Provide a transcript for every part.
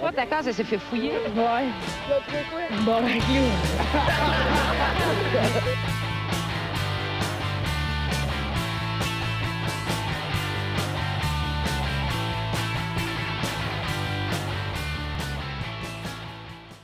Toi, ta case, elle s'est fait fouiller. Ouais. Bon, ben, clou.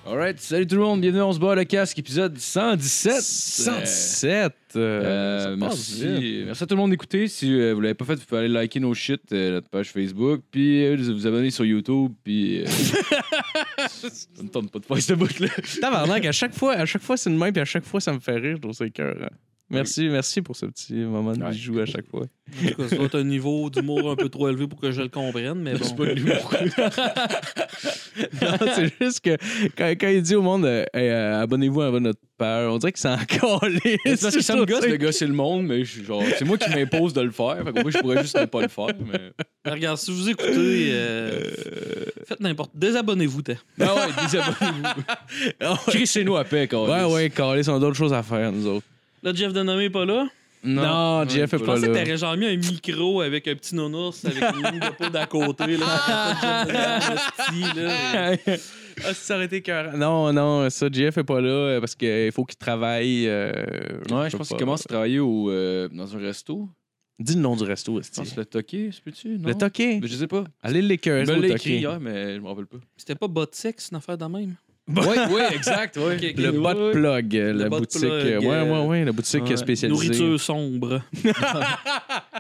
Alright, salut tout le monde, bienvenue, on se bat le casque, épisode 117. 117. Euh, euh, ça passe vite. merci. merci à tout le monde d'écouter. Si euh, vous l'avez pas fait, vous pouvez aller liker nos shit, euh, notre page Facebook, puis euh, vous abonner sur YouTube, puis. euh, ça ne tente pas de faire ce bout-là. Tabarnak, à chaque fois, à chaque fois c'est le même, puis à chaque fois ça me fait rire, je trouve ça écœurant. Merci, merci pour ce petit moment de Ouais. bijou à chaque fois. En tout cas, ça doit être un niveau d'humour un peu trop élevé pour que je le comprenne, mais bon. Non, c'est juste que quand, quand il dit au monde euh, Hey, euh, abonnez-vous à notre père, on dirait que c'est encore les. C'est parce que ça me gosse de gosser le monde, mais je suis genre, c'est moi qui m'impose de le faire. Fait que moi, je pourrais juste ne pas le faire. Mais... Mais Regarde, si vous écoutez, euh, faites n'importe. Désabonnez-vous, t'es. Non, Ah ouais, désabonnez-vous. Crissez-nous à paix, quand Ouais, ouais, calé, on a d'autres choses à faire, nous autres. Là, Jeff Denomé est pas là. Non, Jeff est Je pas pensais que là. t'aurais genre mis un micro avec un petit nounours avec une ligne de peau d'à côté. Là, Jeff Denomé, là. Ah, ça aurait été écœurant. Non, non, ça, Jeff est pas là euh, parce qu'il faut qu'il travaille. euh, Ouais, je peux pense pas. qu'il commence à travailler au, euh, dans un resto. Dis le nom du resto, Je esti. pense le toqué, c'est peux-tu? Le toqué. Ben, Je sais pas. Allez l'écœurer. Je me au l'ai toqué. écrit hier, mais je m'en rappelle pas. C'était pas bot sexe, une affaire de même. Oui, oui, exact. Oui. Ok, ok. Le Ouais, bot ouais. plug, la bot boutique. plug, euh, ouais, euh, ouais, ouais, la boutique Ouais. spécialisée. Nourriture sombre.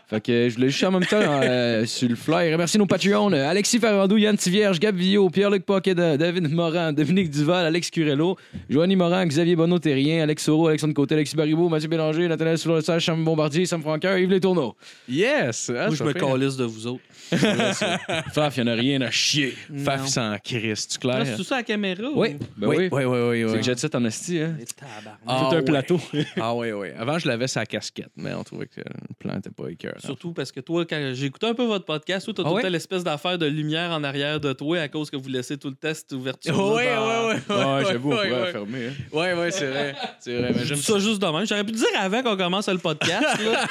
Fait que je voulais juste en même temps euh, sur le fly remercier nos Patreons euh, Alexis Ferrandou, Yann Tivierge, Gab Villot, Pierre-Luc Paquet, David Morin, Dominique Duval, Alex Curello, Joanny Morin, Xavier Bonneau-Terrien, Alex Soro, Alexandre Côté, Alexis Baribeau, Mathieu Bélanger, Nathanaël Soulessage, Sam Bombardier, Sam Franqueur, Yves Les Tourneaux. Yes! Ah, Moi, je ça me fait- calisse de vous autres. Faf, y'en a rien à chier. Faf, Non. il s'en crisse, tu Là, clair? C'est tout ça à la caméra? Oui, ben oui. oui, oui, oui. oui, C'est oui. que j'ai ça en esti, hein. Les tabarnak. Ah, C'est un ouais. plateau. Ah, oui, oui. Avant, je l'avais sa casquette, mais on trouvait que le plan n'était pas écœurant. Surtout parce que toi, quand j'ai écouté un peu votre podcast, toi, t'as Ah toute ouais? l'espèce d'affaire de lumière en arrière de toi à cause que vous laissez tout le temps cette ouverture. Oui, oui, oui. Ouais, j'avoue, on pourrait la ouais, fermer. hein. ouais, ouais, c'est vrai. C'est vrai, mais Je j'aime dis ça juste demain. J'aurais pu te dire avant qu'on commence le podcast. Là,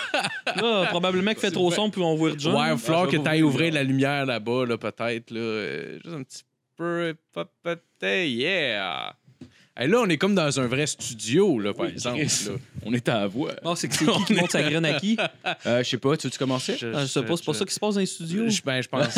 Là, probablement qu'il fait trop sombre puis on voit John. Ouais, il va falloir Ah, que j'avoue, tu ailles oui. ouvrir la lumière là-bas, là, peut-être. Là, euh, juste un petit peu. pa- pa- ta- Yeah! Hey, là, on est comme dans un vrai studio, là, par Oui, exemple. Chris. là. On est à la voix. Bon, c'est que c'est qui qui monte sa graine à qui? Euh, je sais pas, tu veux-tu commencer? Ah, je sais pas, c'est pas ça qui se passe dans les studios. Je, ben, je pense.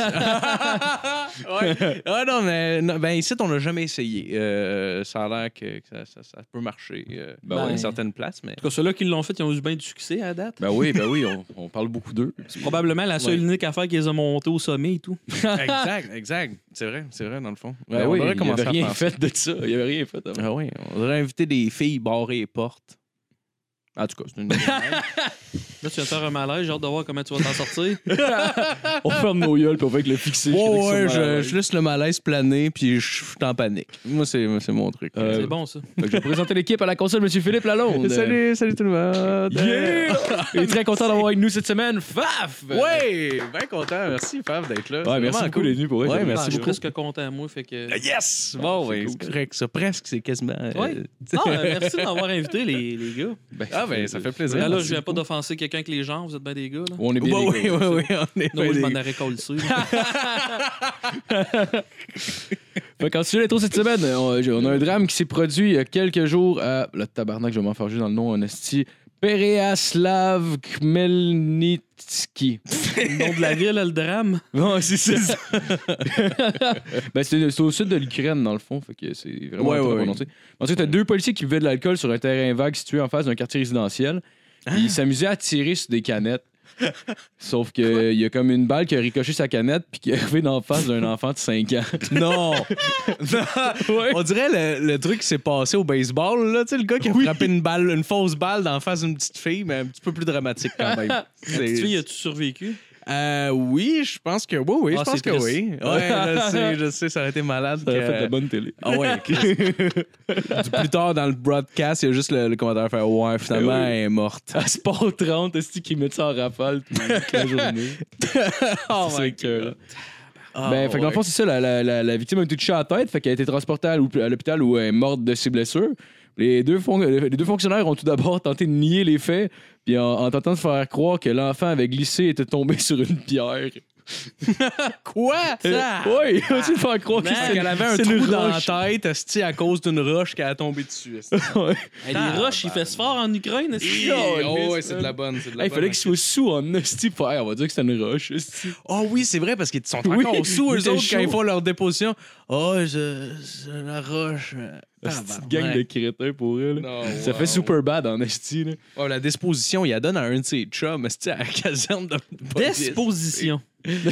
Ouais. Ah non, mais non, ben, ici, on l'a jamais essayé. Euh, ça a l'air que, que ça, ça- ça peut marcher euh, Ben dans ouais. certaines places, mais. En tout cas, ceux-là qui l'ont fait, ils ont eu bien du succès à date. Ben oui, ben oui, on, on parle beaucoup d'eux. C'est probablement la seule Ouais. unique affaire qu'ils ont montée au sommet et tout. exact, exact. C'est vrai, c'est vrai, dans le fond. Ben Ouais, oui, on devrait il commencer avait à rien penser. fait de ça. Il y avait rien fait avant. Ah oui, on devrait inviter des filles barrer les portes. En tout cas, c'est une idée. Là, tu viens de faire un malaise, j'ai hâte de voir comment tu vas t'en sortir. On ferme nos gueules puis on fait que le fixer. Ouais, Oh, ouais, je, je laisse le malaise planer, puis je je suis en panique. Moi, c'est c'est mon truc. Euh, Euh, C'est bon, ça. je vais présenter l'équipe à la console, M. Philippe Lalonde. salut, salut tout le monde. Yeah! Il est très content d'avoir avec nous cette semaine. Faf! Euh, Ouais, bien content. Merci, Fab, d'être là. Ouais, C'est merci vraiment beaucoup cool. les nuits pour Ouais, vrai. merci Ah, je suis beaucoup. presque content à moi, fait que... Yes! Bon, C'est ouais, cool, c'est ça. correct, ça. Presque, c'est quasiment. euh, Ouais. t'sais. Non, euh, merci de m'avoir invité, les, les gars. Ah, ben, ça fait plaisir. Là, là, Merci je viens pas beaucoup. d'offenser quelqu'un avec les gens, vous êtes bien des gars. Là. On est bien. Ouais, les ouais, gars. ouais, ouais, on est Non, moi, je m'en bien aurais collé Fait qu'en sujet d'intro cette semaine, euh, on, j'ai- on a un drame qui s'est produit il y a quelques jours à. Le tabarnak, je vais m'en faire juste dans le nom, Honesty. Pereaslav Khmelnytsky. Le nom de la ville, le drame. Bon, c'est ça. ben, c'est c'est au sud de l'Ukraine, dans le fond. Fait que c'est vraiment Ouais, très ouais, prononcé. Ensuite, t'as deux policiers qui buvaient de l'alcool sur un terrain vague situé en face d'un quartier résidentiel. Ah. Puis Ils s'amusaient à tirer sur des canettes. Sauf qu'il y a comme une balle qui a ricoché sa canette puis qui est arrivée d'en face d'un enfant de 5 ans. Non! On dirait le, le truc qui s'est passé au baseball, là. Tu sais, le gars qui a frappé une balle, une fausse balle d'en face d'une petite fille, mais un petit peu plus dramatique quand même. C'est- Tu sais, as-tu survécu? Euh, oui, je pense que oui, oui, Ah, je pense c'est que triste. oui. Ouais, je sais, je sais, ça aurait été malade. Ça que- a fait de la bonne télé. Ah ouais. Chris. Du- plus tard dans le broadcast, il y a juste le, le commentaire faire ouais, finalement, Eh oui. elle est morte. À Sport 30, est-ce qu'ils mettent ça en rafale toute la journée? Oh C'est que- Ah, ben, fait que dans le ouais. fond, c'est ça, la, la- la- la victime a été touchée à la tête, fait qu'elle a été transportée à l'hôp- à l'hôpital où elle est morte de ses blessures. Les deux, fon- les deux fonctionnaires ont tout d'abord tenté de nier les faits, puis en, en tentant de faire croire que l'enfant avait glissé et était tombé sur une pierre. Quoi? Ah, Ça? Oui, il va-tu faire croire que Fait c'est Ah. qu'elle avait un c'est une trou dans la roche. tête, esti, à cause d'une roche qu'elle a tombée dessus. esti. Ouais. Hey, Ah, les roches, ils bah. fessent fort en Ukraine. est-ce Hey, que- oh, ouais, c'est de la bonne, c'est de la Hey, il bonne. fallait qu'il soit sous en hostie pour Hey, on va dire que c'est une roche. esti. Oh oui, c'est vrai, parce qu'ils sont Oui, encore sous, il eux était autres, quand ils chaud. font leur déposition. Oh, je- c'est la roche. euh, Petite gang de crétins pour eux. là. Ah, bah, Non, Ça wow. fait super bad en esti. là. Oh, la disposition, il la donne à un de ses chums, esti, à la caserne de police. Desposition. J'ai dit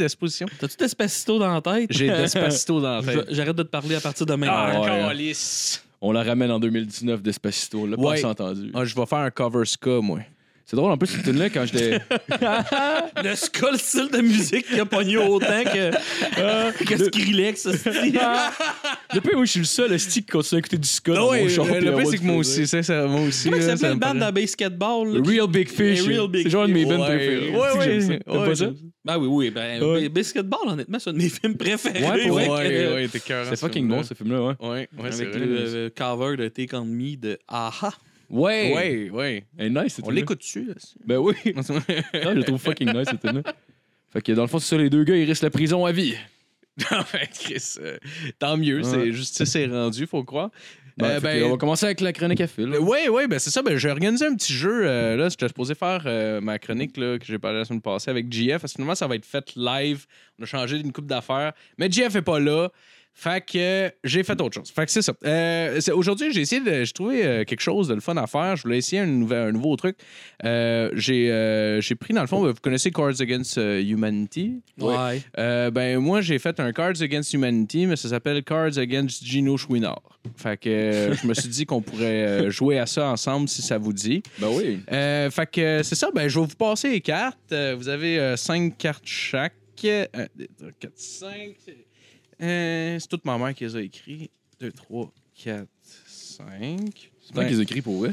disposition. T'as-tu Despacito dans la tête? J'ai Despacito dans la Je- tête. J'arrête de te parler à partir de Ah, maintenant. ouais. calice. On la ramène en 2019 d'Espacito. Là, Ouais. pas entendu. Ah, je vais faire un cover ska, moi. C'est drôle, en plus, cette tune-là, quand j'étais. Le skull style de musique qui a pogné autant que, euh, que Skrillex. esti. Le pire, moi, je suis le seul esti qui continue à écouter du ska dans mon char, puis à Ah le pire, voir c'est du que moi plaisir. aussi, sincèrement aussi. Comment là, ça s'appelle euh, ça le me band paraît- de la basketball? là, Le qui- Real Big Fish. Real là. Big C'est genre un de mes Fish. bands Ouais. préférés. Ouais, C'est que j'aime ouais. ça. T'aimes pas Ouais, ça? Ben oui, oui. Ben, Ouais. ba- Basketball, honnêtement, c'est un de mes films préférés. Ouais, pour Fait Ouais, que- ouais, ouais, t'es cœur. C'est fucking bon, ce film-là, ouais. Ouais, ouais, c'est Avec vrai. le euh, cover de Take On Me de Aha. Ouais! Ouais, ouais. Elle est nice, cette On tune-là. l'écoute dessus. Ben oui! Non, je le trouve fucking nice, cette tune-là. Fait que dans le fond, c'est ça, les deux gars, ils risquent la prison à vie. Enfin, Chris, euh, tant mieux. C'est Ouais. justice est rendue, faut croire. Ben, Euh, fait ben, que on va commencer avec la chronique à fil. là. Oui, oui, ben c'est ça. Ben, j'ai organisé un petit jeu. euh, là, j'étais supposé faire euh, ma chronique là, que j'ai parlé la semaine passée avec JF. Parce que finalement, ça va être fait live. On a changé une coupe d'affaires. Mais JF est pas là. Fait que euh, j'ai fait autre chose. Fait que c'est ça. Euh, c'est- Aujourd'hui, j'ai essayé de. J'ai trouvé euh, quelque chose de le fun à faire. Je voulais essayer un, nouvel- un nouveau truc. Euh, j'ai euh, j'ai pris, dans le fond, vous connaissez Cards Against euh, Humanity? Ouais. Euh, ben moi j'ai fait un Cards Against Humanity mais ça s'appelle Cards Against Gino Chouinard. Fait que euh, je me suis dit qu'on pourrait euh, jouer à ça ensemble si ça vous dit. Ben oui. Euh, fait que euh, c'est ça ben je vais vous passer les cartes. Euh, vous avez euh, cinq cartes chaque. 1 2 4 5 Euh, c'est toute ma mère qui les a écrit. 2 3 4 5 C'est pas qu'ils écrivent pour vrai.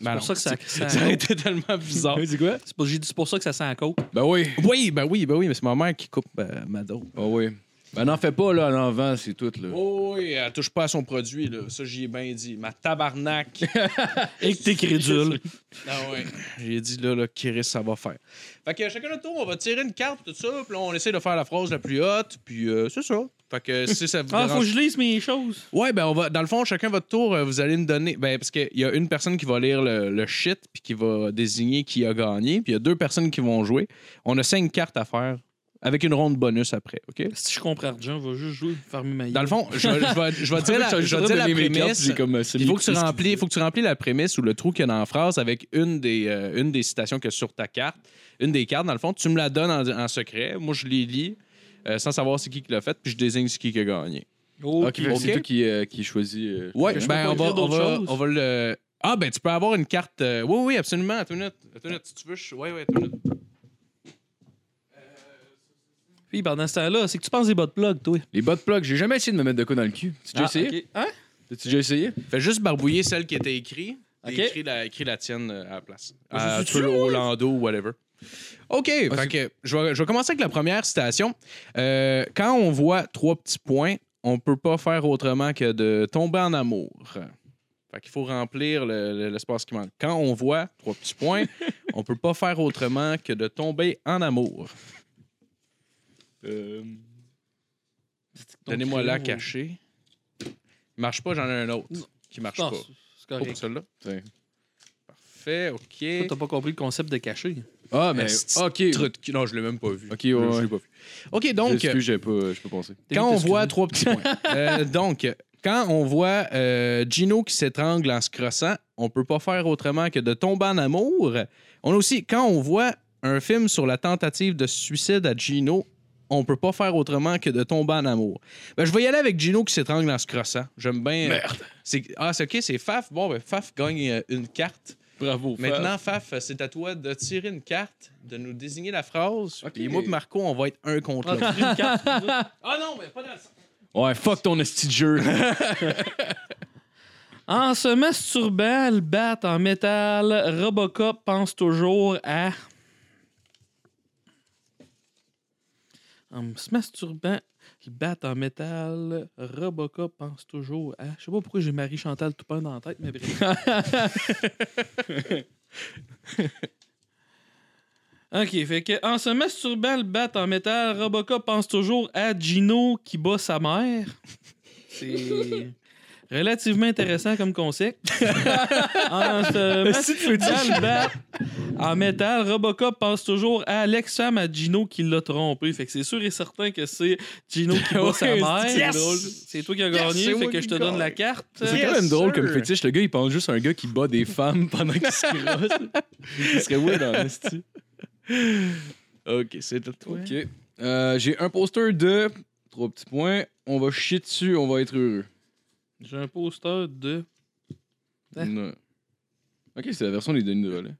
C'est pour ça que ça, ça- Ben ça aurait été tellement bizarre. C'est quoi? c'est pour- j'ai dit c'est pour ça que ça sent la côte. Ben oui. Oui, Ah. ben oui, ben oui, mais c'est ma mère qui coupe euh, ma dope. Ben oui. Ben n'en fais pas, là, en en vend, c'est tout, là. Oh oui, elle touche pas à son produit, là. Ça, j'y ai bien dit. Ma tabarnak. Et que t'es crédule. ah ouais. J'ai dit, là, là, Chris, ça va faire. Fait que chacun notre tour, on va tirer une carte, tout ça, puis là, on essaie de faire la phrase la plus haute, puis euh, c'est ça. Fait que si ça vous Ah, faut que dérange... je lise mes choses. Ouais, ben, on va... dans le fond, chacun votre tour, euh, vous allez me donner. Ben, parce qu'il y a une personne qui va lire le, le shit, puis qui va désigner qui a gagné, puis il y a deux personnes qui vont jouer. On a cinq cartes à faire, avec une ronde bonus après, OK? Si je comprends rien, on va juste jouer fermer ma gueule. Dans le fond, je vais- je vais je vais dire la, je vais dire la prémisse. euh, Il faut que, tu remplis, faut que tu remplis la prémisse ou le trou qu'il y a dans la phrase avec une des, euh, une des citations que sur ta carte. Une des cartes, dans le fond, tu me la donnes en, en secret. Moi, je les lis euh, sans savoir c'est qui qui l'a fait, puis je désigne c'est qui qui a gagné. Ok, fait que Ok. c'est toi qui, euh, qui choisis. euh, Ouais, Je peux ben, pas on va, écrire on, d'autres va, choses? on va le. Ah, ben, tu peux avoir une carte. euh, Oui, oui, absolument. Attends une minute. Attends une minute, si tu veux. je- Ouais, ouais, attends une minute. Puis pendant ce temps-là, c'est que tu penses des bas de plug, toi. Les bas de plug, j'ai jamais essayé de me mettre de quoi dans le cul. Tu Ah, déjà essayé? ok. Hein? T'as-tu déjà essayé? Fais juste barbouiller celle qui était écrite. Ok. et Écris, la, écris la tienne euh, à la place. je Euh, suis tu peux le Hollando ou whatever. OK, fait que je, vais, je vais commencer avec la première citation. Euh, quand on voit trois petits points, on peut pas faire autrement que de tomber en amour. Fait qu'il faut remplir le- le- l'espace qui manque. Quand on voit trois petits points, on peut pas faire autrement que de tomber en amour. Euh, Donnez-moi la cachée. Il marche pas, j'en ai un autre qui marche euh, Non, pas. c'est- C'est Pas pour correct. celle-là. Tiens. Parfait, Toi, OK. T'as pas compris le concept de caché. Ah, mais. Esti- Ok. Trou de cul. Euh, Non, je l'ai même pas vu. Ok, Je- ouais, je l'ai ouais. pas vu. OK, donc, Excuse, j'ai pas, euh, j'ai pas pensé. quand on voit trois petits points. Euh, donc, quand on voit euh, Gino qui s'étrangle en se crossant, on peut pas faire autrement que de tomber en amour. On a aussi, quand on voit un film sur la tentative de suicide à Gino, on peut pas faire autrement que de tomber en amour. Ben, je vais y aller avec Gino qui s'étrangle en se crossant. J'aime bien. Merde. Ah, c'est OK, c'est Faf. Bon, ben, Faf gagne euh, une carte. Bravo. Maintenant, Faf, c'est à toi de tirer une carte, de nous désigner la phrase. Ok. Puis moi et Marco, on va être un contre l'autre. Ah non, mais pas dans le sens. Ouais, fuck ton esti de jeu. En se masturbant, le bat en métal, Robocop pense toujours à. En se masturbant, le bat en métal, Robocop pense toujours à. Je sais pas pourquoi j'ai Marie Chantal Toupin dans la tête, mais bref. Ok, fait que en se masturbant le bat en métal, Robocop pense toujours à Gino qui bat sa mère. C'est relativement intéressant comme concept. en se masturbant le bat en métal, Robocop pense toujours à l'ex-femme à Gino qui l'a trompé. Fait que c'est sûr et certain que c'est Gino qui bat sa Ouais, mère. yes! C'est drôle. C'est toi qui as Yes, gagné, c'est fait moi que qui je te gagne. donne la carte. C'est quand Yes, même drôle sir. comme fétiche. Le gars, il pense juste à un gars qui bat des femmes pendant qu'il se crosse. Il serait weird en esti. Ok, c'est à toi. OK. Euh, J'ai un poster de... Trois petits points. On va chier dessus, on va être heureux. J'ai un poster de. Ah. Non. OK, c'est la version des Denis de Relais.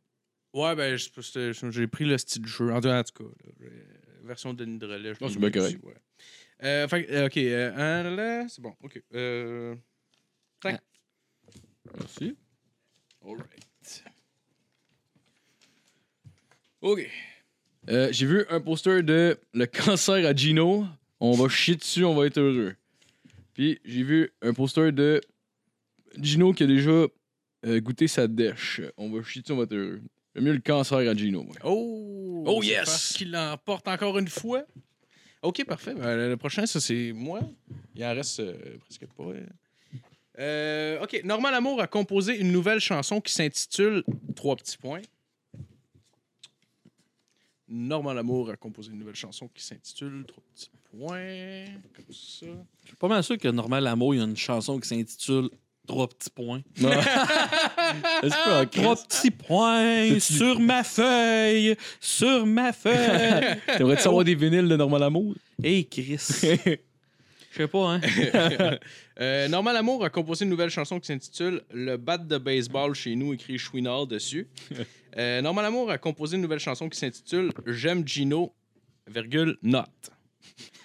Ouais, ben, je- je- je- j'ai pris le style du jeu. En tout en tout cas, là, j'ai- version de Denis de Relais. je Non, l'ai c'est mis bien dessus, ouais. Euh, fait que, euh, ok, euh, un là, c'est bon. Ok. Euh, tac. Merci. Alright. Ok. Euh, J'ai vu un poster de Le cancer à Gino. On va chier dessus, on va être heureux. Puis j'ai vu un poster de Gino qui a déjà euh, goûté sa dèche. On va chier dessus, on va être heureux. J'aime mieux le cancer à Gino. moi. Oh! Oh, c'est yes! Parce qu'il l'emporte encore une fois. OK, parfait. Ben, le le prochain, ça, c'est moi. Il en reste euh, presque pas. hein. Euh, OK, Norman Lamour a composé une nouvelle chanson qui s'intitule Trois petits points. Norman Lamour a composé une nouvelle chanson qui s'intitule Trois petits points. Comme ça. Je suis pas mal sûr que Normal Amour, il y a une chanson qui s'intitule Trois petits points. Non. Est-ce que en Ah, Trois Christ, petits points sur ma feuille, sur ma feuille. T'aimerais-tu savoir des vinyles de Normal Amour? hey Chris. Je sais pas, hein. Euh, Norman Lamour a composé une nouvelle chanson qui s'intitule Le bat de baseball chez nous, écrit Chouinard dessus. Euh, Norman Lamour a composé une nouvelle chanson qui s'intitule J'aime Gino, virgule, not.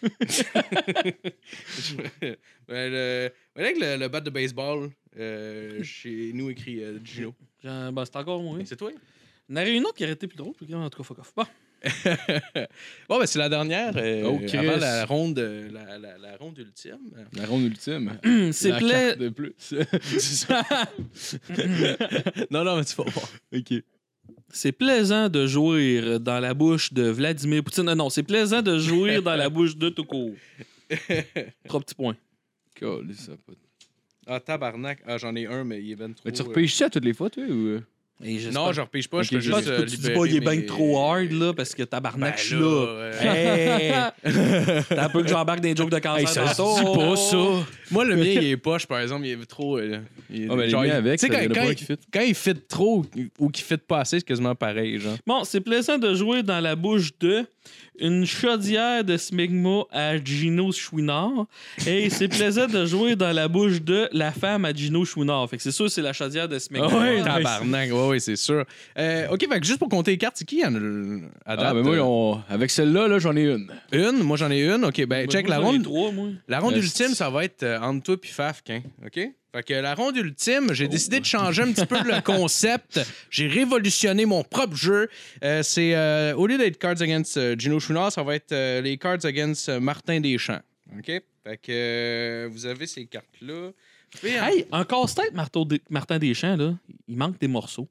Je- ben, le, ben, avec le, le bat de baseball euh, chez nous, écrit euh, Gino. Genre, ben, c'est encore moi. C'est toi? Il y en aurait une autre qui aurait été plus drôle, puis en tout cas, fuck off. Bon. Bon, ben, c'est la dernière euh, Oh, Chris. avant la ronde, euh, la, la- la ronde ultime. La ronde ultime. C'est La pla- carte de plus. non, non, mais tu vas voir. OK. c'est plaisant de jouir dans la bouche de Vladimir Poutine. Non, non, c'est plaisant de jouir dans la bouche de tout court. Trois petits points. Colle, ça pas. Ah, tabarnak. Ah, j'en ai un, mais il est ben trop. Mais tu euh, repêches ça toutes les fois, toi? Ou... Et j'espère- Non, je repêche pas. Ok, je fais Je pense juste. que euh, tu dis libérer pas, il est mes- bien trop hard, là, parce que tabarnak, Ben je suis là, là. euh, Hey! T'as un peu que j'embarque dans les jokes de cancer. Hey, ça tantôt. se dit pas, ça. Moi, le mien, il est poche, par exemple. Il est trop. euh, il est- Ah, ben, les genre, miens il- avec, Tu sais, ça, il y en a quand, pas quand un il, qui fit. quand il fit trop ou qu'il fit pas assez, c'est quasiment pareil, genre. Bon, c'est plaisant de jouer dans la bouche de une chaudière de smegma à Gino Chouinard. Et c'est plaisant de jouer dans la bouche de la femme à Gino Chouinard. Fait que c'est sûr, c'est la chaudière de smegma. Ah ouais, Tabarnak. Tabarnak, ouais, ouais, c'est sûr. Euh, ok, fait que juste pour compter les cartes, c'est qui en a à Ah, date, ben moi, euh, on- avec celle-là, là, j'en ai une. Une, moi j'en ai une. Ok, ben Moi, check moi, la j'en ai ronde. trois, moi. La ronde Euh, ultime, c'est- ça va être euh, entre toi puis Fafk, hein? OK? Fait que la ronde ultime, Oh j'ai décidé de changer un petit peu le concept. J'ai révolutionné mon propre jeu. Euh, c'est euh, au lieu d'être Cards Against euh, Gino Chouinard, ça va être euh, les Cards Against euh, Martin Deschamps. OK? Fait que euh, vous avez ces cartes-là. Puis, hein, Hey, en casse-tête, Marteau Des- Martin Deschamps, là, il manque des morceaux.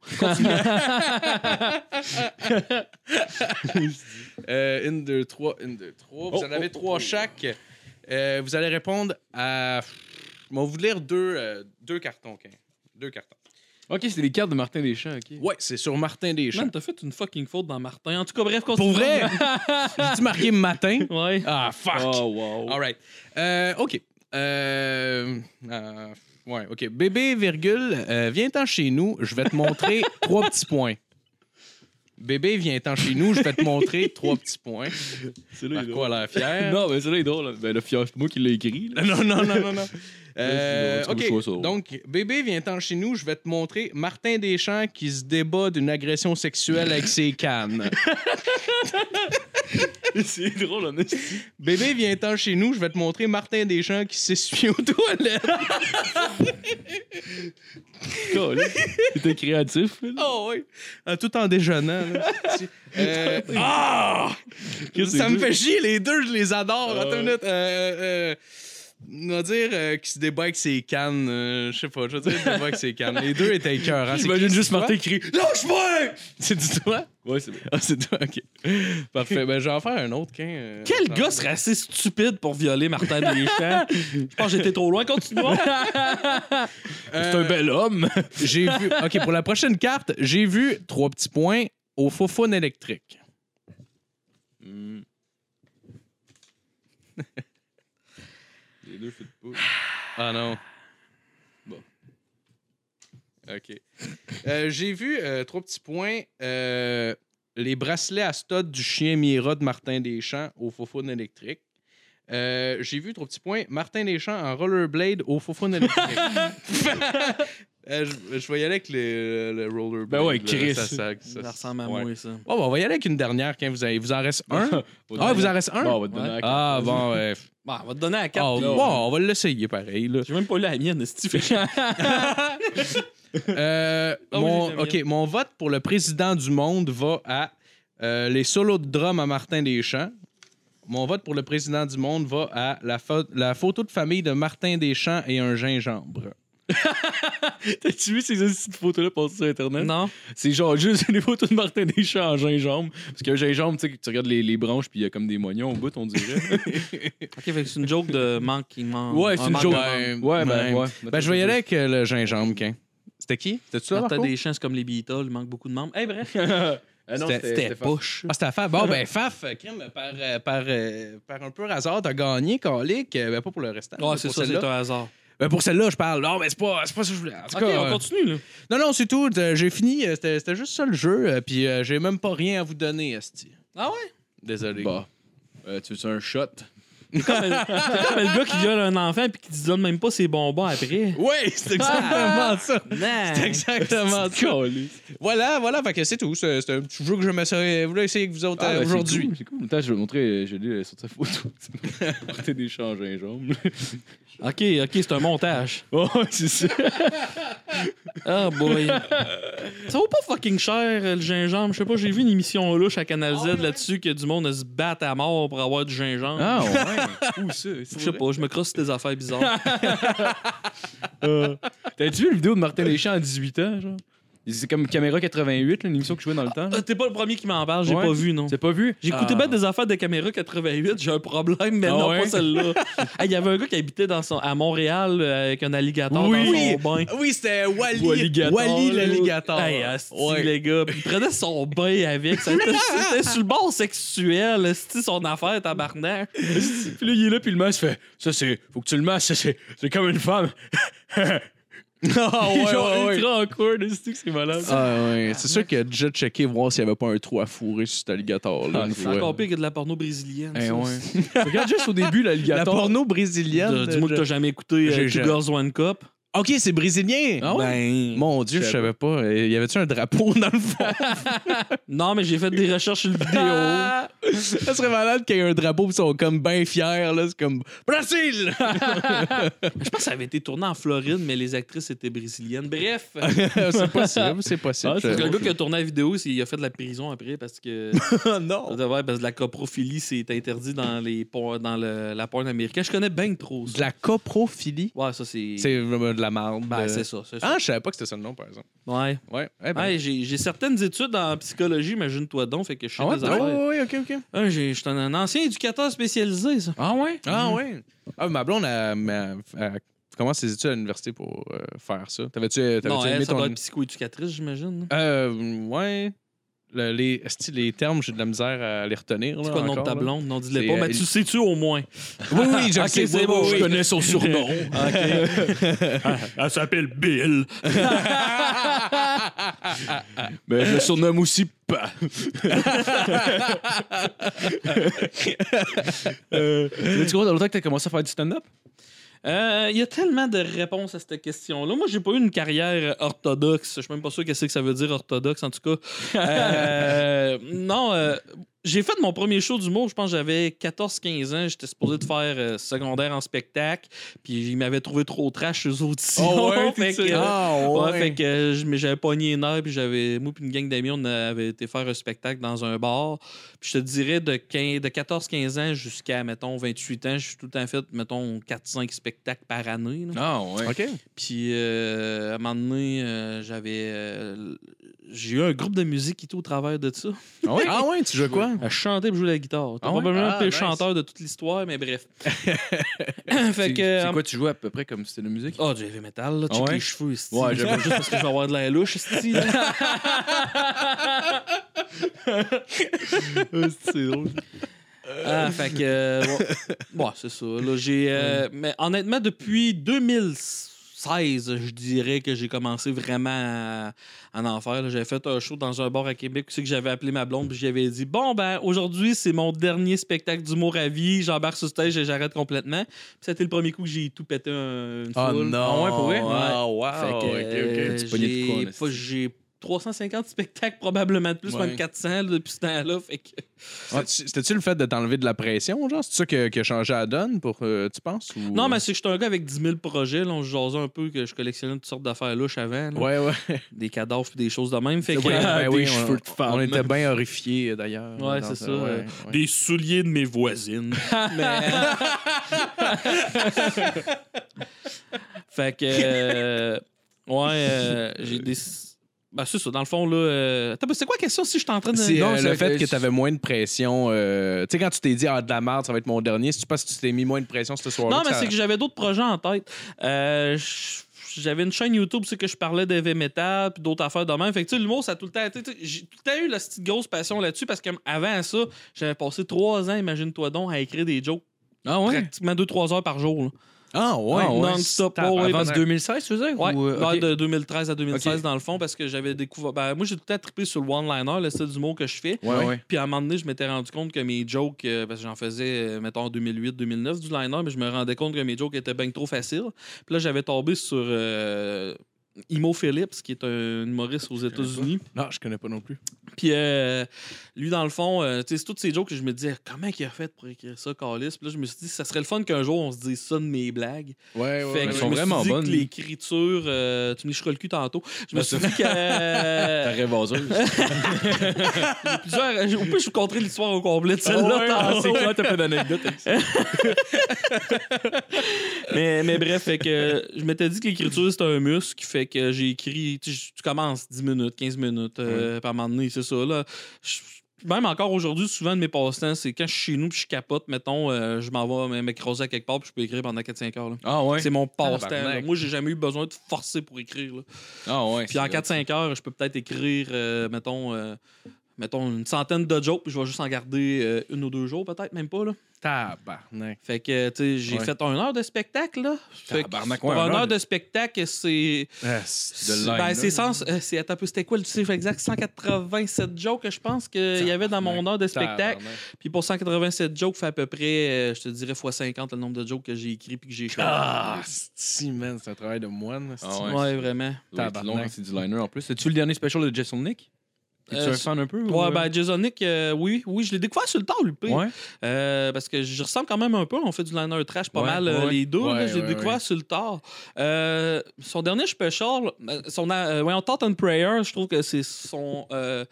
euh, une, deux, trois, une, deux, trois. Vous Oh, en avez oh, trois oh. chaque. Euh, vous allez répondre à. On va vous lire deux, euh, deux cartons, OK? Deux cartons. OK, c'est les cartes de Martin Deschamps, OK. Ouais, c'est sur Martin Deschamps. Man, t'as fait une fucking faute dans Martin. En tout cas, bref, Pour continue. vrai? J'ai-tu marqué matin? Ouais. Ah, fuck! Oh, wow. Alright. Euh, OK. Euh, euh, ouais, OK. Bébé, virgule, euh, viens-t'en chez nous, je vais te montrer trois petits points. Bébé, viens-t'en chez nous, je vais te montrer trois petits points. Celui-là, il est Marco a drôle. l'air fier. Non, mais celui-là, il est drôle. Ben, le fier, c'est moi qui l'ai écrit. là. non, non, non, non. non. Euh, C'est drôle, c'est drôle, OK. c'est drôle. Donc, bébé, viens-t'en chez nous, je vais te montrer Martin Deschamps qui se débat d'une agression sexuelle avec ses cannes. c'est drôle, en esti. Bébé, viens-t'en chez nous, je vais te montrer Martin Deschamps qui s'essuie aux toilettes. Caliste. T'étais créatif, là. Oh oui! tout en déjeunant. là. Euh, ah! Qu'est-ce que Ça me c'est? fait chier, les deux, je les adore. Ah Attends une ouais. minute. Euh, euh, on va dire euh, qui se débat avec ses cannes. euh, je sais pas, je veux dire, se débat avec ses cannes. Les deux étaient cœur. Hein. C'est J'imagine qui, juste c'est toi? Martin crie Lâche-moi! C'est du toi? Ouais, c'est bien. Ah, c'est toi, ok. Parfait. Ben, je vais en faire un autre, qu'un. euh, Quel dans- gars serait assez stupide pour violer Martin Deschamps? Je pense que j'étais trop loin. Continue. C'est un Euh, bel homme. J'ai vu. OK, pour la prochaine carte, j'ai vu trois petits points au Fofone électrique. Hmm. Les deux fous de Ah non. Bon. OK. Euh, j'ai vu euh, trois petits points. euh, les bracelets à stud du chien Mira de Martin Deschamps au Fofone électrique. Euh, j'ai vu trois petits points. Martin Deschamps en rollerblade au Fofone électrique. Euh, je, je vais y aller avec les- le rollerblade. Ben ouais, là, Chris. ça- ça- ça- Ça ressemble à ouais. moi, ça. Bon, ben, on va y aller avec une dernière quand vous avez- vous en reste un. Ah, vous en reste un? Bon, on va te donner Ouais. la carte. Ah, bon, ouais. Bon, on va te donner la carte. Ah, puis- bon, on va l'essayer pareil. Là. J'ai même pas eu la mienne, c'est Euh, Ah oui, mon, j'ai la OK, mienne. mon vote pour le président du monde va à euh, les solos de drum à Martin Deschamps. Mon vote pour le président du monde va à la, pho- la photo de famille de Martin Deschamps et un gingembre. Ah. T'as-tu vu ces petites photos-là passées sur Internet? Non. C'est genre juste des photos de Martin Deschamps en gingembre. Parce que gingembre, tu sais, tu regardes les, les branches, puis il y a comme des moignons au bout, on dirait. Ok, fait que c'est une joke de manque qui manque. Ouais, c'est un une manque joke. de manque. ouais, ben, ouais. Ben, je vais y aller avec euh, le gingembre, Ken. C'était qui? C'était-tu ça, Martin Marco? Deschamps, c'est comme les Beatles, il manque beaucoup de membres. Eh, bref. Ah non, C'était- C'était poche. Ah, c'était Faf. Bon, ben, Faf, Kim, par, euh, par, euh, par un peu hasard, t'as gagné, Calic. Euh, Ben, pas pour le restant. Ah, mais c'est pour ça, celle-là. c'est un hasard. Ben, pour celle-là, je parle. Non, mais c'est pas, c'est pas ça que je voulais. En tout Ok, cas, on euh, continue, là. Non, non, c'est tout. Euh, J'ai fini. Euh, C'était c'était juste ça le jeu. Euh, Puis euh, j'ai même pas rien à vous donner, Esti. Ah ouais? Désolé. Bon. Euh, tu veux un shot? C'est comme, le- c'est comme le gars qui viole un enfant puis qui te donne même pas ses bonbons après. Oui, Ah. c'est exactement ça. Non. C'est exactement ça. Voilà, voilà. Fait que c'est tout. C'est c'est un petit jeu que je me serais voulu essayer avec vous autres euh, aujourd'hui. Ah, ben, bah, C'est cool. Attends, je vais vous montrer. J'ai lu sur sa photo. Martin Deschamps en gingembre. Ok, ok, c'est un montage. Oh, c'est ça. Ah boy. Ça vaut pas fucking cher, euh, le gingembre. Je sais pas, j'ai vu une émission louche à Canal Z là-dessus que du monde euh, se bat à mort pour avoir du gingembre. Ah, ouais. Où ça? Je sais pas, je me crosse sur tes affaires bizarres. Euh, T'as-tu vu la vidéo de Martin Deschamps à 18 ans, genre? C'est comme Caméra 88, là, une émission que je jouais dans le temps. là. Ah, T'es pas le premier qui m'en parle, j'ai Ouais. pas vu, non. T'as pas vu? J'écoutais Ah. bien des affaires de caméra 88, j'ai un problème, mais Ah non, ouais? pas celle-là. Hey, Il y avait un gars qui habitait dans son, à Montréal euh, avec un alligator dans Oui. son bain. Oui, c'était Wally. Walligator. Wally l'alligator. Hey, ah, asti, Ouais. les gars. Puis il prenait son bain avec. Ça, C'était c'était sur le bord sexuel. C'était son affaire, tabarnak. Puis là, il est là, puis le masque fait Ça, c'est. Faut que tu le masques, ça, c'est c'est comme une femme. Ah, ouais, Il est genre ouais, ouais. ultra awkward, c'est que c'est malade. Ah, ouais. C'est sûr qu'il a déjà checké voir s'il n'y avait pas un trou à fourrer sur cet alligator-là. Ah, une c'est C'est fois. encore pire que de la porno brésilienne. Eh ça. ouais. Regarde juste au début La l'alligator. porno brésilienne. De- Dis-moi que t'as jamais écouté J'ai- euh, j'ai- Two Girls One Cup. Ok, c'est brésilien. Ah ouais? Ben, Mon Dieu, je savais pas. Euh, Y avait-tu un drapeau dans le fond? Non, mais j'ai fait des recherches sur le vidéo. Ça serait malade qu'il y ait un drapeau, pis ils sont comme bien fiers, là. C'est comme Brésil! Je pense que ça avait été tourné en Floride, mais les actrices étaient brésiliennes. Bref. c'est possible, c'est possible. Ah, Parce c'est que Je- le gars qui a tourné la vidéo, c'est- il a fait de la prison après parce que. non! Ouais, parce que la coprophilie, c'est interdit dans, les por- dans le- la porn américaine. Je connais bien trop De ça. la coprophilie. Ouais, ça, c'est. C'est euh, de la marde. Ben, euh. c'est ça. c'est ça. Ah, je savais pas que c'était ça le nom, par exemple. Ouais. Ouais. Eh ben. Ouais, j'ai j'ai certaines études en psychologie, imagine-toi donc, fait que je suis ah ouais? des Ah affaires. ouais, ouais, ok, ok. Ah, j'ai- je suis un ancien éducateur spécialisé, ça. Ah ouais? Ah ouais. Ah, ma blonde, elle, m'a- elle commence ses études à l'université pour euh, faire ça. T'avais-tu euh, t'avais-tu Non, elle, aimé ça ton. doit être psychoéducatrice, j'imagine. Euh, ouais. Le- les, esti, les termes, j'ai de la misère à les retenir. C'est là, quoi le nom de encore, ta là. blonde? Non, dis-le C'est, pas. euh, Mais tu il- sais-tu au moins? Oui, oui, je Ok, sais. c'est oui, bon, oui, je oui. connais son surnom. Elle s'appelle Bill. Mais Ben, je le surnomme aussi pas. euh, mais tu crois dans le temps que t'as commencé à faire du stand-up? Euh, Il y a tellement de réponses à cette question-là. Moi, j'ai pas eu une carrière orthodoxe. Je suis même pas sûr qu'est-ce que ça veut dire orthodoxe, en tout cas. Euh, non, euh, j'ai fait mon premier show d'humour, je pense que j'avais 14-15 ans. J'étais supposé de faire euh, secondaire en spectacle. Puis ils m'avaient trouvé trop trash aux auditions. Oh, Fait que, euh, Ah, Ouais, fait que euh, je- mais j'avais pogné une heure, puis j'avais. Moi, puis une gang d'amis, on avait été faire un spectacle dans un bar. Puis je te dirais, de, 15 de 14-15 ans jusqu'à, mettons, 28 ans, je suis tout le temps fait, mettons, 4-5 spectacles par année. là. Ah, ouais. OK. Puis euh, à un moment donné, euh, j'avais. euh, j'ai eu un groupe de musique et tout au travers de ça. Ah ouais, tu joues quoi? À chanter et jouer de la guitare. T'es Ah ouais? probablement Ah, le pire nice. chanteur de toute l'histoire, mais bref. C'est fait que. euh, c'est quoi, tu joues à peu près comme style de musique? Oh, du heavy metal, là. Ah Check ouais? les cheveux, esti. Ouais, Genre, juste parce que je vais avoir de la louche, esti, là. C'est drôle. Ah, fait que. euh, ouais, Ouais, c'est ça. Là, j'ai. euh, mais honnêtement, depuis 2016, je dirais que j'ai commencé vraiment à, à en faire. là. J'avais fait un show dans un bar à Québec où c'est que j'avais appelé ma blonde puis j'avais dit Bon, ben, aujourd'hui, c'est mon dernier spectacle d'humour à vie. J'embarque sur stage et j'arrête complètement. Puis c'était le premier coup que j'ai tout pété un, une Ah foule. non. Ah ouais, pour vrai? Ah, Fait wow. que, OK, euh, OK. Tu pognais de j'ai quoi, là, pas- c'est- J'ai 350 spectacles probablement de plus, Ouais. même 400 là, depuis ce temps-là. Fait que. C'était- Ah, C'était-tu le fait de t'enlever de la pression, genre? C'est ça qui a- qui a changé la donne, pour, euh, tu penses? ou- Non, mais c'est que j'étais un gars avec 10 000 projets. Là, on se jasait un peu que je collectionnais toutes sortes d'affaires louches avant. là. Ouais, ouais. Des cadavres puis des choses de même. Fait que, Ah, euh, Ouais, ben oui, on- cheveux de femme. On était bien horrifiés, d'ailleurs. Ouais, dans c'est ça. ouais, ouais. Des souliers de mes voisines. fait que. euh, ouais, euh, j'ai des. Ben, c'est ça, dans le fond, là. euh, Attends, c'est quoi la question si je suis en train de. C'est Non, euh, c'est- le fait euh, que tu avais moins de pression. euh, tu sais, quand tu t'es dit, ah, de la merde, ça va être mon dernier, si tu penses que tu t'es mis moins de pression ce soir-là. Non, mais ça- c'est que j'avais d'autres projets en tête. Euh, j- j'avais une chaîne YouTube, c'est que je parlais d'EV Metal puis d'autres affaires de même. Fait que tu sais, l'humour, ça a tout le temps été. tu sais, J'ai tout le temps eu la petite grosse passion là-dessus parce qu'avant ça, j'avais passé trois ans, imagine-toi donc, à écrire des jokes Ah ouais? pratiquement deux, trois heures par jour. là. Ah, ouais. Ah, ouais. Non-stop. Ah, ouais, ouais, Avant pendant- 2016, tu veux dire? Ouais, ou, euh, ben, ok. de 2013 à 2016 Ok. dans le fond parce que j'avais découvert. ben, moi, j'ai tout le temps trippé sur le one-liner, le style d'humour que je fais. Ouais, ouais. Puis à un moment donné, je m'étais rendu compte que mes jokes, euh, parce que j'en faisais, euh, mettons, en 2008-2009 du liner, mais je me rendais compte que mes jokes étaient bien trop faciles. Puis là, j'avais tombé sur euh, Imo Phillips, qui est un humoriste aux États-Unis. Non, je connais pas non plus. Puis euh, lui, dans le fond, euh, tu sais, c'est toutes ces jokes que je me disais, comment il a fait pour écrire ça, Calis? Puis là, je me suis dit, ça serait le fun qu'un jour, on se dise ça de mes blagues. Ouais, ouais. fait que elles je sont me suis vraiment dit que bonnes. l'écriture, euh, tu me licheras le cul tantôt. Je me Ben, suis ça- dit que. euh, Ta rêveuse. plusieurs. Au pire, je vous conterai l'histoire au complet de Ah celle-là. tantôt. t'as pas d'anecdote. mais, mais bref, fait que je m'étais dit que l'écriture, c'est un muscle. Fait que j'ai écrit, tu, sais, tu commences 10 minutes, 15 minutes euh, par moment donné, c'est ça. Là. Je- même encore aujourd'hui, souvent de mes passe-temps, c'est quand je suis chez nous puis je capote, mettons, euh, je m'en vais m'écraser à quelque part puis je peux écrire pendant 4-5 heures. là. Ah ouais? C'est mon passe-temps. Tabarnak. là. Moi, j'ai jamais eu besoin de forcer pour écrire. là. Ah ouais. Puis en 4-5 heures, je peux peut-être écrire, euh, mettons, euh, mettons, une centaine de jokes, puis je vais juste en garder euh, une ou deux jours, peut-être, même pas. Là. Tabarnak. Fait que, tu sais, j'ai Ouais. fait une heure de spectacle, là. Fait que Tabarnak, pour ouais, une un heure heure de spectacle, c'est. Ah, c'est- De c'est- line, ben, là. c'est sens. euh, c'est, attends un peu, c'était quoi le chiffre exact? 187 jokes, je pense, qu'il y avait dans mon heure de spectacle. Tabarnak. Puis pour 187 jokes, fait à peu près, euh, je te dirais, x 50 le nombre de jokes que j'ai écrit puis que j'ai écrit. Ah, si, man, c'est un travail de moine. c'est- Ah ouais, ouais. vraiment. Tabarnak. long, c'est du liner en plus. C'est-tu le dernier special de Jason Nick? Tu Euh, un fan un peu? ou, Ouais, euh? ben, Jason Nick, euh, oui, oui, je l'ai découvert sur le temps, lui. Ouais. Euh, parce que je ressemble quand même un peu. On fait du liner trash pas Ouais, mal euh, ouais. les deux. Ouais, là, je l'ai ouais, découvert ouais. sur le tard. Euh, son dernier special, euh, son euh, ouais, on Thought and Prayer, je trouve que c'est son. euh,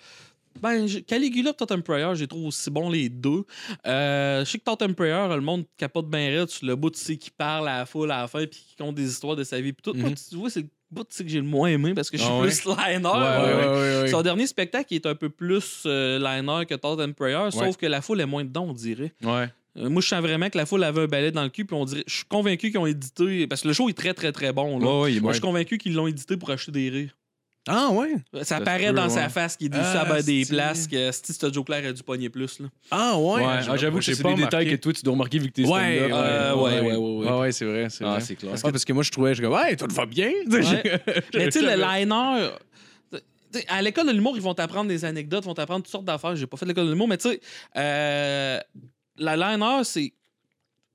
ben, je- Caligula et Thought and Prayer, je les trouve aussi bons les deux. Euh, je sais que Thought and Prayer, le monde capote bien raide sur le bout, tu sais, qui parle à la foule à la fin puis qui compte des histoires de sa vie. Puis tout, Moi, tu vois, c'est le bout, tu sais, que j'ai le moins aimé parce que je suis Ah ouais? plus liner. Mm-hmm. Ouais, ouais, Ah, ouais, ouais, ouais. Son dernier spectacle il est un peu plus euh, liner que Thought and Prayer, sauf que la foule est moins dedans, on dirait. Ouais. Euh, moi, je sens vraiment que la foule avait un balai dans le cul, puis on dirait. Je suis convaincu qu'ils ont édité. Parce que le show est très, très, très bon. là. Ouais, ouais, il est Moi, bon. je suis convaincu qu'ils l'ont édité pour acheter des rires. Ah, ouais. Ça, se paraît peut, dans ouais. sa face qu'il dit Ah, ça ben des c'est-tu. places que si ce joke-là aurait dû pogner plus. Là. Ah, ouais. Ouais, Ah, ah, j'avoue que j'ai c'est pas des détails remarqué. que toi, tu dois remarquer vu que t'es Ouais, stand-up. euh, ouais, ouais, ouais, ouais. Ah, ouais, c'est vrai. c'est Ah, vrai. c'est clair. Parce que, parce que moi, je trouvais, je comme, ouais, tout va bien. Ouais. Mais tu sais, le J'avais- liner. tu sais, à l'école de l'humour, ils vont t'apprendre des anecdotes, ils vont t'apprendre toutes sortes d'affaires. J'ai pas fait l'école de l'humour, mais tu sais, euh, la liner, c'est.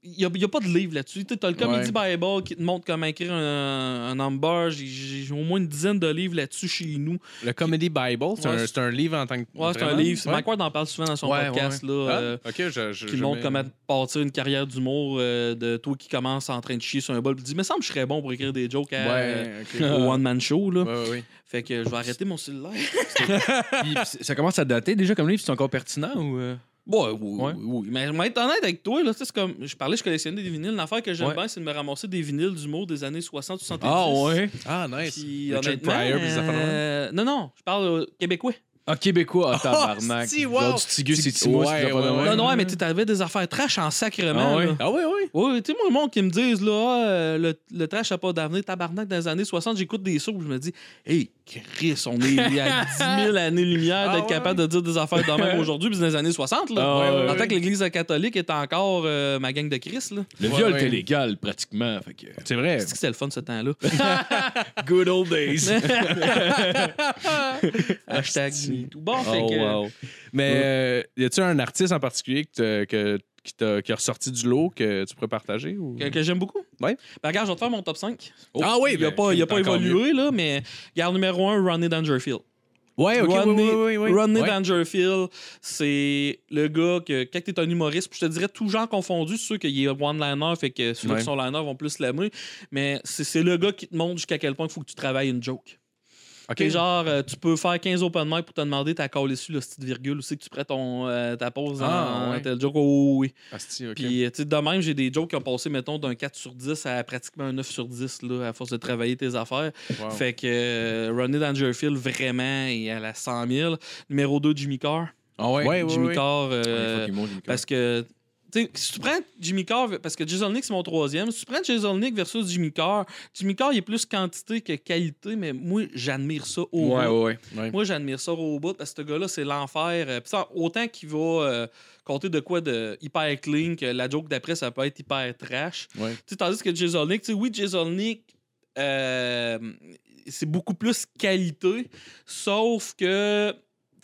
Il n'y a, il y a pas de livre là-dessus. Tu as le Comedy Bible qui te montre comment écrire un, un number. J'ai- J'ai j'ai au moins une dizaine de livres là-dessus chez nous. Le Comedy Bible, c'est Ouais, un- c'est- c'est un, livre en tant que. Ouais, c'est un vraiment? livre. c'est Ouais. Mike Ward en parle souvent dans son Ouais, podcast. Ah, Là, euh, ok, je. je qui je montre mets- comment partir une carrière d'humour euh, de toi qui commence en train de chier sur un bol. Puis dit, mais semble que je serais bon pour écrire des jokes à- Ouais, ok. euh, au one-man show. Là. Ouais, ouais, ouais. Fait que je vais arrêter mon cellulaire. Puis, puis ça commence à dater déjà comme livre, c'est encore pertinent ou. euh? Ouais, oui, Ouais. oui, oui. Mais je vais être honnête avec toi, là, tu sais, c'est comme, je parlais, je collectionnais des vinyles. L'affaire que j'aime Ouais. bien, c'est de me ramasser des vinyles d'humour des années 60-70. Ah, nice. Puis, Richard honnêtement, Pryor, puis des affaires de même. euh, Non, non, je parle euh, québécois. Ah, Québécois, ah, tabarnak. si, wow. Genre du Tigus et Tig- Timus, Ouais, c'est pas de ouais, Mm-hmm. même. Non, non, ouais, mais tu t'avais des affaires trash en sacrement. Ah ouais? là. Ah, ouais, ouais. Oui, tu sais, moi, le monde qui me disent, là, Ah, euh, le, le trash n'a pas d'avenir, tabarnak, dans les années 60, j'écoute des sauts, je me dis, hey, Chris, on est à 10 000 années-lumière Ah d'être ouais. capable de dire des affaires de même aujourd'hui, puis dans les années 60, là. Ah ouais, en ouais. tant que l'Église catholique est encore euh, ma gang de Chris, là. Le Ouais, viol ouais. était légal pratiquement. Fait que... C'est vrai. C'est que c'était le fun, ce temps-là. Good old days. Hashtag tout bon, fait Oh, que... wow. Mais euh, y a-tu un artiste en particulier que t'as- que- qui, t'a- qui a ressorti du lot que tu pourrais partager? Ou... Que, que j'aime beaucoup. Ouais. Ben, regarde, je vais te faire mon top 5. Ah oui, il n'a ben, pas, il a pas encore évolué, là, mais regarde, numéro 1, Ronnie Dangerfield. Ouais, ok, Rodney, oui, oui, oui, oui. Rodney Ouais. Dangerfield, c'est le gars que, quand t'es un humoriste, puis je te dirais tout genre confondu, c'est sûr qu'il est one-liner, fait que ceux Ouais. qui sont liner vont plus l'aimer, mais c'est c'est le gars qui te montre jusqu'à quel point il faut que tu travailles une joke. Ok. T'sais, genre, euh, tu peux faire 15 open mic pour te demander ta call issue, le style virgule, où c'est que tu prends ton, euh, ta pause Ah, en, en ouais. tel joke. Oh, oui, oui. Asti, ok. Puis, euh, tu sais, de même, j'ai des jokes qui ont passé, mettons, d'un 4 sur 10 à pratiquement un 9 sur 10, là, à force de travailler tes affaires. Wow. Fait que euh, Ronnie Dangerfield, vraiment, est à la 100 000. Numéro 2, Jimmy Carr. Ah ouais, ouais, ouais, Jimmy ouais. Carr, euh, Parce parce que, tu sais, si tu prends Jimmy Carr, parce que Jason Nick, c'est mon troisième, si tu prends Jason Nick versus Jimmy Carr, Jimmy Carr, il est plus quantité que qualité, mais moi, j'admire ça au bout. Ouais, ouais, ouais. Ouais. Moi, j'admire ça au bout parce que ce gars-là, c'est l'enfer. Euh, pis ça, autant qu'il va euh, compter de quoi de hyper clean, que la joke d'après, ça peut être hyper trash. Ouais. Tu sais, Tandis que Jason Nick, tu sais, oui, Jason Nick, euh, c'est beaucoup plus qualité, sauf que. tu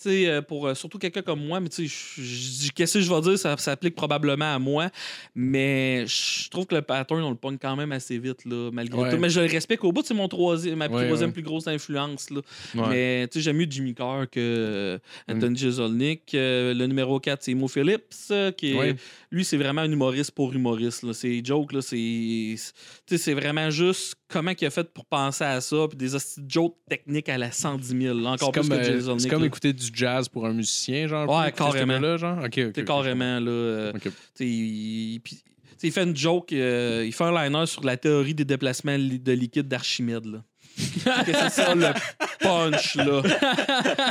sais, euh, pour euh, surtout quelqu'un comme moi, mais tu sais, je- je- je- qu'est-ce que je vais dire, ça s'applique probablement à moi, mais je trouve que le pattern, on le pogne quand même assez vite, là, malgré Ouais. tout. Mais je le respecte au bout, c'est mon troisième, ma Ouais, troisième ouais. plus grosse influence, là. Ouais. Mm. Mais tu sais, j'aime mieux Jimmy Carr que euh, Anthony Jeselnik. Euh, le numéro 4, c'est Mo Phillips. euh, qui est- Ouais. Lui, c'est vraiment un humoriste pour humoriste. Là. Ses jokes, là, c'est. tu sais, C'est vraiment juste comment il a fait pour penser à ça. Puis des hosties de jokes techniques à la 110 000. là, encore C'est plus comme, que euh, c'est Jeselnik. comme là. écouter du jazz pour un musicien, genre. Ouais, plus, ce carrément. gars-là, genre. Ok, ok, T'sais, ok. carrément, là. euh, Ok. tu sais, il, puis- tu sais, il fait une joke, euh, il fait un liner sur la théorie des déplacements li- de liquide d'Archimède, là. Que c'est ça le punch, là.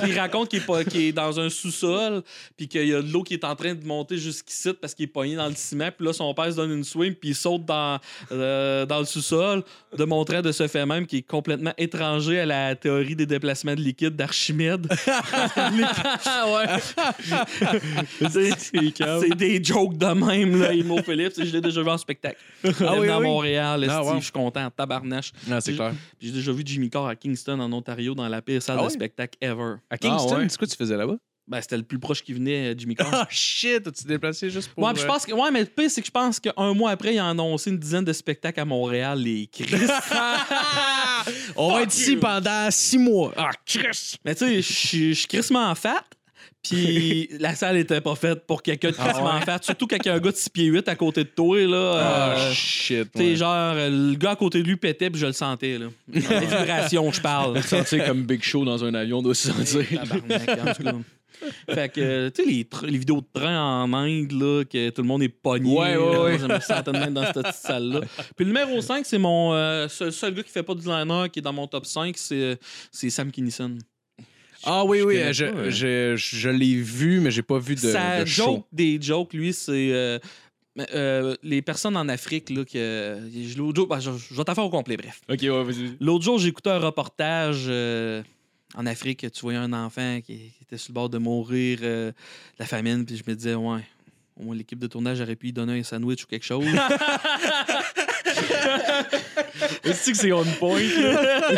il raconte qu'il est, pas- qu'il est dans un sous-sol, puis qu'il y a de l'eau qui est en train de monter jusqu'ici parce qu'il est pogné dans le ciment, puis là, son père se donne une swing, puis il saute dans, euh, dans le sous-sol, démontrant de ce fait même qu'il est complètement étranger à la théorie des déplacements de liquide d'Archimède. C'est- C'est des jokes de même, là, Imo Philippe. Je l'ai déjà vu en spectacle. Ah oui, dans oui. Montréal, Ah, esti, wow. je suis content, tabarnache. Ah, c'est clair. Puis J'ai déjà vu Jimmy Carr à Kingston, en Ontario, dans la pire salle Ah de ouais? spectacle ever. À Kingston, ouais. c'est quoi tu faisais là-bas? Ben, c'était le plus proche qui venait, euh, Jimmy Carr. Ah, shit! As-tu déplacé juste pour. ouais, puis je pense que, ouais, mais le pire, c'est que je pense qu'un mois après, il a annoncé une dizaine de spectacles à Montréal, les Chris. euh, On va être ici pendant six mois. Ah, Chris! mais tu sais, je suis- je suis crissement fat. Puis la salle était pas faite pour quelqu'un de crissement fat. Surtout quand il y a un gars de 6 pieds 8 à côté de toi, là. Ah, euh, shit. Tu sais, ouais. genre, euh, le gars à côté de lui pétait, puis je le sentais, là. Les vibrations, je parle. Sentir comme Big Show dans un avion, on doit se sentir. Tabarnak, en tout cas. Fait que, euh, tu sais, les, tr- les vidéos de train en Inde, là, que tout le monde est pogné. Ouais, ouais, là, ouais. Je me sentais de même dans cette petite salle-là. Puis le numéro 5, c'est mon euh, seul, seul gars qui fait pas de liner, qui est dans mon top 5, c'est euh, c'est Sam Kinison. Ah oui, oui, connais je, pas, hein. ouais. je, je l'ai vu, mais j'ai pas vu de, Sa de joke show. des jokes, lui, c'est. euh, euh, les personnes en Afrique, là, que. je- l'autre jour- ben, je, je vais t'en faire au complet, bref. ok, ouais, vas-y. L'autre jour, j'écoutais un reportage euh, en Afrique. Tu voyais un enfant qui, qui était sur le bord de mourir euh, de la famine, puis je me disais, ouais, au moins l'équipe de tournage aurait pu lui donner un sandwich ou quelque chose. Est-ce que c'est on point? là?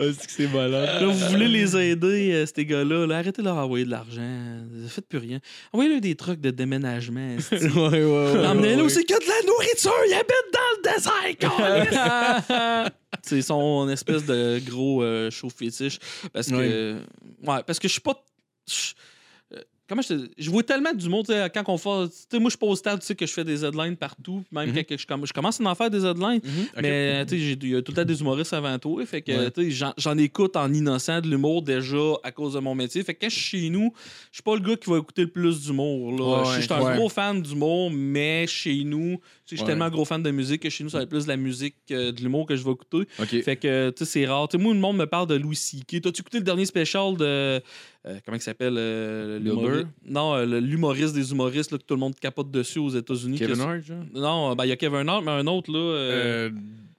Est-ce que c'est malade? Là, vous voulez les aider, euh, ces gars-là. là, arrêtez de leur envoyer de l'argent. Faites plus rien. Envoyez-leur des trucs de déménagement. esti. ouais, ouais, ouais. Emmenez-les ouais. où c'est qu'il y a de la nourriture. Ils habitent dans le désert, câlisse. C'est son espèce de gros euh, show fétiche. Parce que. Ouais, parce que je suis pas. je- euh, Comment je te Je vois tellement du monde, tu sais, quand on fait. Tu sais, moi, je suis pas au stade, tu sais, que je fais des headlines partout. Même Mhm. quand que je, comm- je commence à en faire des headlines. Mhm, ok. Mais euh, tu sais, j'ai- il y a tout le temps des humoristes avant toi. Fait que Ouais. tu sais, j'en- j'en écoute en innocent de l'humour déjà à cause de mon métier. Fait que quand je suis chez nous, je suis pas le gars qui va écouter le plus d'humour. là. Ouais, je suis- je suis un ouais. gros fan d'humour, mais chez nous, tu sais, je suis Ouais. tellement gros fan de musique que chez nous, ça va être plus de la musique que de l'humour que je vais écouter. OK. Fait que tu sais, c'est rare. Tu sais, moi, le monde me parle de Louis C.K. T'as-tu écouté le dernier spécial de. euh, comment il s'appelle euh, l'humoriste- Bill Non, euh, le- l'humoriste des humoristes là, que tout le monde capote dessus aux États-Unis. Kevin Que- Hart, genre? Non, ben, il y a Kevin Hart, mais un autre, là. euh, Euh,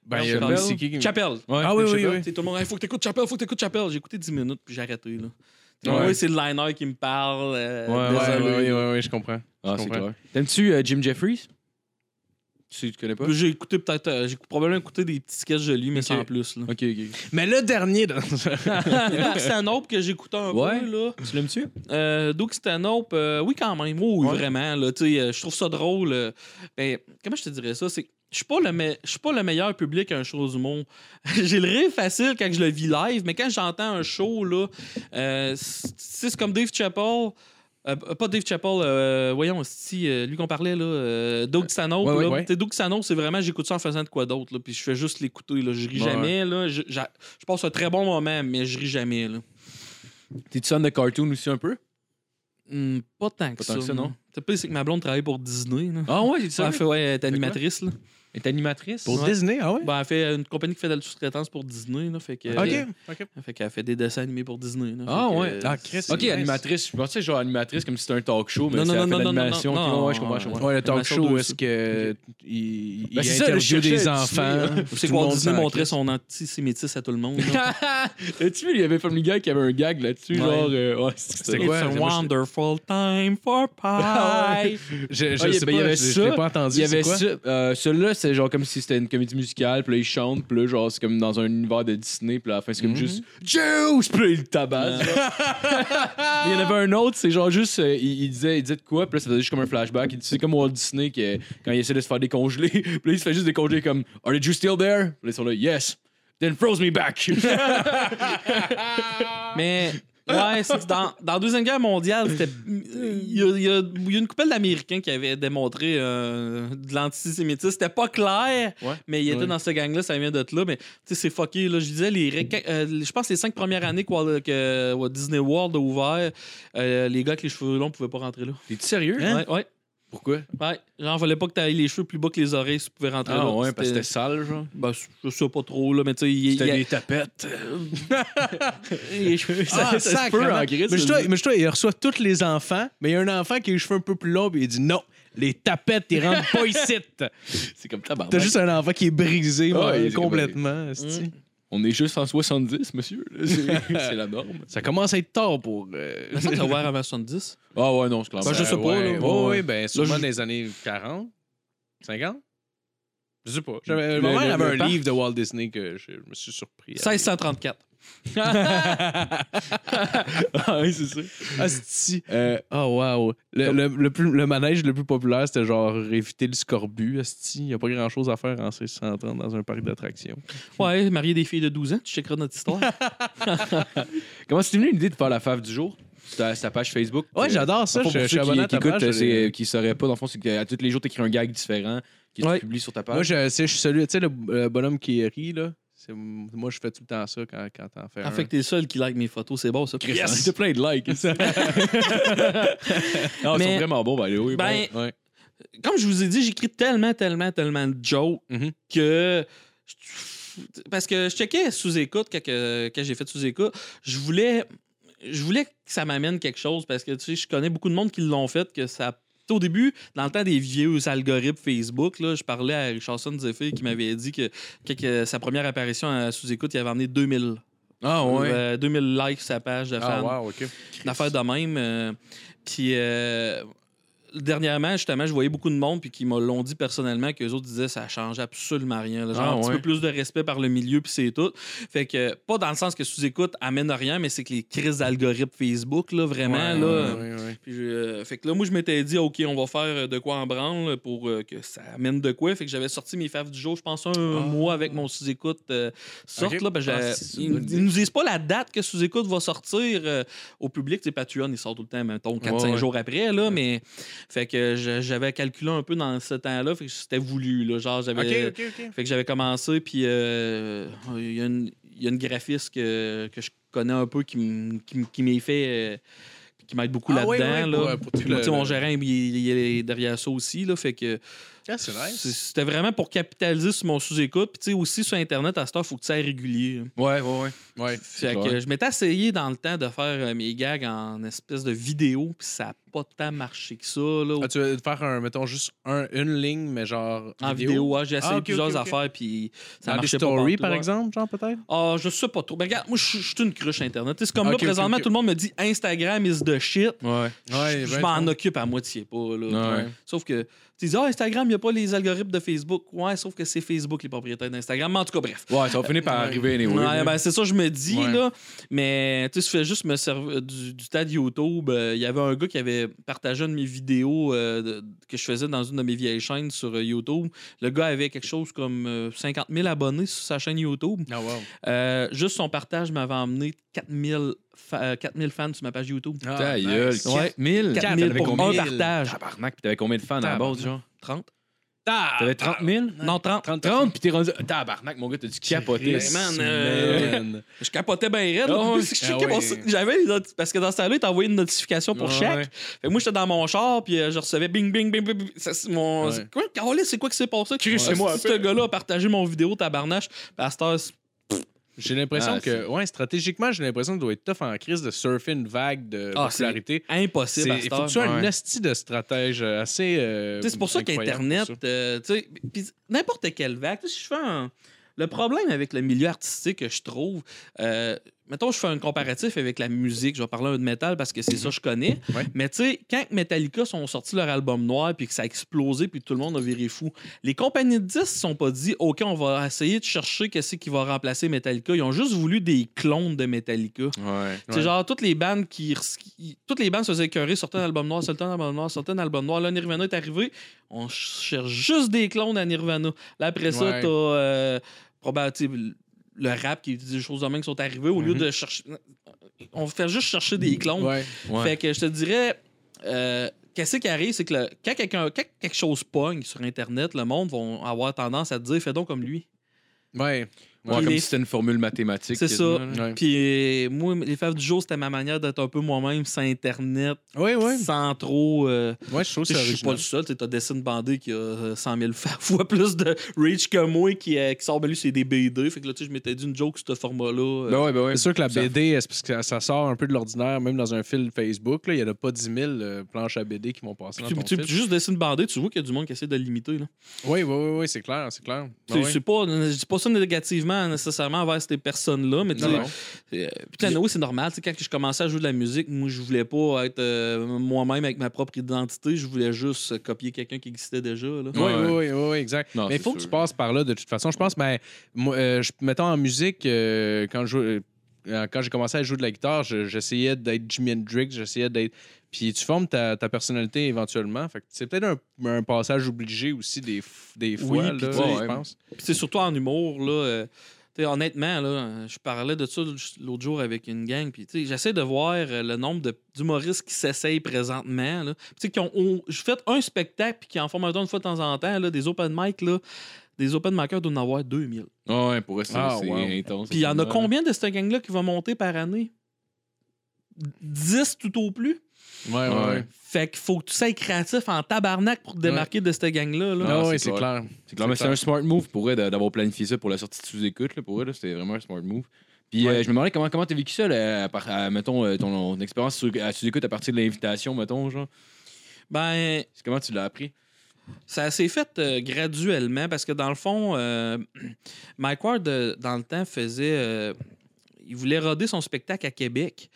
ben, Merde, il y a Chappelle. Louis C.K. qui- Chappelle. Ah oui, oui, oui. C'est tout le monde, il faut que t'écoutes Chappelle, faut que t'écoutes Chappelle. J'ai écouté 10 minutes, puis j'ai arrêté. Là. T'sais, Ouais. moi, c'est le liner qui me parle. euh, Ouais, ouais, désolé. ouais, ouais, ouais, ouais, je comprends. Ah, Je c'est comprends. clair. T'aimes-tu euh, Jim Jeffries? Tu, tu connais pas? Puis J'ai écouté peut-être, euh, j'ai probablement écouté des petits sketchs de lui, mais sans plus. Là. OK, OK. Mais le dernier, dans- Doug Stanhope que j'écoutais un Ouais. peu là. Tu l'aimes-tu? Euh, Doug Stanhope, euh, oui quand même, oui Ouais. vraiment là. Tu sais, euh, je trouve ça drôle. euh, ben, comment je te dirais ça, c'est que je suis pas le me- je suis pas le meilleur public à un show du monde. J'ai le rire facile quand je le vis live, mais quand j'entends un show là, euh, c'est c'est comme Dave Chappelle. euh, pas Dave Chappelle, euh, voyons, si euh, lui qu'on parlait, là, euh, Doug Stanhope. ouais, là. ouais. Tu sais, Doug Stanhope, c'est vraiment, j'écoute ça en faisant de quoi d'autre, là, puis je fais juste l'écouter. là. Je ris Ouais, jamais, là, je, j'a- je passe un très bon moment, mais je ris jamais. Là. T'es-tu fan de cartoon aussi un peu? Hmm, pas tant que Pas ça. tant que ça, non? T'as pas c'est que ma blonde travaille pour Disney. Là. Ah ouais, j'ai Ça, ça. elle fait, ouais, elle est animatrice. Là. Et t'es animatrice? Pour Ouais. Disney, ah ouais? Ben, elle fait une compagnie qui fait de la sous-traitance pour Disney. Là, fait que, euh, Ok, ok. fait qu'elle fait des dessins animés pour Disney. là. Ah, Fait que, ouais. euh, Ah, Chris. OK, nice. animatrice. Je pensais genre animatrice comme si c'était un talk show, mais Non, ça non, fait non, non, non, l'animation. non, non, ouais, je comprends, je comprends. Ouais, le talk Animation show, de est-ce que il, il Ben, c'est ça, interviewe je cherchais des à dessiner, enfants? hein. C'est que Tout le Walt monde Disney s'en montrait crisse. son antisémitisme à tout le monde. là. As-tu vu, il y avait Family Guy qui avait un gag là-dessus, Ouais. genre... euh, ouais, C'était It's quoi? a Moi, je- wonderful time for Ah pie. Je, je Ah, il y- sais ben, il y pas, avait je- je ça, l'ai pas entendu. Il y c'est avait quoi? ça. euh, Celui-là, c'est genre comme si c'était une comédie musicale, puis là, ils chantent, puis là, genre, c'est comme dans un univers de Disney, puis là, à la fin, c'est comme Mhm. juste Juice, puis là, ils le tabassent. genre. Mais Il y en avait un autre, c'est genre juste, euh, il, il disait, il disait de quoi, puis là, ça faisait juste comme un flashback. Il- C'est comme Walt Disney qui, euh, quand il essaie de se faire décongeler, puis là, il se fait juste décongeler comme Are you still there? Puis là, ils sont là, Yes. Then froze me back. Mais ouais, c'est que dans, dans la Deuxième Guerre mondiale, c'était- il y, a- il y a il y a une couple d'Américains qui avaient démontré euh, de l'antisémitisme. C'était pas clair, Ouais. mais il était Ouais. dans ce gang-là, ça vient de là. Mais tu sais, c'est fucké. Là. Je disais, les, ré- euh, je pense que les cinq premières années que, Wal- que Walt Disney World a ouvert, euh, les gars avec les cheveux longs pouvaient pas rentrer là. T'es-tu sérieux? Ouais, ouais, Pourquoi? ouais. Genre, fallait pas que t'ailles les cheveux plus bas que les oreilles si tu pouvais rentrer là. Ah ouais, parce que C'était- c'était sale, genre. ben, je sais pas trop, là, mais tu sais, il- il y C'était a- des tapettes. les cheveux- Ah, ça se sacrément. peut, en Christ, Mais je ça. mais je toi, il reçoit tous les enfants, mais il y a un enfant qui a les cheveux un peu plus longs, puis il dit non, les tapettes, ils rentrent pas ici. T'as C'est comme tabac. juste un enfant qui est brisé Ah, ouais, il est complètement. esti. Mm. On est juste en 70, monsieur. là. C'est c'est la norme. Ça commence à être tard pour. euh, Il me semble que ça a ouvert avant 70. Ah ouais, non, c'est clair. Ben, je ça, sais pas, ouais. là. Ouais, ouais, Ouais. ben, sûrement je- dans les années 40, 50. Je sais pas. Le- J'avais, ma mère le- avait le un parc. livre de Walt Disney que je, me suis surpris. à lire. 1634. Ah oui, c'est ça. Asti. Euh, oh, wow. Le, le, le plus, le manège le plus populaire, c'était genre éviter le scorbut. Asti. Il n'y a pas grand chose à faire en 1630 dans un parc d'attractions. Ouais, marié des filles de 12 ans, tu checkeras notre histoire. Comment c'est venu l'idée de faire la fave du jour? Sur ta, sur ta page Facebook? Ouais, j'adore ça. Dans le fond, Je, pour je suis ceux abonné à qui, qui ta page, euh, écoutent, euh, je c'est- l'ai- qui sauraient pas, dans le fond, c'est qu'à tous les jours, t'écris un gag différent qui Ouais. est publié sur ta page. Moi, je, c'est- je suis celui, tu sais, le, le bonhomme qui rit, là. C'est- moi, je fais tout le temps ça quand, quand t'en fais en un. Ah, fait, t'es le seul qui like mes photos, c'est bon ça. Yes! T'as plein de likes. non, Ah, ils Mais- sont vraiment bons, ben, allez, oui, Ben, bon. Ouais. Comme je vous ai dit, j'écris tellement, tellement, tellement de jokes Mm-hmm. Mhm. que. je- Parce que je checkais sous-écoute quand, que- quand j'ai fait sous-écoute. Je voulais. Je voulais que ça m'amène quelque chose parce que tu sais, je connais beaucoup de monde qui l'ont fait, que ça. tu sais, Au début, dans le temps des vieux algorithmes Facebook, là, je parlais à Richardson Zephyr qui m'avait dit que, quand que sa première apparition à sous-écoute, il avait amené 2000, Ah ouais. euh, 2000 likes sur sa page de fans. Ah, wow, OK. une affaire de même. euh, puis euh, dernièrement, justement, je voyais beaucoup de monde puis qui me l'ont dit personnellement qu'eux autres disaient ça change absolument rien. là. Genre Ah, un petit ouais. peu plus de respect par le milieu puis c'est tout. Fait que pas dans le sens que sous-écoute amène à rien, mais c'est que les crises d'algorithme Facebook, là, vraiment, Ouais, là. ouais, ouais, ouais. Puis, euh, fait que là, moi, je m'étais dit, OK, on va faire euh, de quoi en branle pour euh, que ça amène de quoi. Fait que j'avais sorti mes faves du jour, je pense, un mois avec mon sous-écoute euh, sorte. Ah. Ok. Là, parce que Ah, j'ai- c'est ça, ils, bonne idée. ils nous disent pas la date que sous-écoute va sortir euh, au public. Tu sais, Patreon, il sort tout le temps, mettons, 4-5 Ouais, ouais. jours après, là. Mais, fait que je- j'avais calculé un peu dans ce temps-là. Fait que c'était voulu, là. Genre, j'avais. Ok, ok, ok. Fait que j'avais commencé, puis euh, il y, a une- il y a une graphiste que, que je connais un peu qui m- qui m- qui m'y fait. euh, puis qui m'aide beaucoup Ah là-dedans. ouais, ouais, pour- là. euh, pour tout Puis moi, le- tu sais, le- Mon gérant, il, il est derrière ça aussi. Là, fait que Ah, c'est nice. c'est- c'était vraiment pour capitaliser sur mon sous-écoute. Puis tu sais, aussi sur Internet, à cette heure, il faut que tu sois régulier. là. Ouais, ouais, ouais. Ouais. Fait clair. que je m'étais essayé dans le temps de faire euh, mes gags en espèce de vidéo, puis ça n'a pas tant marché que ça. Là, Ah, tu veux faire un, mettons, juste un, une ligne, mais genre. en vidéo, ouais, j'ai essayé Ah, ok, plusieurs ok, ok. affaires, puis ça Dans des marchait stories, pas partout, par ouais. exemple, genre, peut-être Ah, je sais pas trop. Mais regarde, moi, je je suis une cruche Internet. Tu sais, C'est comme Ok, là, Ah, ok, présentement, ok. ben tout le monde me dit Instagram is the shit. Ouais. Je- je m'en occupe à moitié pas. Là. Ouais. Sauf que tu dis, ah, Instagram, il n'y a pas les algorithmes de Facebook. Ouais, sauf que c'est Facebook les propriétaires d'Instagram. Mais en tout cas, bref. Ouais, ça va finir par Ouais. arriver, anyway. Ouais, ben, c'est ça que je me dis, Eh Ouais. là. Mais tu sais, je fais juste me servir du, du tas de YouTube. Euh, Il y avait un gars qui avait partagé une de mes vidéos euh, de- que je faisais dans une de mes vieilles chaînes sur euh, YouTube. Le gars avait quelque chose comme euh, 50 000 abonnés sur sa chaîne YouTube. Ah, wow. Euh, juste son partage m'avait emmené 4000, fa- euh, 4000 fans sur ma page YouTube. ah, Ta gueule. nice. 4000. 4000 T'avais pour Ah, combien? un 1000. partage. Tabarnak, puis t'avais combien de fans à la base, genre? 30? Ah, T'avais 30 000? Non, 30. 30, 30 puis t'es rendu. Tabarnak, mon gars, t'as dû capoter. Chris, man, euh, man. Je capotais bien raide. là. Ah Puis ouais. je Ah checkais mon ouais. site, J'avais les noti- Parce que dans ce temps-là, ils t'envoyaient une notification pour Ouais, chaque. ouais. Fait que moi, j'étais dans mon char, puis euh, je recevais bing, bing, bing, bing. bing. Ça, c'est mon... Ouais. c'est Quoi, Carole, c'est quoi qui s'est passé? Chris, c'est moi, Si Ce gars-là a partagé mon vidéo, tabarnache. Pasteur, J'ai l'impression Ah, que, ouais, stratégiquement, j'ai l'impression que ça doit être tough en crise de surfer une vague de Ah, c'est popularité. impossible à C'est- cette Il faut heure. que tu sois un ouais. asti de stratège euh, assez. euh, Tu sais, C'est pour ça incroyable qu'Internet, pour ça. euh, tu sais, puis n'importe quelle vague, tu sais, si je fais un- Le problème avec le milieu artistique que je trouve, euh, mettons, je fais un comparatif avec la musique, je vais parler un peu de métal parce que c'est ça que je connais, Mm-hmm. Ouais. mais tu sais, quand Metallica sont sortis leur album noir puis que ça a explosé puis tout le monde a viré fou, les compagnies de disques se sont pas dit, OK, on va essayer de chercher qu'est-ce qui va remplacer Metallica. Ils ont juste voulu des clones de Metallica. Ouais. C'est genre toutes les bandes qui, qui- toutes les bandes se faisaient écœurer, sortaient un album noir, sortaient un album noir, sortaient un album noir. Là, Nirvana est arrivé. On ch- cherche juste des clones à Nirvana. Là, après ça, Ouais. t'as euh, probablement tu sais, le rap qui dit des choses de même qui sont arrivées au lieu Mhm. de chercher. On fait juste chercher des clones. Ouais. Ouais. Fait que je te dirais, euh, qu'est-ce qui arrive, c'est que le- quand, quelqu'un- quand quelque chose pogne sur Internet, le monde va avoir tendance à te dire fais donc comme lui. Ouais. Ouais, Puis comme les- si c'était une formule mathématique. C'est ça. quasiment, là. Ouais. Puis euh, moi, les faves du jour, c'était ma manière d'être un peu moi-même sans Internet. Ouais, ouais. sans trop. euh, Ouais, je trouve tu que sais, c'est je suis pas original. le seul. tu sais, T'as Dessin Bandé qui a euh, 100 000 fa- fois plus de reach que moi qui, euh, qui sort. Ben lui, c'est des BD. Fait que là, tu sais, je m'étais dit une joke, ce format-là. euh, Ben ouais, ben ouais. C'est sûr que la Ça- BD, c'est parce que ça- ça sort un peu de l'ordinaire, même dans un fil Facebook. là, Il n'y en a pas 10 000 euh, planches à BD qui vont passer puis dans tu, ton tu- fil. juste Dessin Bandé, tu vois qu'il y a du monde qui essaie de le limiter. Là. Oui, oui, oui, oui, c'est clair, c'est clair. Tu sais, Ah ouais. c'est pas, je dis pas ça négativement nécessairement envers ces personnes-là, mais tu sais, Non, non. Euh, Putain, Noé, c'est normal. Tu sais, quand je commençais à jouer de la musique, moi, je voulais pas être euh, moi-même avec ma propre identité. Je voulais juste euh, copier quelqu'un qui existait déjà. Là. Oui, Ouais. oui, oui, oui, oui, exact. Non, mais il c'est faut que sûr. tu passes par là de toute façon. Je pense, ben, moi, euh, je- mettons en musique, euh, quand je euh, quand j'ai commencé à jouer de la guitare, je- j'essayais d'être Jimi Hendrix, j'essayais d'être. Puis tu formes ta, ta personnalité éventuellement. Fait que c'est peut-être un, un passage obligé aussi des, f- des fois, puis là, tu sais, je pense. Puis c'est surtout en humour, là. euh, tu sais, honnêtement, là, euh, je parlais de ça l'autre jour avec une gang. Puis, tu sais, j'essaie de voir euh, le nombre de- d'humoristes qui s'essayent présentement. Là. Puis, tu sais, qui ont, ont- je fais un spectacle, puis qui en font maintenant une fois de temps en temps, là, des open mic, là. Des open micers doivent en avoir 2000. Ah ouais, pour rester, Ah, c'est wow. intense. Puis il y en a effectivement. combien de cette gang-là qui va monter par année? 10 tout au plus. Ouais, ouais, Ouais. ouais. Fait qu'il faut que tu sois créatif en tabarnak pour te démarquer de cette gang-là. là. Ah Non, ouais, c'est c'est clair. C'est clair, mais c'est un smart move pour eux d'avoir planifié ça pour la sortie de sous-écoute. là, Pour eux, là, c'était vraiment un smart move. Puis Ouais. euh, je me demandais comment comment t'as vécu ça, là, à par- à, mettons, euh, ton, ton expérience sur- à sous-écoute à partir de l'invitation, mettons, genre. Ben, C'est comment tu l'as appris? Ça s'est fait euh, graduellement parce que dans le fond, euh, Mike Ward, euh, dans le temps, faisait. euh, il voulait roder son spectacle à Québec.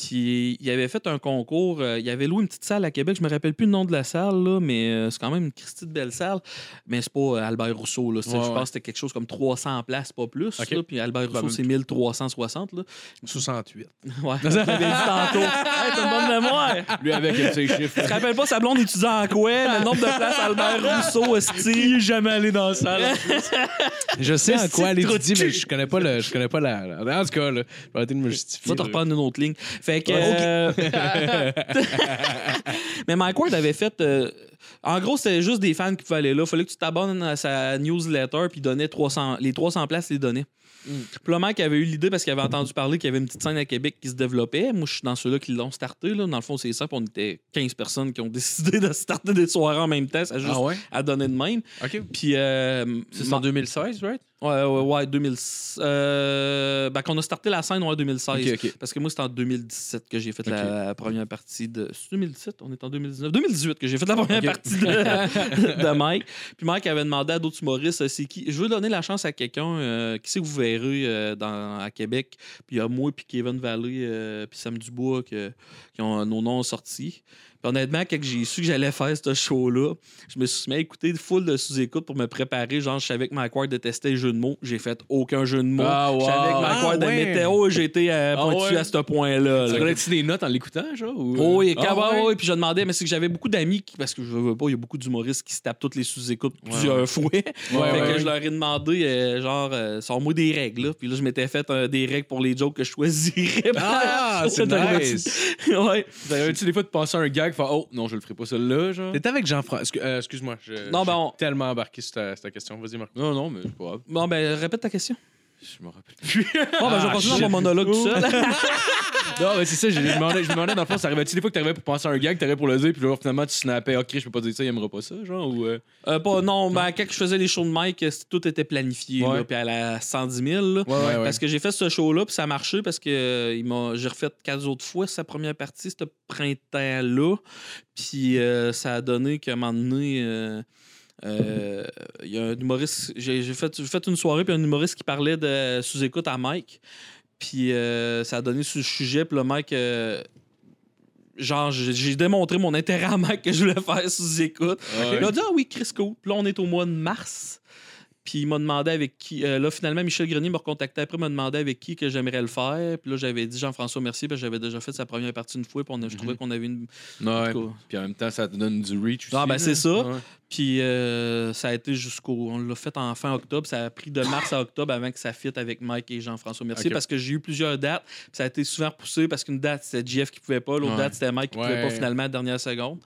Puis il avait fait un concours, euh, il avait loué une petite salle à Québec, je me rappelle plus le nom de la salle, là, mais euh, c'est quand même une Christie de belle salle. Mais c'est pas euh, Albert Rousseau, là, c'est- Ouais, je ouais. pense que c'était quelque chose comme 300 places, pas plus. Ok. là. puis Albert Bah, Rousseau, même c'est 1360. Là. 68. Ouais, je l'avais dit tantôt. Hey, t'as une bonne mémoire! Lui avec ses chiffres. Tu te rappelles pas sa blonde étudiant en quoi? Le nombre de places Albert Rousseau, est Il est jamais allé dans la salle. Je sais Le en quoi elle petit est trou dit, de mais cul. je connais pas le, je connais pas la. la- En tout cas, là, je vais arrêter de me justifier. Ça, te là. reprendre une autre ligne. Fait que. Ouais, ok. euh, Mais Mike Ward avait fait. euh, En gros, c'était juste des fans qui pouvaient aller là. Fallait que tu t'abonnes à sa newsletter, puis il donnait 300... les 300 places, il les donnait. Puis le mec avait eu l'idée parce qu'il avait entendu parler qu'il y avait une petite scène à Québec qui se développait. Moi, je suis dans ceux-là qui l'ont starté. Là. Dans le fond, c'est ça. puis on était 15 personnes qui ont décidé de starter des soirées en même temps. Ça a juste Ah ouais? à donner de même. Ok. Puis. euh, C'est en 2016, right? Ouais, ouais, ouais, 2000. Euh, ben, qu'on a starté la scène en 2016. Ok, ok. Parce que moi, c'était en 2017 que j'ai fait la, première partie de. c'est 2017, on est en 2019. 2018 que j'ai fait la première Ok. partie de, de Mike. Puis Mike avait demandé à d'autres humoristes euh, c'est qui. Je veux donner la chance à quelqu'un euh, qui c'est que vous verrez euh, dans, à Québec. Puis il y a moi, puis Kevin Valley, euh, puis Sam Dubois que- qui ont nos noms sortis. Puis honnêtement, quand j'ai su que j'allais faire ce show-là, je me suis mis à écouter full de sous-écoute pour me préparer. Genre, je savais que Mike Ward détestait les jeux de mots. J'ai fait aucun jeu de mots. Ah, wow. Je savais que Mike Ah, Ward ouais. aimait Oh, j'ai été euh, Ah pointu ouais? à ce point-là. Tu là. connais-tu des notes en l'écoutant, genre? Ou... Oh, et Ah, ouais. puis je demandais, mais c'est que j'avais beaucoup d'amis, qui- parce que je veux pas, il y a beaucoup d'humoristes qui se tapent toutes les sous-écoutes plusieurs fois. Ouais, Ah fait ouais, que ouais. je leur ai demandé, euh, genre, euh, sors-moi des règles, là. Puis là, je m'étais fait euh, des règles pour les jokes que je choisirais. Ah, c'est nice. ouais. tu des fois de passer un gag, faire Oh, non, je le ferai pas celle-là, genre? T'étais avec Jean-François. Excu- euh, Excuse-moi. je- Non, ben, j'ai on- tellement embarqué sur ta, sur ta question. Vas-y, Marc. Non, non, mais c'est pas grave. Bon, ben, répète ta question. Je me rappelle. Bon, ben, je vais Ah, continuer shit. dans mon monologue tout seul. non, mais c'est ça, je me demandais, je me demandais dans le fond, ça arrivait-tu des fois que t'arrivais pour penser à un gag, t'arrivais pour le dire, puis genre, finalement, tu snappais, ok, je peux pas dire ça, il aimera pas ça, genre, ou. euh, Euh, pas, non, ben, quand je faisais les shows de Mike, euh, tout était planifié, Ouais. là, puis à la 110 000, là. Ouais, ouais, Parce que j'ai fait ce show-là, puis ça a marché parce que euh, il m'a- j'ai refait quatre autres fois sa première partie, ce printemps-là. Puis euh, ça a donné qu'à un moment donné, euh, euh, il y a un humoriste. J'ai j'ai fait, j'ai fait une soirée, puis un humoriste qui parlait de sous-écoute à Mike. Puis euh, ça a donné sur le sujet, puis le Mike. euh, Genre, j'ai j'ai démontré mon intérêt à Mike que je voulais faire sous-écoute. Il a dit Ah oui, Chris Cool. Puis là, on est au mois de mars. Puis il m'a demandé avec qui. euh, là, finalement, Michel Grenier m'a recontacté après, m'a demandé avec qui que j'aimerais le faire. Puis là, j'avais dit Jean-François Mercier, parce que j'avais déjà fait sa première partie une fois. Puis on a- je trouvais qu'on avait une. en Ouais. tout cas. Puis en même temps, ça te donne du reach aussi. Ah, ben, là. c'est ça. Ouais. Puis euh, ça a été jusqu'au. On l'a fait en fin octobre. Ça a pris de mars à octobre avant que ça fitte avec Mike et Jean-François Mercier Ok. parce que j'ai eu plusieurs dates. Puis ça a été souvent repoussé parce qu'une date, c'était JF qui pouvait pas. L'autre Ouais. date, c'était Mike qui pouvait pas Ouais. finalement à la dernière seconde.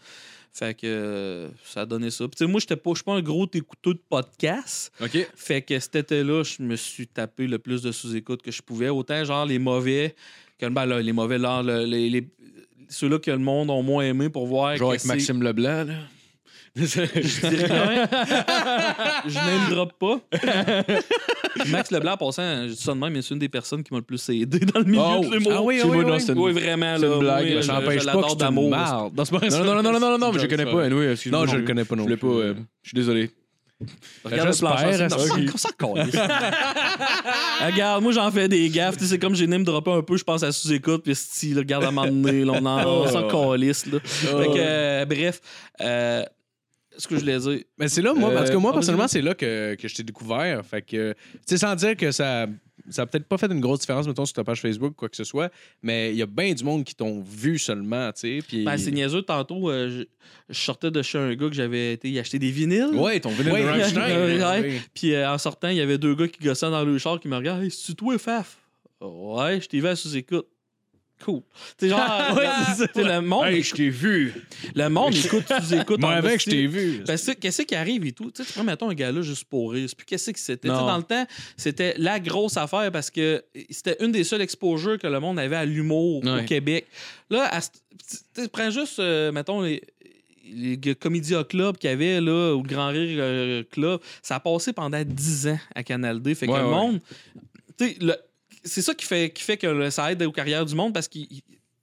Fait que euh, ça a donné ça. Puis tu sais, moi, j'étais pas- je suis pas un gros écouteur de podcast. Ok. Fait que cet été-là, je me suis tapé le plus de sous-écoutes que je pouvais. Autant, genre, les mauvais, que ben là, les mauvais, là, le- les, les- ceux-là que le monde ont moins aimé pour voir. Genre que avec c'est- Maxime Leblanc, là. Je dirais rien. Je n'aime drop pas. Max Leblanc, en passant, je dis ça de même, mais c'est une des personnes qui m'a le plus aidé dans le milieu Oh, de l'humour. ah oui, ah Tu oui, vois, oui, non, oui. c'est une- Euh, Oui, vraiment. c'est une là, blague, moi, là, je- J'empêche je pas l'adore que c'est une d'amour. marde. Non, c'est pas vrai, Non, non, ça. non, non, non, non, non, mais je le connais pas. Anyway, excuse-moi. Non, je le connais pas non Je l'ai pas. plus. euh, Je suis désolé. Regarde le J'espère, plancher, ça, c'est- ok. c'est- c'est con, Ah, Regarde, moi j'en fais des gaffes. tu sais, C'est comme j'ai name dropper un peu, je pense à sous-écoute. Puis si, là, regarde à un moment donné, là, on, en- on s'en calisse. là. Fait que, euh, bref, euh, ce que je voulais dire. Mais c'est là, moi, Euh, parce que moi, ah, personnellement, vas-y. c'est là que, que je t'ai découvert. Fait que, tu sais, sans dire que ça. Ça a peut-être pas fait une grosse différence, mettons, sur ta page Facebook, quoi que ce soit, mais il y a bien du monde qui t'ont vu seulement, tu sais. puis- Ben, c'est niaiseux, tantôt, euh, je, je sortais de chez un gars que j'avais été y acheter des vinyles. Ouais, ton vinyle Ouais, de Rammstein. ouais, hein, ouais. oui. Puis euh, en sortant, il y avait deux gars qui gossaient dans le char qui me regardent Hey, c'est-tu toi, Faf Ouais, je t'ai vu à sous-écoute. Cool. Tu sais, genre, Ouais, regarde, c'est tu sais, le monde, Hey, je t'ai vu. le monde écoute sous-écoute. Moi, en avec, je hostie. t'ai vu. Parce que qu'est-ce qui arrive et tout? Tu sais, tu prends, mettons, un gars-là juste pour rire. C'est plus qu'est-ce que c'était. Tu Non. sais, Dans le temps, c'était la grosse affaire parce que c'était une des seules exposures que le monde avait à l'humour Ouais. au Québec. Là, à ce- tu sais, prends juste, euh, mettons, les, les g- Comédia Club qu'il y avait, là, ou le Grand Rire euh, Club. Ça a passé pendant 10 ans à Canal D. Fait que Ouais, le ouais. monde. tu sais, le- C'est ça qui fait, qui fait que le- ça aide aux carrières du monde parce que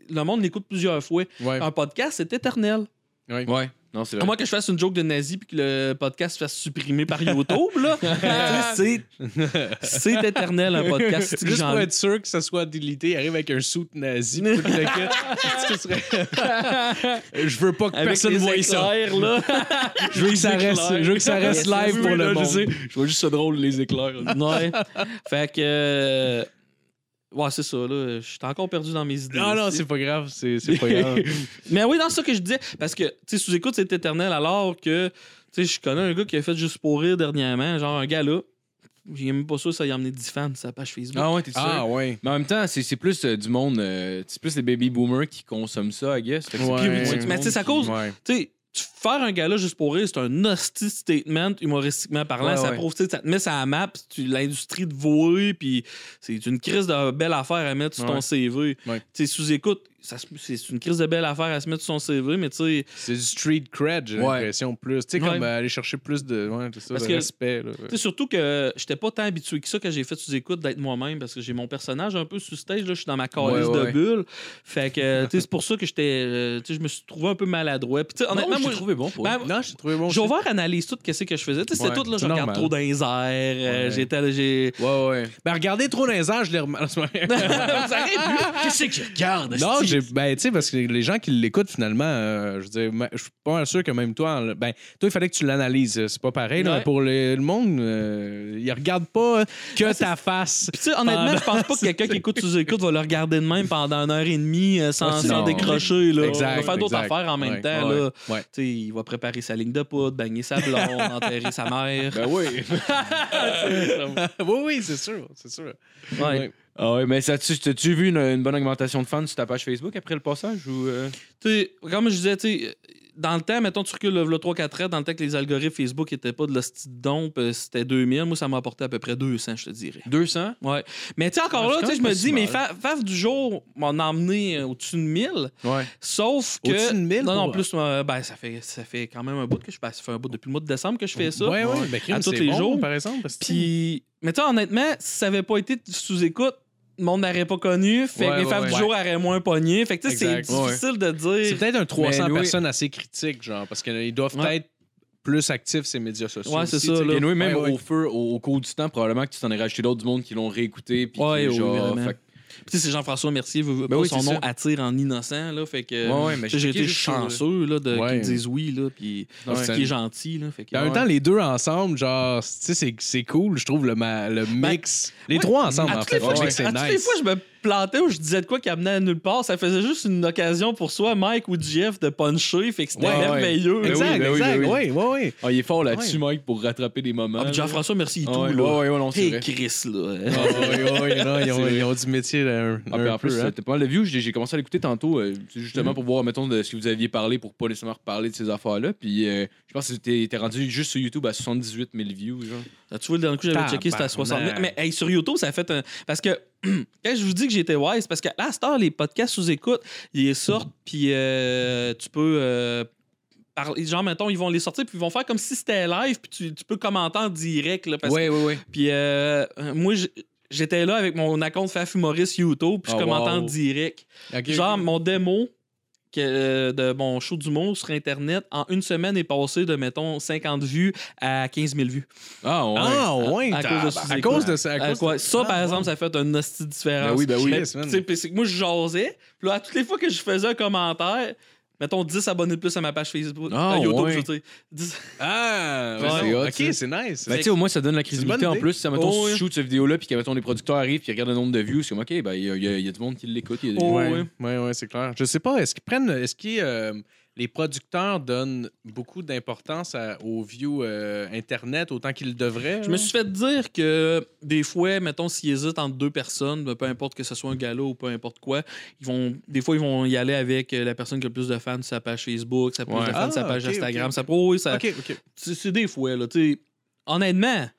le monde l'écoute plusieurs fois. Ouais. Un podcast, c'est éternel. Ouais. Non, c'est À vrai. moins que je fasse une joke de nazi puis que le podcast se fasse supprimer par YouTube, là. Mais tu sais, c'est c'est éternel, un podcast. C'est que Juste j'en- pour être sûr que ça soit délité, il arrive avec un soute nazi. pour qu'il le quitte. Ce serait- Je veux pas que Avec personne les voie ça. éclairs, là. Je veux que ça reste, éclairs. je veux que ça reste Oui, live pour oui, le là, je monde. sais. Je vois juste ça drôle, les éclairs. ouais. Fait que. euh, Ouais, c'est ça, là. Je suis encore perdu dans mes idées. Non, Ah, non, aussi. c'est pas grave. C'est c'est pas grave. Mais oui, dans ça que je disais, parce que, tu sais, sous-écoute, c'est éternel, alors que, tu sais, je connais un gars qui a fait juste pour rire dernièrement, genre un gars là. J'ai même pas sûr ça y a emmené 10 fans sur sa page Facebook. Ah ouais, t'es sûr? ouais. Mais en même temps, c'est c'est plus euh, du monde, euh, c'est plus les baby boomers qui consomment ça, I guess. Fait que c'est Ouais. plus du Mais monde tu sais, ça qui- cause- Ouais. tu sais, tu- faire un gala juste pour rire, c'est un hostie statement humoristiquement parlant. Ouais, ça ouais. prouve, tu sais, ça te met ça à la map, tu- l'industrie te voit, puis c'est une crise de belle affaire à mettre sur ton Ouais. CV. Ouais. Tu sais, sous-écoute, ça se- c'est une crise de belle affaire à se mettre sur son CV, mais tu sais, C'est du street cred, j'ai Ouais. l'impression, plus. Tu sais, comme Ouais. euh, aller chercher plus de, ouais, c'est ça, Parce de que- respect. là. tu sais, surtout que j'étais pas tant habitué que ça quand j'ai fait sous-écoute d'être moi-même, parce que j'ai mon personnage un peu sous stage, là, je suis dans ma calice Ouais, ouais, de ouais. bulle. Fait que, tu sais, c'est pour ça que j'étais, euh, tu sais, je me suis trouvé un peu maladroit. Puis, tu sais, honnêtement, non, moi, j'ai trouvé bon pour Ben, Non, j'ai trouvé bon. J'ai ouvert analyse tout ce que je faisais. Tu sais, c'était Ouais, tout là, je c'est regarde normal. trop dans les airs, euh, Ouais. j'étais j'ai Ouais, ouais. Ben, regardez trop dans les airs, je l'ai Ah, remarqué. Vous arrêtez plus. Qu'est-ce que je regarde Non, esti? j'ai. Ben, tu sais, parce que les gens qui l'écoutent, finalement, euh, je veux dire, ma- je suis pas mal sûr que même toi, en le- ben, toi, il fallait que tu l'analyses. C'est pas pareil. là, Ouais. mais pour le, le monde, euh, ils regardent pas que Ah, ta face. Puis tu sais, honnêtement, je pense pas que quelqu'un qui écoute sous écoute va le regarder de même pendant une heure et demie euh, sans, Ouais, sans Ah, non. décrocher. Là. Exact, il va faire d'autres exact. affaires en même Ouais, temps. ouais, là. ouais. Tu sais, il va préparer sa ligne de poudre, bagner sa blonde, enterrer sa mère. Ben oui. oui, oui, c'est sûr. C'est sûr. Ouais. Ouais. ah ouais, mais ça, tu- t'as-tu vu une, une bonne augmentation de fans sur ta page Facebook après le passage ou. euh? tu sais, comme je disais, tu sais, dans le temps, mettons, tu recules le, 3-4 ans, dans le temps que les algorithmes Facebook n'étaient pas de l'hostie de dompe, euh, c'était 2000. Moi, ça m'a apporté à peu près 200, je te dirais. 200? Ouais. Mais tu sais, encore Ouais, là, c'est tu sais, je quand me même dis, pas mais si fa Faf du jour m'en a emmené euh, au-dessus de 1000, Ouais. sauf que. Au-dessus de 1000, Non, non, pour- plus, euh, ben, ça fait, ça fait quand même un bout que je passe. Ça fait un bout depuis le mois de décembre que je fais ça. Ouais, ouais. Ben, crime, À tous c'est les bon, jours. par exemple. parce que- Puis, mais tu sais, honnêtement, si ça avait pas été sous écoute, le monde n'aurait pas connu. Fait que Ouais, les ouais, Faf du ouais. jour auraient moins pogné. Fait que tu sais, c'est Exact. Ouais, ouais. difficile de dire. C'est peut-être un 300 Mais Louis- personnes assez critiques, genre, parce qu'ils doivent ben, Ouais. être plus actifs ces médias sociaux. Ouais, c'est aussi, ça, tu sais. là. Bien, oui, même Ouais, ouais. au feu, au, au cours du temps, probablement que tu t'en es racheté d'autres du monde qui l'ont réécouté. Puis Ouais, qui, oui, genre, vraiment. fait que- Puis tu sais, c'est Jean-François Mercier, veut, veut Ben pas, oui, son c'est nom ça. attire en innocent, là. Fait que. Ouais, ouais, mais tu sais, j'ai checké été juste sur le- chanceux là, de, Ouais. qu'ils me disent oui, là, puis Non, qui c'est- est gentil. Là, fait que, Puis en même temps, les deux ensemble, genre, tu sais, c'est- c'est cool, je trouve, le, ma- le mix. Ben, les ouais. trois Ah, ensemble, à en toutes, fait. les fois, je que trouve je- que c'est à toutes les nice. fois, je me plantais ou je disais de quoi qui amenait à nulle part. Ça faisait juste une occasion pour soit Mike ou Jeff de puncher. Fait que c'était Ouais, ouais. merveilleux. Ben oui, Exact, ben oui, exact. ben oui. Oui, oui, oui. Ah, il est fort là-dessus, Mike, pour rattraper des moments. Ah, puis Jean-François, merci et Ah tout. ouais, là. ouais, ouais, ouais, non, c'est Hey, vrai. Chris, là. Ah, oui, oui, non, ils, ont, C'est ils ont du métier là, un, Ah, puis un en plus, peu, hein. c'était pas mal de view. J'ai j'ai commencé à l'écouter tantôt, euh, c'est justement pour voir, mettons, de ce que vous aviez parlé pour pas nécessairement reparler de ces affaires-là. Puis euh, je pense que t'es t'es rendu juste sur YouTube à 78 000 views. Genre. Ah, Tu vois, le dernier coup, j'avais Tabarnak. checké, c'était à 60 000. Mais hey, sur YouTube, ça a fait un. Parce que quand je vous dis que j'étais wise, parce que là, à cette heure, les podcasts sous écoute, ils sortent, puis euh, tu peux. euh, parler- Genre, mettons, ils vont les sortir, puis ils vont faire comme si c'était live, puis tu, tu peux commenter en direct. Là, parce ouais, ouais. que- Puis euh, moi, j'- j'étais là avec mon account Faf Humoriste YouTube, puis je Oh, commentais en wow. direct. Ok. Genre, mon démo que, euh, de mon show d'humour sur Internet, en une semaine, est passé de, mettons, 50 vues à 15 000 vues. Ah, ouais. Ah, ouais, à cause de tabarnak. sous-écoute. à cause de ça. à Euh, cause de- quoi, ça, par Ah, exemple, ça fait un hostie de différence. Ben oui, ben oui. Mais, Yes, man. tu sais, puis c'est que moi, je jasais. Puis là, à toutes les fois que je faisais un commentaire, mettons 10 abonnés de plus à ma page Facebook, Ah, à YouTube, ouais. je veux dire. 10 Ah, Ouais, ouais, c'est hot, ok, c'est nice. Ben, tu sais, au moins, ça donne la crédibilité bonne en idée. plus. Si, mettons, Oh, si ouais. tu shoots cette vidéo-là, puis que, mettons, les producteurs arrivent, puis ils regardent le nombre de views, c'est comme, OK, ben, il y, a- il y a- il y a du monde qui l'écoute. il y a des- Oh, ouais, ouais. ouais, ouais, c'est clair. Je sais pas, est-ce qu'ils prennent, est-ce que les producteurs donnent beaucoup d'importance à- aux views euh, internet autant qu'ils le devraient Je me suis fait dire que des fois, mettons, s'ils hésitent entre deux personnes, ben, peu importe que ce soit un galop ou peu importe quoi, ils vont, des fois, ils vont y aller avec euh, la personne qui a le plus de fans sur sa page Facebook, sa plus Ouais. de fans sur sa Ah, page ok, Instagram. ok. Ça, oh, oui, ça, Ok, ok. c'est c'est des fois, là, tu sais. Honnêtement,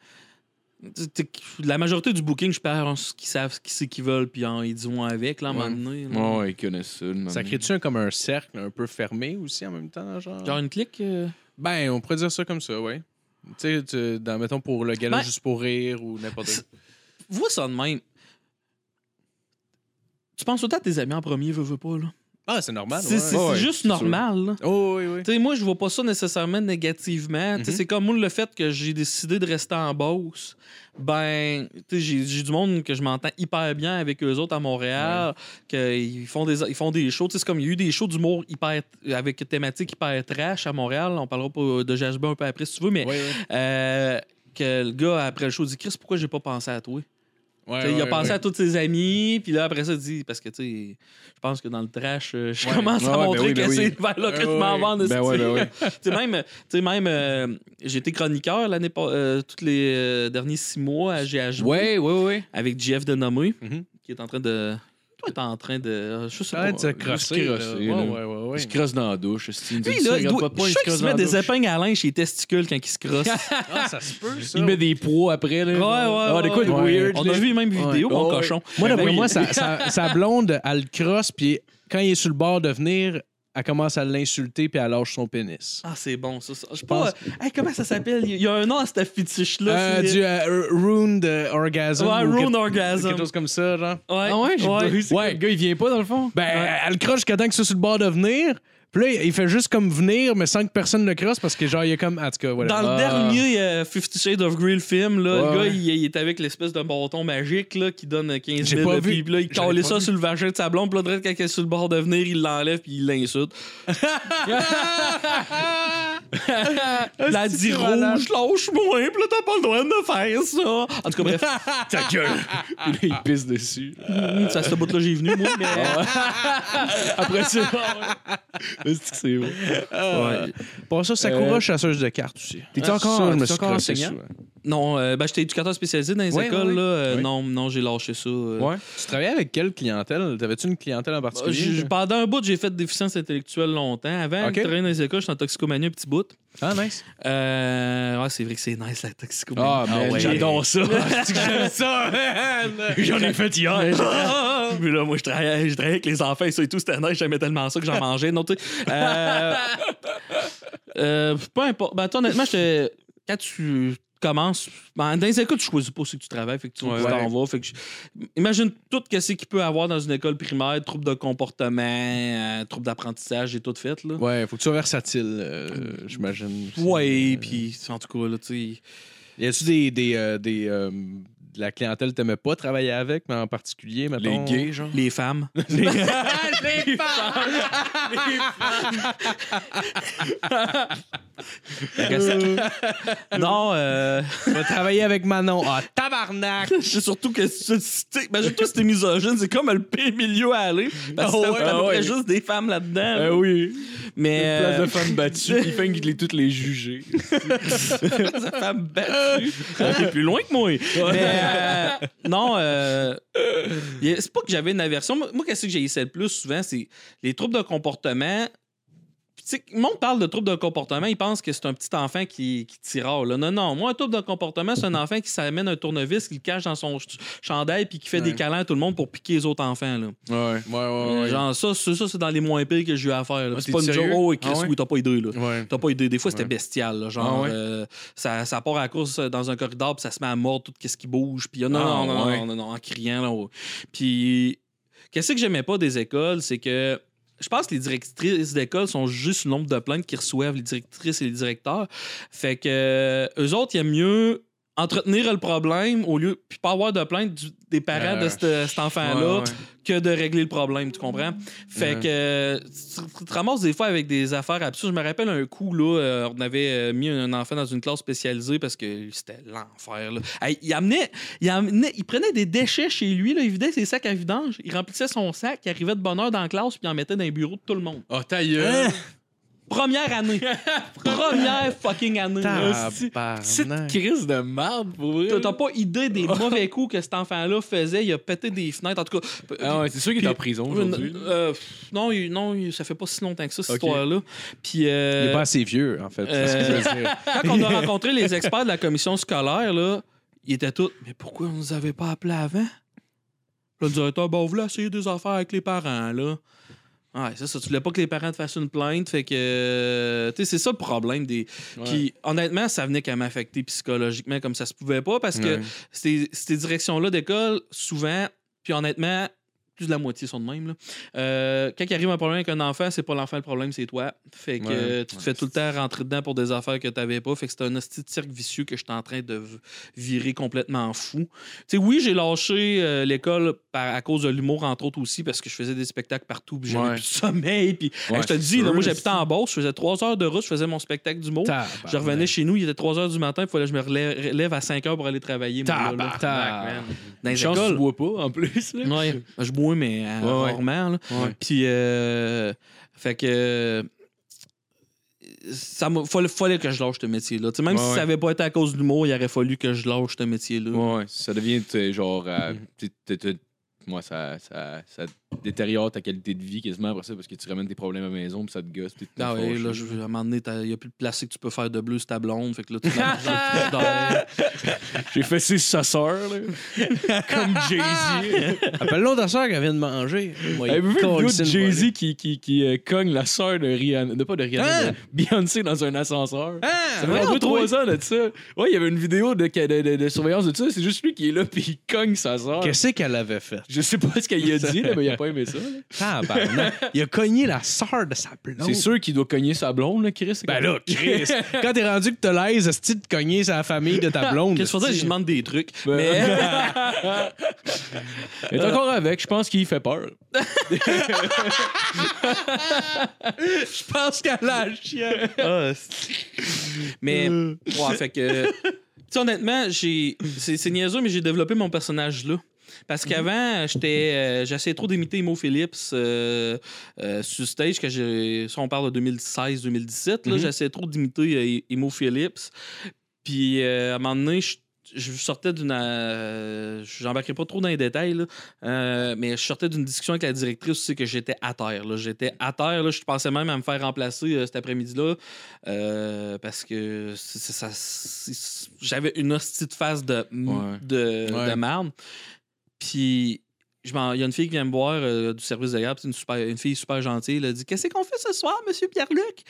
tu- tu- la majorité du booking, je pense qu'ils savent qui c'est qu'ils veulent, puis en- ils diront avec, là, à un Ouais. moment donné, là. Ouais, ouais, ils connaissent ça. le moment. Ça crée-tu un- comme un cercle un peu fermé aussi en même temps, genre? Genre une clique. euh, Ben, on pourrait dire ça comme ça, ouais. Tu sais, tu- dans, mettons pour le gala Ben- juste pour rire ou n'importe C'est- quoi. Vois ça de même. Tu penses autant à tes amis en premier, veux, veux pas, là. Ah, c'est normal. C'est ouais. c'est- Oh, c'est Ben ouais, juste c'est normal. là. oh, oui, oui. Tu sais, moi, je vois pas ça nécessairement négativement. Tu sais, Mhm. C'est comme moi, le fait que j'ai décidé de rester en Beauce. Ben, tu sais, j'ai j'ai du monde que je m'entends hyper bien avec eux autres à Montréal, qu'ils font des, ils font des shows. Tu sais, C'est comme il y a eu des shows d'humour hyper, avec thématique hyper trash à Montréal. On parlera pas de GHB un peu après si tu veux, mais Oui, oui. euh, que le gars, après le show, dit Chris, pourquoi j'ai pas pensé à toi Ouais, Tu sais, il a ouais, pensé ouais. à tous ses amis, puis là, après ça, il dit, parce que, tu sais, je pense que dans le trash, euh, je Ouais. commence Ouais, à ouais, ben montrer oui, ben que oui. c'est vers là que Ouais, je m'en ouais. vais en Ben ouais, esti. ben ouais. Tu sais, même, tu sais, même euh, j'ai été chroniqueur l'année pas- euh, tous les euh, derniers six mois à GHB Ouais, ouais, ouais. avec Jeff Denomé, Mhm. qui est en train de. Toi, t'es en train de. ah, Je sais Arrête de se pas. crosser. là. crosser, Ouais, là. ouais, ouais, ouais. Il se crosse dans la douche. c'est- il dit, Lui, ça, là, il regarde doit- je pas, il suis se sûr qu'il crosse se dans met la des douche. épingles à linge chez les testicules quand il se crosse. Ah, ça se peut, ça. Il met des pros après. ouais, Là. ouais, Ah, des quoi de ouais. weird. On là. a vu les mêmes Ouais. vidéos, mon Ouais. cochon. Moi, Ben d'après oui. moi, sa, sa- sa blonde, elle le crosse, puis quand il est sur le bord de venir, elle commence à l'insulter, puis elle lâche son pénis. Ah, c'est bon, ça. ça. Je sais pense- pas. euh, hey, comment ça s'appelle? Il y a un nom à cette fétiche-là. Euh, c'est- du euh, Ruined euh, Orgasm. Ouais, ou Rune quelque- Orgasm. Quelque chose comme ça, genre. Ouais, Ah ouais, j'ai pas vu, c'est Ouais. que Le gars, il vient pas dans le fond. Ben, elle le croche jusqu'à temps que ça soit sur le bord de venir. Puis là, il fait juste comme venir, mais sans que personne le crosse parce que, genre, il est comme. En tout cas, voilà. Dans le Ah. dernier euh, Fifty Shades of Grey, le film, là, Ouais, le gars, ouais. il, il est avec l'espèce de bâton magique là, qui donne euh, 15 J'ai 000. pas là, vu. Puis là, il J'avais calait pas ça vu. sur le vagin de sa blonde. Puis là, direct, quand elle est sur le bord de venir, il l'enlève puis il l'insulte. la c'est dit malade. rouge, lâche-moi. Puis là, t'as pas le droit de me faire ça. En tout cas, bref, Ta gueule! Puis là, il pisse dessus. hum, c'est à ce bout-là j'ai venu, moi. Mais... Ah Après ça. Est-ce que c'est vrai? euh, Ouais. Pour ça, Sakura, Euh, chasseuse de cartes aussi. T'es-tu Ah, encore- ça, je t'es-tu me suis encore crossé enseignant? souvent. Non, euh, ben, j'étais éducateur spécialisé dans les Ouais, écoles. ouais, là, euh, Oui. Non, non j'ai lâché ça. euh. Ouais. Tu travaillais avec quelle clientèle? T'avais-tu une clientèle en particulier? Je- je- pendant un bout, Bah, j'ai fait déficience intellectuelle longtemps. Avant, Ok. je travaillais dans les écoles, j'étais en toxicomanie un petit bout. Ah, nice. Euh, ouais, c'est vrai que c'est nice la toxicomanie. Ah, mais ouais. j'adore ça. J'aime ça, man! J'en ai fait hier. Mais j'ai- Puis là, moi, je travaillais, je travaillais avec les enfants et ça et tout. C'était nice, j'aimais tellement ça que j'en mangeais. Non, tu sais. Euh, euh, peu importe. Ben, toi, honnêtement, j'étais- quand tu commences, ben, dans les écoles, tu choisis pas ce que tu travailles, fait que tu, Ouais. tu t'en vas. Fait que je- imagine tout ce qu'il peut avoir dans une école primaire, troubles de comportement, euh, troubles d'apprentissage, j'ai tout fait, là. Ouais, faut que tu sois versatile, euh, j'imagine. Ouais, puis en tout cas, là, tu sais. Y a-tu des. des, euh, des, euh, de la clientèle t'aimais pas travailler avec, mais en particulier, mettons. genre. Les femmes. Ah, les femmes! Euh. non, euh, Je vais travailler avec Manon. Ah, tabarnak! c'est surtout que. c'est- c'est- Imagine-toi, c'était misogyne, c'est comme le pire milieu à aller. Parce que Ah c'est à ouais, peu ah près ouais. juste des femmes là-dedans. Ah oui. Mais. Place euh, de femmes battues. Il fait qu'il est toutes les jugées. Ah, place de femmes battues. Euh, T'es plus loin que moi. Mais. euh, non, euh, y a- c'est pas que j'avais une aversion. Moi, moi, qu'est-ce que j'ai essayé le plus souvent, c'est les troubles de comportement. Puis, tu sais, le monde parle de troubles de comportement, il pense que c'est un petit enfant qui, qui tira. Là. Non, non, moi, un trouble de comportement, c'est un enfant qui s'amène un tournevis, qui le cache dans son ch- chandail, puis qui fait des Ouais. câlins à tout le monde pour piquer les autres enfants. Là. Ouais, ouais, ouais. ouais. Genre, ça, c'est- ça, c'est dans les moins pires que j'ai eu à faire. là. Ah, c'est pas une t'es sérieux? joke. Oh, oui, Chris, Ah ouais? oui, t'as pas idée. Là. Ouais. T'as pas idée. Des fois, c'était Ouais. bestial. là. genre, Ah ouais? euh, ça, ça part à la course euh, dans un corridor, puis ça se met à mordre tout ce qui bouge. Puis, euh, non, Ah non, non, ouais. non, non, non, en criant. Là, ouais. Puis, qu'est-ce que j'aimais pas des écoles, c'est que je pense que les directrices d'école sont juste le nombre de plaintes qu'ils reçoivent, les directrices et les directeurs. Fait que euh, eux autres, ils aiment mieux entretenir le problème au lieu puis pas avoir de plainte du- des parents Euh, de cette- cet enfant-là Ouais, ouais. que de régler le problème, tu comprends? Fait Ouais. que euh, tu tu te ramasses des fois avec des affaires absurdes. Je me rappelle un coup, là, euh, on avait euh, mis un enfant dans une classe spécialisée parce que c'était l'enfer. là. Hey, il, amenait, il amenait- il prenait des déchets chez lui, là, il vidait ses sacs à vidange, il remplissait son sac, il arrivait de bonne heure dans la classe puis il en mettait dans les bureaux de tout le monde. Ah, Oh, ta gueule! Première année! Première fucking année! là. Tabarnak! crise de merde pour T'as- T'as pas idée des mauvais coups que cet enfant-là faisait, il a pété des fenêtres. En tout cas, Ah ouais, c'est sûr qu'il est en prison aujourd'hui. Une- euh, pff, non, il- non, il- ça fait pas si longtemps que ça, cette Ok. histoire-là. Puis, Il est euh, pas assez vieux, en fait. c'est ce que je veux dire. quand on a rencontré les experts de la commission scolaire, là, ils étaient tous Mais pourquoi on nous avait pas appelés avant Là, Le directeur, ben, on voulait essayer des affaires avec les parents, là. Ouais, ça, ça, tu voulais pas que les parents te fassent une plainte, fait que. euh, tu sais, c'est ça le problème des. Puis, honnêtement, ça venait qu'à m'affecter psychologiquement comme ça se pouvait pas parce que Ouais. ces, ces directions-là d'école, souvent, puis honnêtement, plus de la moitié sont de même. Là. Euh, quand il arrive un problème avec un enfant, c'est pas l'enfant le problème, c'est toi. Fait que Ouais, euh, tu te ouais. fais tout le temps rentrer dedans pour des affaires que t'avais pas. Fait que c'est un hostie de cirque vicieux que je suis en train de v- virer complètement fou. Tu sais, oui, j'ai lâché euh, l'école par- à cause de l'humour, entre autres aussi, parce que je faisais des spectacles partout, puis j'avais Ouais. plus de sommeil. Puis Ouais, Hey, je te le c'est dis, là, sûr. moi j'habitais en Beauce, je faisais trois heures de route, je faisais mon spectacle d'humour. Je revenais chez nous, il était 3 h du matin, il fallait que je me relève relève à 5 h pour aller travailler. mon gars, là. Tabarnak, Tabarnak, man. Dans les Chance que tu écoles. bois pas, en plus. là. Ouais, je bois, mais euh, Ouais, ouais. rarement. là. Ouais. Puis, euh, fait que. euh, Ça m'a- fallait, fallait que je lâche ce métier-là. Tu sais, Même Ouais, si ça ouais. n'avait pas été à cause de l'humour, il aurait fallu que je lâche ce métier-là. Ouais, ouais. Ça devient, tu sais, genre. euh, t'es- t'es- t'es- Moi, ça, ça, ça détériore ta qualité de vie quasiment après ça parce que tu ramènes tes problèmes à la maison puis ça te gosse. puis t'es Ah ouais, fâché. là, je, à un moment donné, il n'y a plus de plastique que tu peux faire de bleu sur ta blonde. Fait que là, tu t'en manges un trou d'air. J'ai fait ses sa sœur, là. Comme Jay-Z. Appelle l'autre soeur qu'elle vient de manger. Moi, il Avez-vous vu le colle gars ça de une Jay-Z qui, qui, qui euh, cogne la sœur de Rihanna, de pas de Rihanna, Hein? de Beyoncé dans un ascenseur? volée. Ah! Ça fait voyons, deux, toi. trois ans de ça. Ouais, il y avait une vidéo de, de, de- de surveillance de ça. C'est juste lui qui est là puis il cogne sa sœur. Qu'est-ce qu'elle avait fait? Je sais pas ce qu'il a dit, là, mais il a pas aimé ça. là. Tabarnak. Il a cogné la sœur de sa blonde. C'est sûr qu'il doit cogner sa blonde, là, Chris. Ben là, Chris, quand t'es rendu que t'as l'aise, est-ce de cogner sa famille de ta blonde? Qu'est-ce que je faisais? Je demande des trucs. Mais. Il est encore avec, je pense qu'il fait peur. Je pense qu'elle a la chienne. Ah, c'est- mais, ouais, fait que. Tu sais, honnêtement, j'ai. C'est c'est niaiseux, mais j'ai développé mon personnage là. Parce qu'avant, j'étais, euh, j'essayais trop d'imiter Imo Phillips euh, euh, sur stage, que j'ai, si on parle de 2016-2017, là, Mhm. j'essayais trop d'imiter euh, Imo Phillips. Puis euh, à un moment donné, je, je sortais d'une... euh, j'embarquerai pas trop dans les détails, là, euh, mais je sortais d'une discussion avec la directrice, tu sais, que j'étais à terre. là. J'étais à terre, là, je pensais même à me faire remplacer euh, cet après-midi-là, euh, parce que c'est- c'est- ça- c'est- j'avais une hostie de face de, Ouais. de, de Ouais. marde. Puis je m'en- il y a une fille qui vient me voir euh, du service de garde, c'est une, super, une fille super gentille. Elle a dit Qu'est-ce qu'on fait ce soir, monsieur Pierre-Luc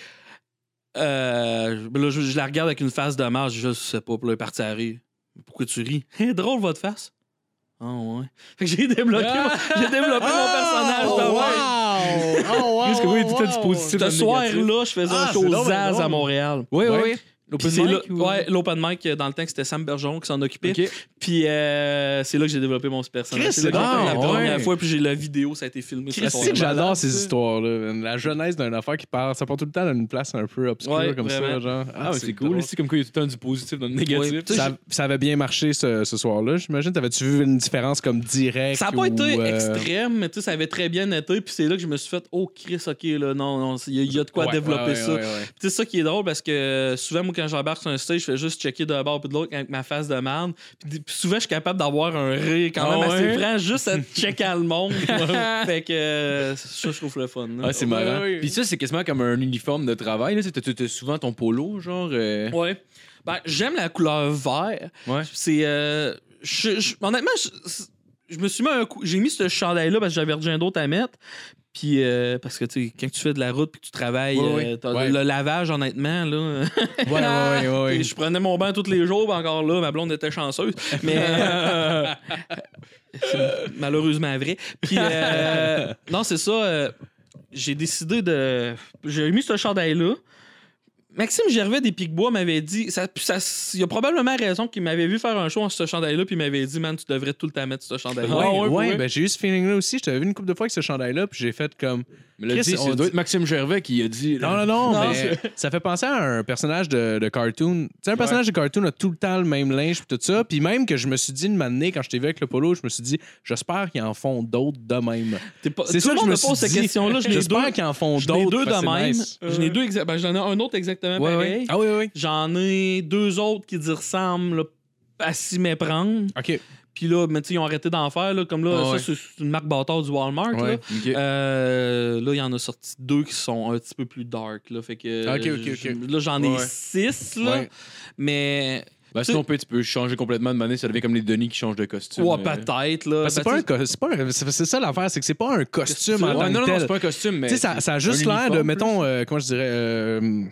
Euh, ben là, je, je la regarde avec une face de marge, je sais pas, pour le parti à rire. Pourquoi tu ris Hein, Drôle votre face. Ah ouais. Fait que j'ai débloqué, mon, j'ai développé Ah! mon personnage. de même. Oh, wow! Oh, wow! Qu'est-ce que oui, wow, tout du wow. positif. Ce soir-là, je faisais Ah, un c'est show donc bien Zaz drôle. à Montréal. Oui, oui, Ouais. oui. Puis L'open c'est là- mic ou- ouais, l'open mic, euh, dans le temps que c'était Sam Bergeron qui s'en occupait. Ok. Puis euh, c'est là que j'ai développé mon personnage. Chris, c'est là que j'ai c'est fait la bon, première ouais. fois, puis j'ai la vidéo, ça a été filmé. ce Christ, soir-là. c'est que j'adore ces ça. histoires-là. La jeunesse d'une affaire qui part, ça part tout le temps dans une place un peu obscure Ouais, comme ça, vraiment. genre. Ah, mais c'est cool. C'est comme quoi il y a tout le temps du positif dans le négatif. Ouais, tu sais, Ça, j'ai- ça avait bien marché ce, ce soir-là, j'imagine. T'avais-tu vu une différence comme directe? Ça n'a ou, pas été euh, extrême, mais tu sais, ça avait très bien été. Puis c'est là que je me suis fait, oh Chris, ok, là, non, non, il y, a- il y a de quoi ouais, développer ouais, ça. ouais, ouais. Puis c'est ça qui est drôle parce que euh, souvent, moi, quand j'embarque sur un stage, je fais juste checker d'un bord puis de l'autre avec ma face de merde. Puis des- puis souvent, je suis capable d'avoir un rire quand Ah même ouais? assez franc juste à checker le monde. fait que euh, ça, je trouve le fun. là. Ah, c'est Ouais, marrant. ouais. Puis ça, c'est quasiment comme un uniforme de travail. là. Tu sais, t'as- T'as souvent ton polo, genre. euh, Ouais. Ben, j'aime la couleur vert. Ouais. C'est. euh, je- je- honnêtement, je- c'est- je me suis mis un coup. J'ai mis ce chandail-là parce que j'avais rien d'autre à mettre. Puis, euh, parce que, tu sais, quand tu fais de la route puis que tu travailles, Ouais, ouais. euh, t'as Ouais. le lavage, honnêtement, là. Ouais, ouais, ouais, ouais, ouais. Et Je prenais mon bain tous les jours, puis encore là, ma blonde était chanceuse. Mais. euh, c'est malheureusement vrai. Puis, euh, non, c'est ça. euh, j'ai décidé de. J'ai mis ce chandail-là. Maxime Gervais des Picbois m'avait dit. Ça, ça, il a probablement raison qu'il m'avait vu faire un show en ce chandail-là, puis il m'avait dit, man, tu devrais tout le temps mettre ce chandail-là. Ouais, Ah ouais, ouais, pour vrai. ben j'ai eu ce feeling-là aussi. Je t'avais vu une couple de fois avec ce chandail-là, puis j'ai fait comme. Mais là, Chris, dis, on ça doit dit- être Maxime Gervais qui a dit. là. Non, non, non, Non, mais ça fait penser à un personnage de, de cartoon. Tu sais, un personnage de cartoon a tout le temps le même linge puis tout ça. Puis même que je me suis dit, une matinée, quand je t'ai vu avec le polo, je me suis dit, j'espère qu'ils en font d'autres de même. T'es pas- C'est Oh, tout ça le que monde je me pose suis cette dit. question-là. Je l'ai deux, J'espère qu'ils en font je l'ai d'autres. deux parce de que c'est même. nice. Je n'ai deux exa- ben, j'en ai un autre exactement Ouais, pareil. ouais. Ah oui, oui, oui. J'en ai deux autres qui disent ressemblent là, à s'y méprendre. OK. Puis là, mais tu sais, ils ont arrêté d'en faire. Là, comme là, Ah ça, ouais. c'est- c'est une marque bâtard du Walmart. Là. Ok. Euh, là, il y en a sorti deux qui sont un petit peu plus dark. Là, fait que, Ok, ok, ok. je- là, j'en ai Ouais. six. Là, Ouais. Mais. Ben, sinon, peut- tu peux changer complètement de manière. Ça devient comme les Denis qui changent de costume. Ouais, euh. peut-être. là. Parce que Ben, C'est pas tu un co- c'est pas un- c'est- c'est ça l'affaire, c'est que c'est pas un costume Costume. en Ouais, tant non, que non, non, tel. c'est pas un costume, mais. Tu sais, ça, ça a un juste l'air de, uniforme, mettons, euh, comment je dirais, euh,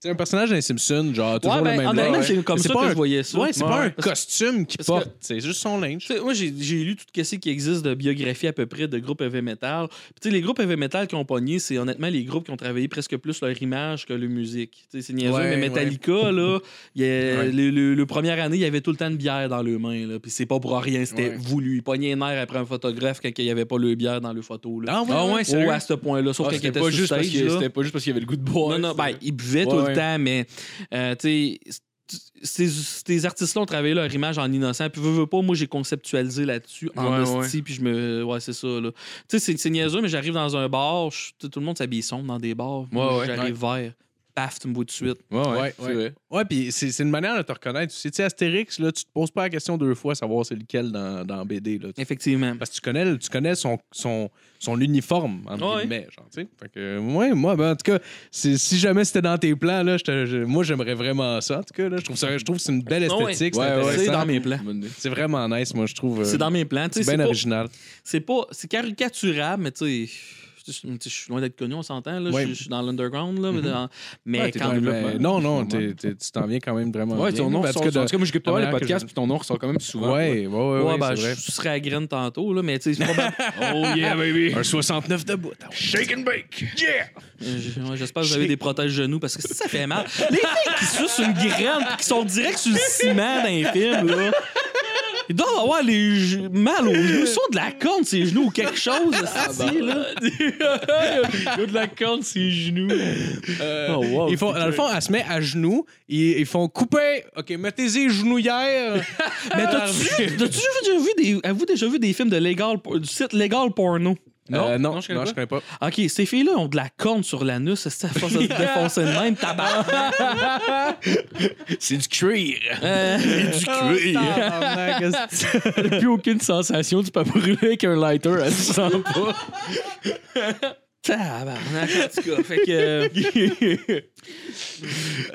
C'est un personnage d'un Simpson, genre toujours Ouais, ben, le même honnêtement, look. c'est comme Mais ça pas que un- je voyais ça. Ouais, c'est pas un Parce que- costume qu'il parce que- porte, c'est juste son linge. Tu sais, moi, j'ai j'ai lu tout ce qui existe de biographie à peu près de groupes heavy metal. Puis, tu sais, les groupes heavy metal qui ont pogné, c'est honnêtement les groupes qui ont travaillé presque plus leur image que leur musique. Tu sais, c'est niaiseux, mais Ouais, Metallica, là, il y a- le, le- le première année, il y avait tout le temps de bière dans leurs mains. là. Puis c'est pas pour rien, c'était Ouais. voulu. Ils pognaient un air après un photographe quand il n'y avait pas le bière dans le photo. Là. Ah ouais, Ah ouais, ouais. Oh, sérieux? à ce point-là, sauf Ah, quand il c'était était pas sur juste parce stage, qu'il- là. c'était pas juste parce qu'il y avait le goût de boire. Non, non, ben, c'était- ils buvaient hein. Ouais, tout ouais. le temps, mais euh, tu sais, c- ces, ces artistes-là ont travaillé leur image en innocent. Puis, veux, veux pas, moi, j'ai conceptualisé là-dessus en Ouais, hostie, puis je me. Ouais, c'est ça, là. Tu sais, c'est- c'est niaiseux, mais j'arrive dans un bar, je- tu sais, tout le monde s'habille sombre dans des bars. Moi, ouais, j'arrive vert. Paf, tu me vois tout de suite. Ouais, ouais, Ouais, c'est ouais. vrai. Ouais, puis c'est c'est une manière de te reconnaître. Tu sais, tu sais, Astérix, là, tu te poses pas la question deux fois savoir c'est lequel dans, dans BD. Là. Effectivement. Parce que tu connais, tu connais son, son, son uniforme, entre Ouais. guillemets, genre, tu sais. Fait que, ouais, moi, ben, en tout cas, c'est- si jamais c'était dans tes plans, là, je te- je- moi, j'aimerais vraiment ça, en tout cas. Là, je, trouve ça, je trouve que c'est une belle Ah ouais. esthétique. c'est Ouais, ouais. C'est intéressant. dans mes plans. Bonne idée. C'est vraiment nice, moi, je trouve. euh, C'est dans mes plans. tu sais, C'est C'est bien pas- original. c'est pas. C'est caricatural, mais tu sais. Je tu sais, je suis loin d'être connu, on s'entend. là. Ouais. Je je suis dans l'underground, là. mais dans- Mais, Ouais, t'es quand dans le même. développement. non, non, t'es- t'es- tu t'en viens quand même vraiment. Ouais, bien, ton nom parce ressort. que de- En tout cas, moi, je pas la mal les manière que podcasts, je- puis ton nom ressort quand même souvent. Ouais, ouais, ouais, Ouais, ouais, bah, ben, je c'est vrai. je serais à graine tantôt, là, mais tu sais, c'est probable- Oh yeah, baby. Un 69 de bout. ah ouais. Shake and bake. Yeah! Euh, j- ouais, J'espère que vous avez des protèges genoux parce que ça, ça fait mal. Les filles qui sucent une graine pis qui sont direct sur le ciment dans les films, là. Ils doivent avoir les ge- mal aux genoux. Ils sont de la corne, ces genoux ou quelque chose, c'est là. Ils ont Ah, bah. de la corne, ces genoux. oh, wow. Euh, Ils font, dans le fond, elle se met à genoux. Ils, ils font couper. OK, mettez-y genouillère. Mais t'as-tu t'as-tu déjà vu des, avez-vous déjà vu des films de legal, por- du site Legal Porno? Euh, non, non, je connais pas. connais pas. Ok, ces filles-là ont de la corne sur l'anus, c'est à force de se défoncer de même, tabac. C'est du cuir. Euh, Du cuir. Ah, oh, plus aucune sensation, tu peux brûler avec un lighter, elle se sent pas. tabarnak, en tout cas. Fait que.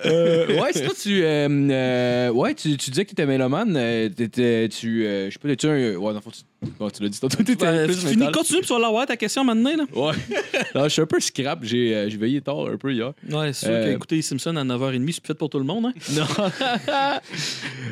Euh, ouais, c'est toi, tu, euh, euh, ouais, tu, tu disais que t'étais mélomane. euh, t'étais- tu, euh, je sais pas, t'es-tu un. Ouais, dans le fond, tu, bon, tu l'as dit tantôt, t'étais Ben, plus finis, métal. continue, puis tu vas l'avoir ta question maintenant. Là. Ouais. Non, je suis un peu scrap, j'ai euh, j'ai veillé tard un peu hier. Ouais, c'est sûr Euh, qu'écouter les Simpsons à 9h30, c'est fait pour tout le monde. Hein?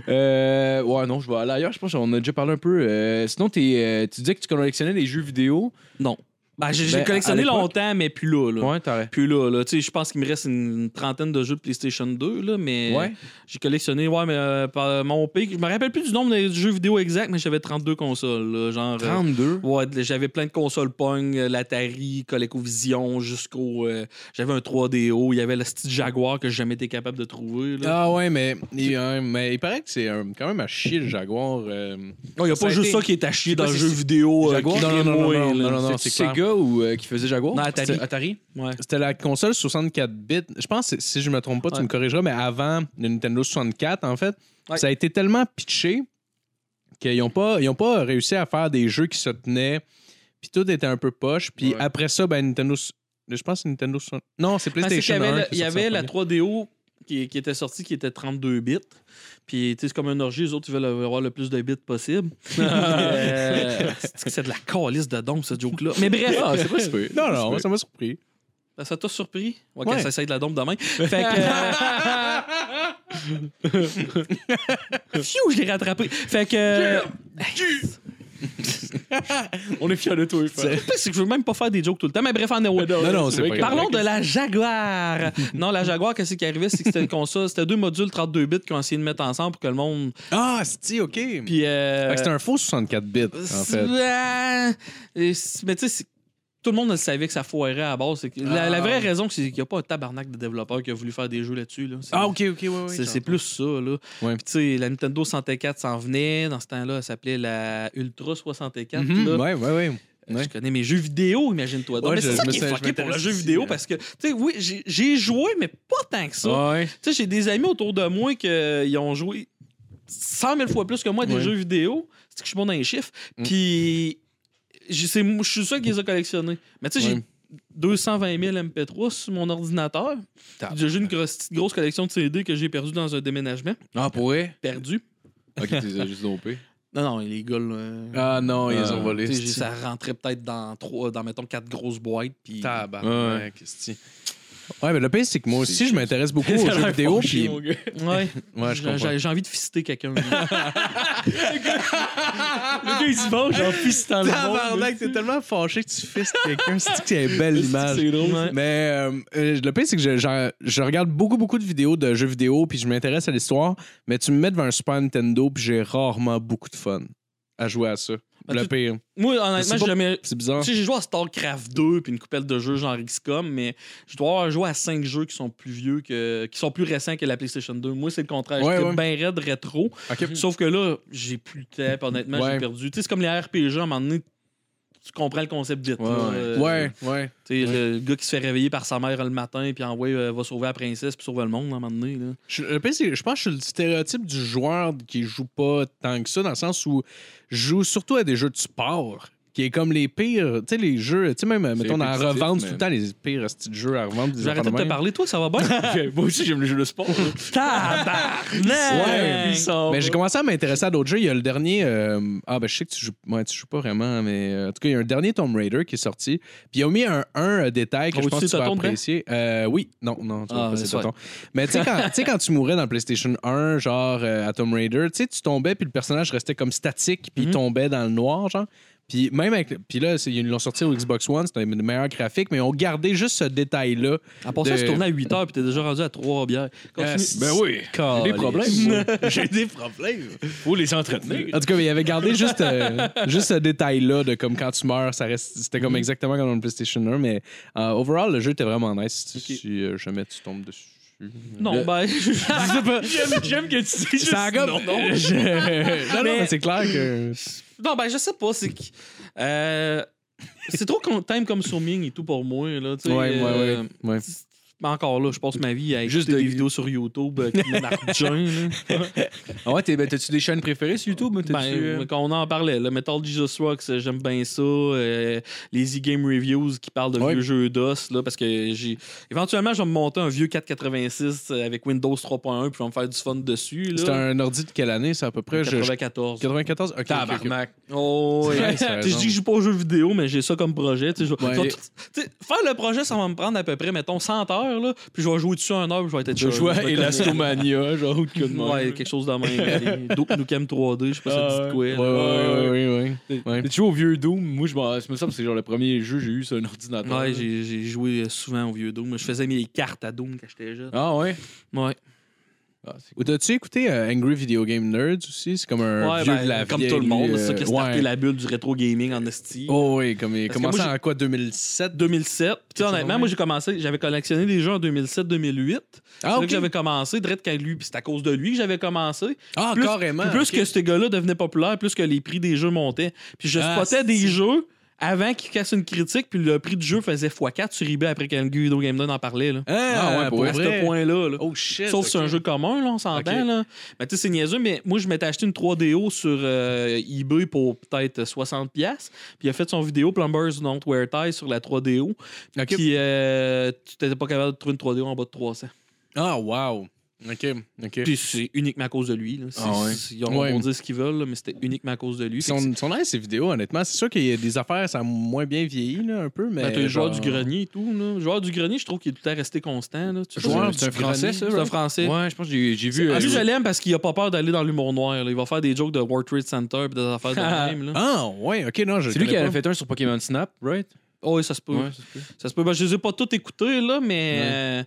Euh, ouais, non, je vais aller ailleurs. Je pense qu'on a déjà parlé un peu. Euh, sinon, t'es, euh, tu disais que tu collectionnais des jeux vidéo. Non. Ben, j'ai j'ai Ben, à collectionné l'époque- longtemps, mais plus là. là. Ouais, t'arrêtes. Plus là, là. Tu sais, je pense qu'il me reste une trentaine de jeux de PlayStation 2, là, mais Ouais. j'ai collectionné, ouais, mais euh, par mon pic. Je me rappelle plus du nombre de jeux vidéo exact, mais j'avais 32 consoles, là, genre. euh, 32. Ouais, de- j'avais plein de consoles Pong, euh, l'Atari, ColecoVision, jusqu'au. euh, j'avais un 3DO, il y avait le style Jaguar que j'ai jamais été capable de trouver. Là. Ah ouais, mais il, euh, mais il paraît que c'est euh, quand même à chier le Jaguar. euh, Il n'y a Ça pas a juste été- ça qui est à chier pas dans le si jeu c'est- vidéo. euh, Jaguar? qui Non, est non, non, moins, là. non, non, non, non, C'est- c'est c'est- clair. Sega ou euh, qui faisait Jaguar Non, Atari. C'était Atari. Ouais. C'était la console 64 bits. Je pense, que si je me trompe pas, tu Ouais. me corrigeras, mais avant le Nintendo 64, en fait, Ouais. ça a été tellement pitché qu'ils n'ont pas, ils ont pas réussi à faire des jeux qui se tenaient. Puis tout était un peu poche. Puis Ouais. après ça, ben Nintendo. Je pense que Nintendo. so- Non, Ah, c'est c'est qu'il PlayStation. y avait, 1 la- qui il y est sorti en avait la premier. 3DO qui, qui était sortie qui était 32 bits. Puis, tu sais, c'est comme un orgie, les autres, ils veulent avoir le plus de bits possible. Euh, c'est c'est de la calice de dons, ce joke-là. Mais bref, Ah, c'est pas si peu. Non, non, ça m'a surpris. ça t'a surpris? Ok, Ouais. ça essaie de la dompe demain. Fait que. euh, Pfiou, je l'ai rattrapé. Fait que. euh, On est fiers de toi, Le pire, c'est que je veux même pas faire des jokes tout le temps. Mais bref, en est Non, non, c'est c'est vrai pas que- grave. Parlons de la Jaguar. non, la Jaguar, qu'est-ce qui arrivait? C'est que c'était une console, c'était deux modules 32 bits qu'ils ont essayé de mettre ensemble pour que le monde. Ah, c'est OK. Puis, Puis. euh, c'est un faux 64 bits, en fait. Euh, Mais tu sais, c'est- tout le monde le savait que ça foirait à la base. C'est que La, la vraie raison, c'est qu'il n'y a pas un tabarnak de développeurs qui a voulu faire des jeux là-dessus. là. C'est- Ah, OK, oui, oui. c'est c'est plus ça, là. Ouais. Puis, tu sais, la Nintendo 64 s'en venait. Dans ce temps-là, elle s'appelait la Ultra 64. là. Mhm, Ouais, ouais, ouais. ouais. Je connais mes jeux vidéo, imagine-toi. donc. Ouais, mais je- c'est ça je me qui est sais- je fucké pour le m'intéresse jeu aussi, vidéo euh. parce que, tu sais, oui, j'ai- j'ai joué, mais pas tant que ça. ouais. Tu sais, j'ai des amis autour de moi qui ont joué 100 000 fois plus que moi à des Ouais. Mm. jeux vidéo. C'est que je suis bon dans les chiffres. Puis, j'ai- c'est- je suis sûr qu'ils les ont collectionnés. Mais tu sais, Ouais. j'ai 220 000 MP3 sur mon ordinateur. Tabarnak. J'ai une grosse, grosse collection de CD que j'ai perdue dans un déménagement. Ah, pour vrai? Perdu. Ok, tu les as juste dompés. Non, non, les gars, là, Ah non, ils Euh, ont volé. tu sais, c'est-tu. Ah, ça rentrait peut-être dans trois, dans mettons quatre grosses boîtes. Puis, Tabarnak, esti. Ouais, mais le pire, c'est que moi aussi, je m'intéresse Ça beaucoup aux a jeux l'air vidéo. fâché, Puis, mon gars. Ouais. ouais, je J'ai- comprends. J'ai j'ai envie de fister quelqu'un. Le gars, il se venge en fistant le monde. Tabarnak, t'es tellement fâché que tu fistes quelqu'un. C'est que c'est une belle image. C'est drôle. ça. Mais euh, euh, le pire, c'est que je, je- je regarde beaucoup, beaucoup de vidéos de jeux vidéo, puis je m'intéresse à l'histoire, mais tu me mets devant un Super Nintendo, puis j'ai rarement beaucoup de fun à jouer à ça. Ah, le tu- pire. Moi, honnêtement, C'est pas- Ah. j'ai jamais. C'est bizarre. Tu sais, j'ai joué à StarCraft 2 puis une coupelle de jeux genre XCOM, mais je dois avoir joué à 5 jeux qui sont plus vieux que. qui sont plus récents que la PlayStation 2. Moi, c'est le contraire. Ouais, J'étais ouais. bien raide rétro. Ok. Sauf que là, j'ai plus le temps, puis honnêtement, Ouais. j'ai perdu. Tu sais, c'est comme les RPG, à un moment donné, tu comprends le concept vite. Ouais, là. ouais. Euh, Ouais, ouais. Tu sais, le gars qui se fait réveiller par sa mère le matin, puis envoie, euh, va sauver la princesse, puis sauver le monde, à un moment donné. Là. Je, le pire, c'est que je pense que je suis le stéréotype du joueur qui joue pas tant que ça, dans le sens où je joue surtout à des jeux de sport, qui est comme les pires. Tu sais, les jeux, tu sais, même, mettons, en répétitif, revente mais- tout le temps, les pires petits jeux à revendre. des J'ai arrêté affaires de te même. parler, toi, ça va bien? Moi aussi, j'aime le jeu de sport. Tabarnak! Ouais, il sort. Mais j'ai commencé à m'intéresser à d'autres jeux. Il y a le dernier. euh, ah, ben je sais que tu joues, ouais, tu joues pas vraiment, mais euh, en tout cas, il y a un dernier Tomb Raider qui est sorti. Puis ils ont mis un, un, euh, détail que Ah, je oui, pense que tu tu vas t'attends dedans? apprécier. Euh, oui, non, non, tu vas Ah, pas, c'est ouais. tonton. Mais tu sais, quand, tu sais, quand tu mourais dans le PlayStation 1, genre euh, à Tomb Raider, tu sais, tu tombais, puis le personnage restait comme statique, puis il Mhm. tombait dans le noir, genre. Puis même avec. Puis là, c'est- ils l'ont sorti au Xbox One, c'était une meilleure graphique, mais ils ont gardé juste ce détail-là. À part ça, De- je tournais à 8 heures, puis t'es déjà rendu à 3 bières. Continue. Euh, c'est- Ben oui. J'ai des problèmes. moi. J'ai des problèmes. Faut les entretenir. En tout cas, il avait gardé juste, euh, juste ce détail-là de comme quand tu meurs, ça reste, c'était Mhm. comme exactement comme dans le PlayStation 1, mais euh, overall, le jeu était vraiment nice si, Ok. si, euh, jamais tu tombes dessus. Non, Le- ben. je- J'aime- J'aime que tu dis juste Ça a comme- non, non. Je- non, non, Mais- mais c'est clair que. non, ben, je sais pas. C'est que- euh, c'est trop qu'on t'aime comme Souming et tout pour moi. Là, tu sais, euh, ouais. mais Ben, encore là, je passe ma vie à écouter Juste Juste de- des vidéos sur YouTube euh, qui m'argent. Ah ouais, t'es- ben, t'as-tu des chaînes préférées sur YouTube? ou t'as-tu, hein? euh, ben, quand on en parlait, là, Metal Jesus Rocks, euh, j'aime bien ça. euh, les e-game reviews qui parlent de Ouais. vieux jeux DOS, là, parce que j'ai. Éventuellement, je vais me monter un vieux 486 euh, avec Windows 3.1 puis je vais me faire du fun dessus. Là. C'est un ordi de quelle année, c'est à peu près? Je- je- 94. 94? Ok, ok, ok. Tabarnak. Oh, oui. Ouais, Tu t'as sais, je dis que je joue pas aux jeux vidéo, mais j'ai ça comme projet. tu sais, je vais- Ouais. je vais tout- tu sais, faire le projet, ça va me prendre à peu près, mettons, 100 heures, là, puis je vais jouer dessus un heure, puis je vais être Je chill. jouais à vais Elastomania, genre, ou de quoi de comme- Ouais, même. quelque chose dans même. Dope Nukem 3D, je sais pas si Ah, ça dit de quoi. Ouais, là. ouais, ouais, ouais, ouais, ouais. T'es toujours au vieux Doom. Moi, je m'en- je me semble que c'est genre le premier jeu que j'ai eu sur un ordinateur. Ouais, j'ai j'ai joué souvent au vieux Doom. Je faisais mes cartes à Doom quand j'étais jeune. Ah ouais? Ouais. Ah, c'est Ou t'as-tu écouté euh, Angry Video Game Nerds aussi? C'est comme un Ouais, vieux ben, de la comme vieille, tout le monde, lui, c'est ça qui a euh, starté ouais. la bulle du rétro gaming en esti. Oh oui, comme il Parce que moi, commençait j'ai- en quoi, 2007? 2007. Puis, tu sais, honnêtement, moi, j'ai commencé, j'avais collectionné des jeux en 2007-2008. Ah, c'est ok. là que j'avais commencé, direct quand lui, puis c'est à cause de lui que j'avais commencé. Ah, plus- carrément! Puis plus que ce gars-là devenait populaire, plus que les prix des jeux montaient. Puis je Ah, spottais des jeux avant qu'ils cassent une critique, puis le prix du jeu faisait x4 sur eBay après qu'un Guido Game Nerd en parlait. Là. Ah, ouais, pour à vrai. ce point-là. là. Oh shit! Sauf si c'est un jeu commun, là, on s'entend. Ok. là. Mais tu sais, c'est niaiseux, mais moi, je m'étais acheté une 3DO sur euh, eBay pour peut-être 60$. Puis il a fait son vidéo Plumbers Don't Wear Tie sur la 3DO. Ok. Puis euh, tu n'étais pas capable de trouver une 3DO en bas de 300. Ah, wow. OK. OK. Puis c'est uniquement à cause de lui. là. C'est- Ah ouais. c'est- Ils ont Ouais. on dit ce qu'ils veulent, là, mais c'était uniquement à cause de lui. Ils sont, sont nice, ces vidéos, honnêtement. C'est sûr qu'il y a des affaires, ça a moins bien vieilli, là, un peu, mais. Ben, t'as le joueur genre- du grenier et tout. Là. Le joueur du grenier, je trouve qu'il est tout le temps resté constant. Là. Tu sais, Joueur c'est- du grenier. C'est un français. Ouais, je pense que j'ai j'ai vu. Ah, euh, lui, je l'aime parce qu'il a pas peur d'aller dans l'humour noir. là. Il va faire des jokes de World Trade Center et des affaires de même. là. Ah, ouais, OK, non, je. C'est lui qui connais avait pas. fait un sur Pokémon Snap, right? Oh, oui, ça se peut. ça se peut. Ça se peut. Ben, je les ai pas tous écoutés, là, mais Ouais. euh,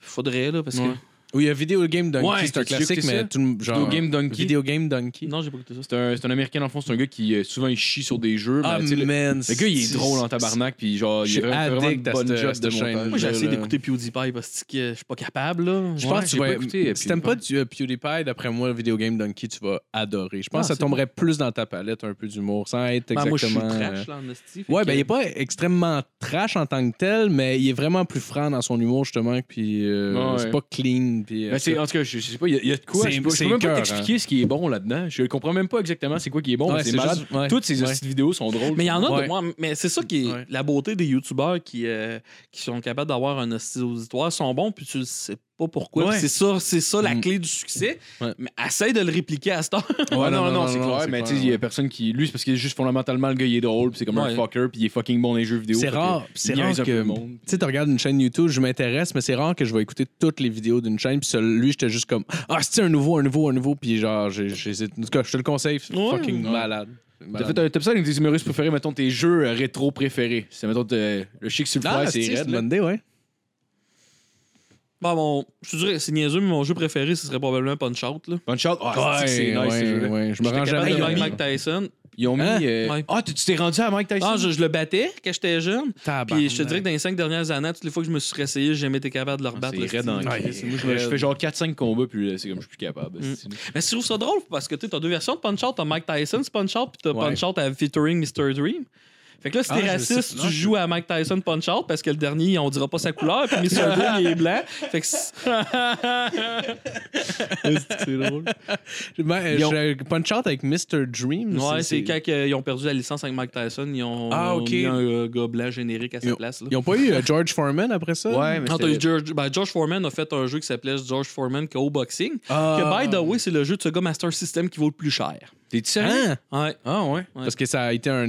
faudrait. Là, parce Ouais. Ou il y a Video Game Donkey, Ouais, c'est un t'as-tu classique, écouté ça? mais tout le genre. Video Game Donkey. Video Game que... Donkey. Non, j'ai pas écouté ça. C'est un, c'est un américain, en fond, c'est un gars qui euh, souvent il chie sur des jeux. Ah, mais, tu sais, le, man. le gars, il est drôle en tabarnak, puis genre, Je il suis est vraiment, vraiment une addict à bonne cette- job cette de chaîne. montage. Moi, j'ai là, essayé là. d'écouter PewDiePie parce que euh, je suis pas capable. Là. Je Ouais. pense que tu j'ai vas pas écouté, Si puis- t'aimes pas du euh, PewDiePie, d'après moi, Video Game Donkey, tu vas adorer. Je Ah, pense que ça c'est tomberait plus dans ta palette, un peu d'humour, sans être Ben, moi, je suis exactement. euh, trash, là, en esti, fait Ouais, que- ben il est pas extrêmement trash en tant que tel, mais il est vraiment plus franc dans son humour justement, puis euh, Ouais. c'est pas clean, puis. euh, Mais Ben, c'est- en tout cas, je, je sais pas, il y a- il y, a de quoi. C'est- Je peux, je c'est peux même pas cœur, t'expliquer ce qui est bon là-dedans. Je comprends même pas exactement c'est quoi qui est bon. Ouais, mais c'est c'est malade. juste- ouais. Toutes ces Ouais. petites vidéos sont drôles. Mais il y en a Ouais. de moi. Mais c'est ça qui est Ouais. la beauté des youtubeurs qui, euh, qui sont capables d'avoir un hostile auditoire. Ils sont bons, puis tu le sais pas pourquoi. Ouais. Puis C'est ça, c'est ça la Mm. clé du succès. Ouais. Mais essaye de le répliquer à cette heure. Ouais, non, non, c'est clair, c'est mais clair, tu sais, il y a personne qui. Lui, c'est parce que juste fondamentalement, le gars, il est drôle, puis c'est comme un Ouais. fucker, puis il est fucking bon dans les jeux vidéo. C'est fait que rare, c'est il rare niaise un peu que- le monde. Tu sais, tu regardes une chaîne YouTube, je m'intéresse, mais c'est rare que je vais écouter toutes les vidéos d'une chaîne. Puis lui, j'étais juste comme Ah, c'est un nouveau, un nouveau, un nouveau. Puis genre, j'ai, j'ai- en tout cas, je te le conseille. c'est Ouais. fucking Ouais. malade. T'as Malade. fait un top 5 avec tes humoristes préférés, mettons tes jeux euh, rétro préférés. C'est, mettons, euh, le chic sur le Ah, fly, c'est c'est raide. une là. bonne idée, ouais. Bon, bon, je te dirais, c'est niaiseux, mais mon jeu préféré, ce serait probablement Punch Out. Là. Punch Out, ah, c'est-tu que c'est nice, ces jeux-là. ouais, Je me J'étais rends capable jamais. de Ils ont battre mis- Mike Tyson. Ils ont mis. Hein? euh, Ouais. Ah, tu tu t'es rendu à Mike Tyson? Ah, je, je le battais quand j'étais jeune. Tabarnak. Puis je te dirais que dans les cinq dernières années, toutes les fois que je me suis réessayé, j'ai jamais été capable de le Ah, rebattre. là, Ah, C'est raide c'est- en crise. Moi, je me- je fais genre 4-5 combats, puis euh, c'est comme je suis plus capable. Mm. c'est- Mais je trouve ça drôle parce que tu as deux versions de Punch Out. T'as Mike Tyson's Punch Out puis t'as Ouais. Punch Out à featuring Mr. Dream. Fait que là, si Ah, t'es je sais- raciste, non, tu je- joues à Mike Tyson Punch Out parce que le dernier, on dira pas sa couleur, puis Mr. Dream, il est blanc. Fait que c'est- C'est drôle. Ben, Ils ont- je- Punch Out avec Mr. Dream. Ouais, c'est quand euh, ils ont perdu la licence avec Mike Tyson, ils ont, Ah, ok. ils ont mis un euh, gars blanc générique à sa place. Là. Ils ont pas eu euh, George Foreman après ça? Ouais, mais Non, t'as eu c'était- George, ben, George Foreman a fait un jeu qui s'appelait George Foreman Co Boxing. Ah. Que by the way, c'est le jeu de ce gars Master System qui vaut le plus cher. T'es-tu sérieux? Hein? Ouais. Ah, ouais. Parce que ça a été un-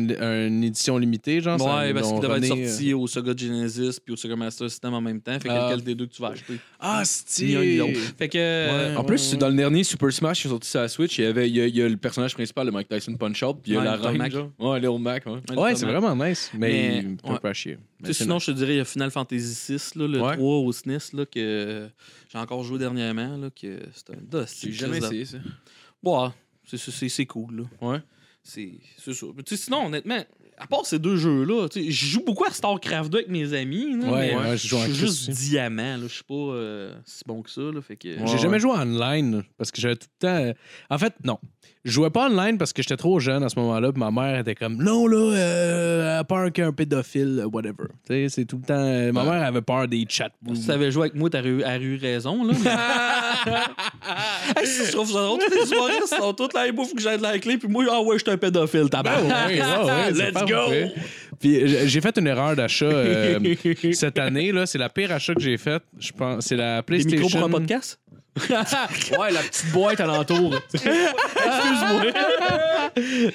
une édition limitée, genre. ça, ouais, ils parce l'ont qu'il devait être runné, euh, sorti au Sega Genesis puis au Sega Master System en même temps. Fait que Ah. lequel des deux que tu vas acheter? Ah, Ni un ni style. l'autre. Fait que. euh, Ah, En plus, dans le dernier Super Smash qui est sorti sur la Switch, il y avait il y a, il y a le personnage principal, le Mike Tyson Punch Out, puis il y a Ouais, la le Tom reine. Mac. genre. Ouais, Little Mac. Ouais. Ouais, c'est vraiment nice, mais, Mais- il peut ouais. pas chier. Tu sais, sinon, je te dirais, il y a Final Fantasy VI, là, le Ouais. 3 au SNES, là, que j'ai encore joué dernièrement. Là, que c'est un dust. J'ai jamais essayé ça. Ouais, c'est- c'est- c'est c'est cool. Là. Ouais. C'est c'est ça. Mais tu sais, sinon, honnêtement, à part ces deux jeux-là, tu sais, je joue beaucoup à StarCraft 2 avec mes amis. là, mais Ouais, ouais, je je joue en suis Chris juste aussi. diamant. là, Je suis pas euh, si bon que ça. Là, fait que... J'ai jamais joué online parce que j'avais tout le temps. euh, En fait, non. Je jouais pas online parce que j'étais trop jeune à ce moment-là. puis Ma mère était comme non, là, euh, à peur qu'un pédophile, euh, whatever. Tu sais, c'est tout le temps. euh, Ma Ouais. mère avait peur des chats. Si tu avais joué avec moi, t'aurais eu, aurais eu raison, là. Mais- Hey, si je trouve ça drôle, tous les humoristes sont tous là, il faut que j'aide la clé, puis moi, ah ouais, je suis un pédophile, Ah tabac. Let's go! hein. Puis euh, j'ai fait une erreur d'achat euh, cette année. là C'est la pire achat que j'ai faite. Je pense c'est la Des PlayStation. micros pour un podcast? Ouais, la petite boîte alentour.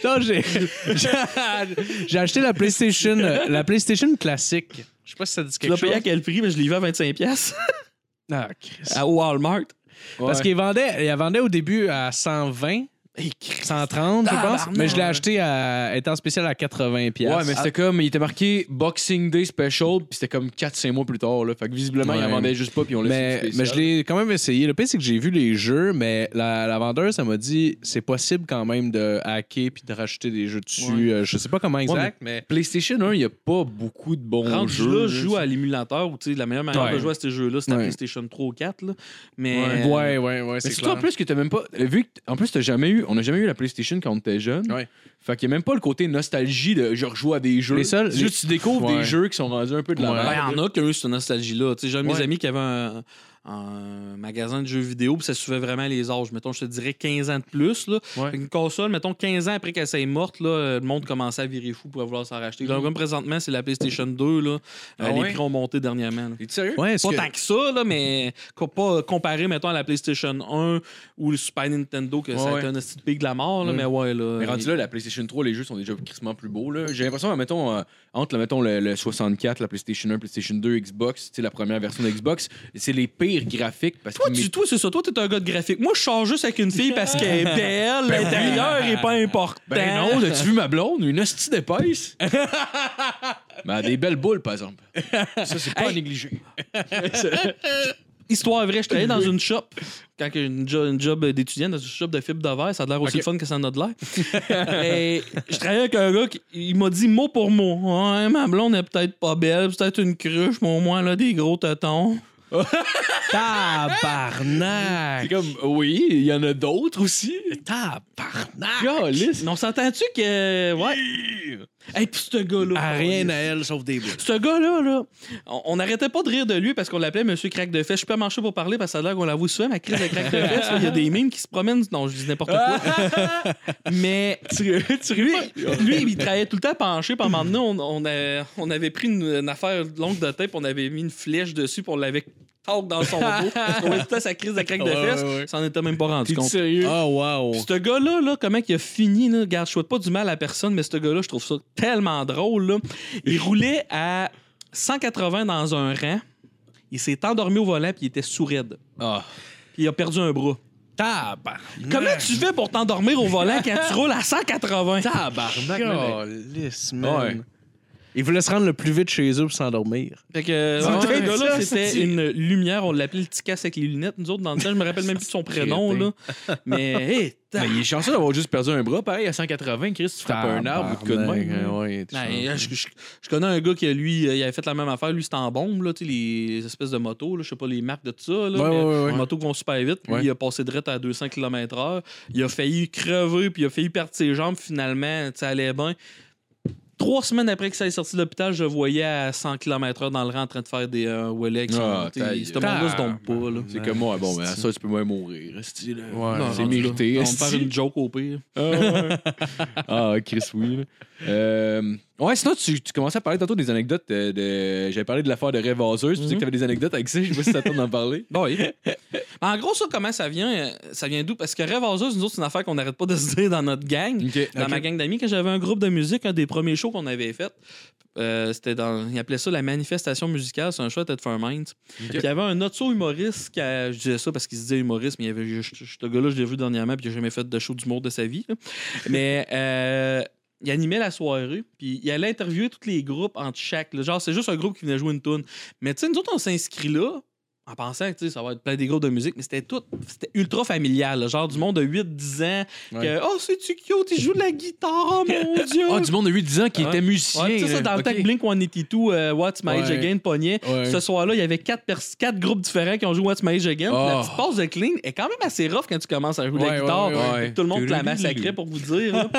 Non, j'ai j'ai acheté la PlayStation, euh, la PlayStation classique. Je sais pas si ça dit Tu quelque l'as chose. payé à quel prix? Mais je l'ai vu à 25$ piastres. Ah, Christ. à Walmart. Parce qu'il vendait, il vendait au début à 120, 130, je pense. Tabarnak. Mais je l'ai acheté à, étant spécial à 80 pièces. Ouais, mais Ah. c'était comme, il était marqué Boxing Day Special, puis c'était comme 4-5 mois plus tard. Là. Fait que visiblement, il en Ouais. vendait juste pas, puis on l'a Ah, mais, mais je l'ai quand même essayé. Le pire, c'est que j'ai vu les jeux, mais la, la vendeuse, elle m'a dit c'est possible quand même de hacker puis de racheter des jeux dessus. Euh, je sais pas comment exact, mais... PlayStation 1, il n'y a pas beaucoup de bons Rendu jeux. là, là, je joue à l'émulateur où, tu sais, la meilleure manière Ouais. de jouer à ces jeux-là, c'est la Ouais. PlayStation 3 ou 4, là. Mais. Ouais, ouais, ouais, Mais c'est surtout en clair. plus que t'as même pas. Vu que t- en plus t'as jamais eu. On n'a jamais eu la PlayStation quand on était jeune. Ouais. Fait qu'il y a même pas le côté nostalgie de je rejoue à des jeux. Les seuls- C'est juste tu découvres Ouais. des jeux qui sont rendus un peu de la Ouais. Ben, merde. il y en a qui ont eu cette nostalgie-là. Tu sais, J'ai un de mes Ouais. amis qui avait un, un magasin de jeux vidéo, puis ça suivait vraiment les âges. Mettons, je te dirais 15 ans de plus. Là. Ouais. Fait Une console, mettons, 15 ans après qu'elle s'est morte, là, euh, le monde commençait à virer fou pour vouloir s'en racheter. Là, comme présentement, c'est la PlayStation 2. Là. Euh, Ah les ouais? prix ont monté dernièrement. là. T'es sérieux? Ouais, est-ce Pas que- tant que ça, là, mais co- pas comparé, mettons, à la PlayStation 1 ou le Super Nintendo, que ça a Ouais, Mm. été un petit pic de la mort, là, mais ouais, là. Mais rendu là, la PlayStation 3, les jeux sont déjà crissement plus beaux. là. J'ai l'impression, mettons, euh, entre mettons, le, le 64, la PlayStation 1, PlayStation 2, Xbox, tu sais, la première version de Xbox, c'est les pires graphiques parce Toi, que. tu, toi, c'est ça. Toi, t'es un gars de graphique. Moi, je sors juste avec une fille parce qu'elle est belle. L'intérieur est pas important. Ben non, as-tu vu ma blonde? Une hostie d'épaisse? Mais elle a des belles boules, par exemple. Ça, c'est pas à Hey. négliger. Histoire vraie, je travaillais dans une shop. Quand j'ai une, jo- une job d'étudiant dans une shop de fibre de verre, ça a l'air aussi Ok. le fun que ça en a de l'air. Et je travaillais avec un gars qui il m'a dit mot pour mot Ouais, ma blonde est peut-être pas belle, peut-être une cruche, mais au moins, elle a des gros tétons. C'est Tabarnak! comme, oui, il y en a d'autres aussi. Tabarnak! Calisse. Mais on s'entend-tu que. Ouais. Hey, puis ce gars-là. À Ah, rien à elle sauf des boules. Ce gars-là, là, on on n'arrêtait pas de rire de lui parce qu'on l'appelait Monsieur Crack de Fesse. Je suis pas marché pour parler parce que ça a l'air qu'on l'avoue souvent, ma crise de Crack de Fesse. là, Il y a des mimes qui se promènent. Non, je dis n'importe quoi. Mais lui, lui, il travaillait tout le temps penché. Puis à un euh, moment donné, on, on a- on avait pris une, une affaire longue de tape, on avait mis une flèche dessus, puis on l'avait talk dans son dos. Parce qu'au résultat, sa crise de craque de Ouais, fesses, ouais, ouais. s'en était même pas rendu T'es compte. sérieux? Oh, wow. Puis ce gars-là, là, comment il a fini, là, regarde, je souhaite pas du mal à personne, mais ce gars-là, je trouve ça tellement drôle. là. Il roulait à 180 dans un rang. Il s'est endormi au volant, puis il était sourd. Ah. Puis il a perdu un bras. Tabarnak. Comment tu fais pour t'endormir au volant quand tu roules à 180? Tabarnak. Calice, man. Ouais. Ils voulaient se rendre le plus vite chez eux pour s'endormir. Fait que, Ah ce ouais, gars-là, ça, c'était c'est- une lumière. On l'appelait le petit casse avec les lunettes. Nous autres, dans le temps, je me rappelle même plus de son prénom. là. Mais, hey, Ben, il est chanceux d'avoir juste perdu un bras. Pareil, à 180, Chris, tu frappes un arbre ou de coup de Tabarnak, main. ouais, t'es Ouais, chanceux. Ben, je, je- je connais un gars qui, lui, euh, il avait fait la même affaire. Lui, c'était en bombe, là, tu sais, les espèces de motos, là, je sais pas les marques de tout ça. Là, Ouais, mais ouais, ouais, les ouais. motos qui vont super vite. Puis Ouais. il a passé direct à 200 km/h. Il a failli crever, puis il a failli perdre ses jambes. Finalement, ça allait bien. Trois semaines après que ça est sorti de l'hôpital, je le voyais à 100 km/h dans le rang en train de faire des euh, Wellex. Ah, Tu sais, taille. Ce monde-là se tombe pas. Là. C'est comme moi, bon, ben, à ça, tu peux moins mourir. esti, là. Ouais. Non, c'est rendu là. mérité. On esti. va faire une joke au pire. Ah, ouais. Ah, Chris, oui. là. Euh, ouais, sinon, tu, tu commençais à parler tantôt des anecdotes. euh, de... J'avais parlé de l'affaire de rêve vaseuse. Mhm. Tu disais que tu avais des anecdotes avec ça. Je sais pas si ça tente d'en parler. Bah Oui. en gros, ça, comment ça vient? euh, Ça vient d'où? Parce que Rêve Vaseuse, nous autres, c'est une affaire qu'on n'arrête pas de se dire dans notre gang. dans ma gang d'amis, quand j'avais un groupe de musique, un des premiers shows qu'on avait fait, euh, c'était dans. Ils appelaient ça la manifestation musicale, c'est un show à Ted Mind. Puis il y avait un autre show humoriste, qui a- je disais ça parce qu'il se disait humoriste, mais il y avait, je- je- ce gars-là, je l'ai vu dernièrement, puis il n'a jamais fait de show d'humour de sa vie. là. mais. euh, il animait la soirée, puis il allait interviewer tous les groupes entre chaque. là. Genre, c'est juste un groupe qui venait jouer une tune. Mais tu sais, nous autres, on s'inscrit là, en pensant que tu sais, ça va être plein des groupes de musique, mais c'était tout, c'était ultra familial, là, genre du monde de 8-10 ans, que, oh, c'est-tu cute, il joue de la guitare, oh mon dieu! Ah, du monde de 8-10 ans qui Ouais. était musicien. Ouais, tu sais ça, dans le temps que Blink 182, euh, What's My Age Ouais. Again pognait, Ouais. ce soir-là, il y avait quatre, pers- quatre groupes différents qui ont joué What's My Age Again. Oh. La petite pause de clean est quand même assez rough quand tu commences à jouer de la Ouais, guitare. ouais, ouais, ouais. Tout le monde te la massacrait pour vous dire. là.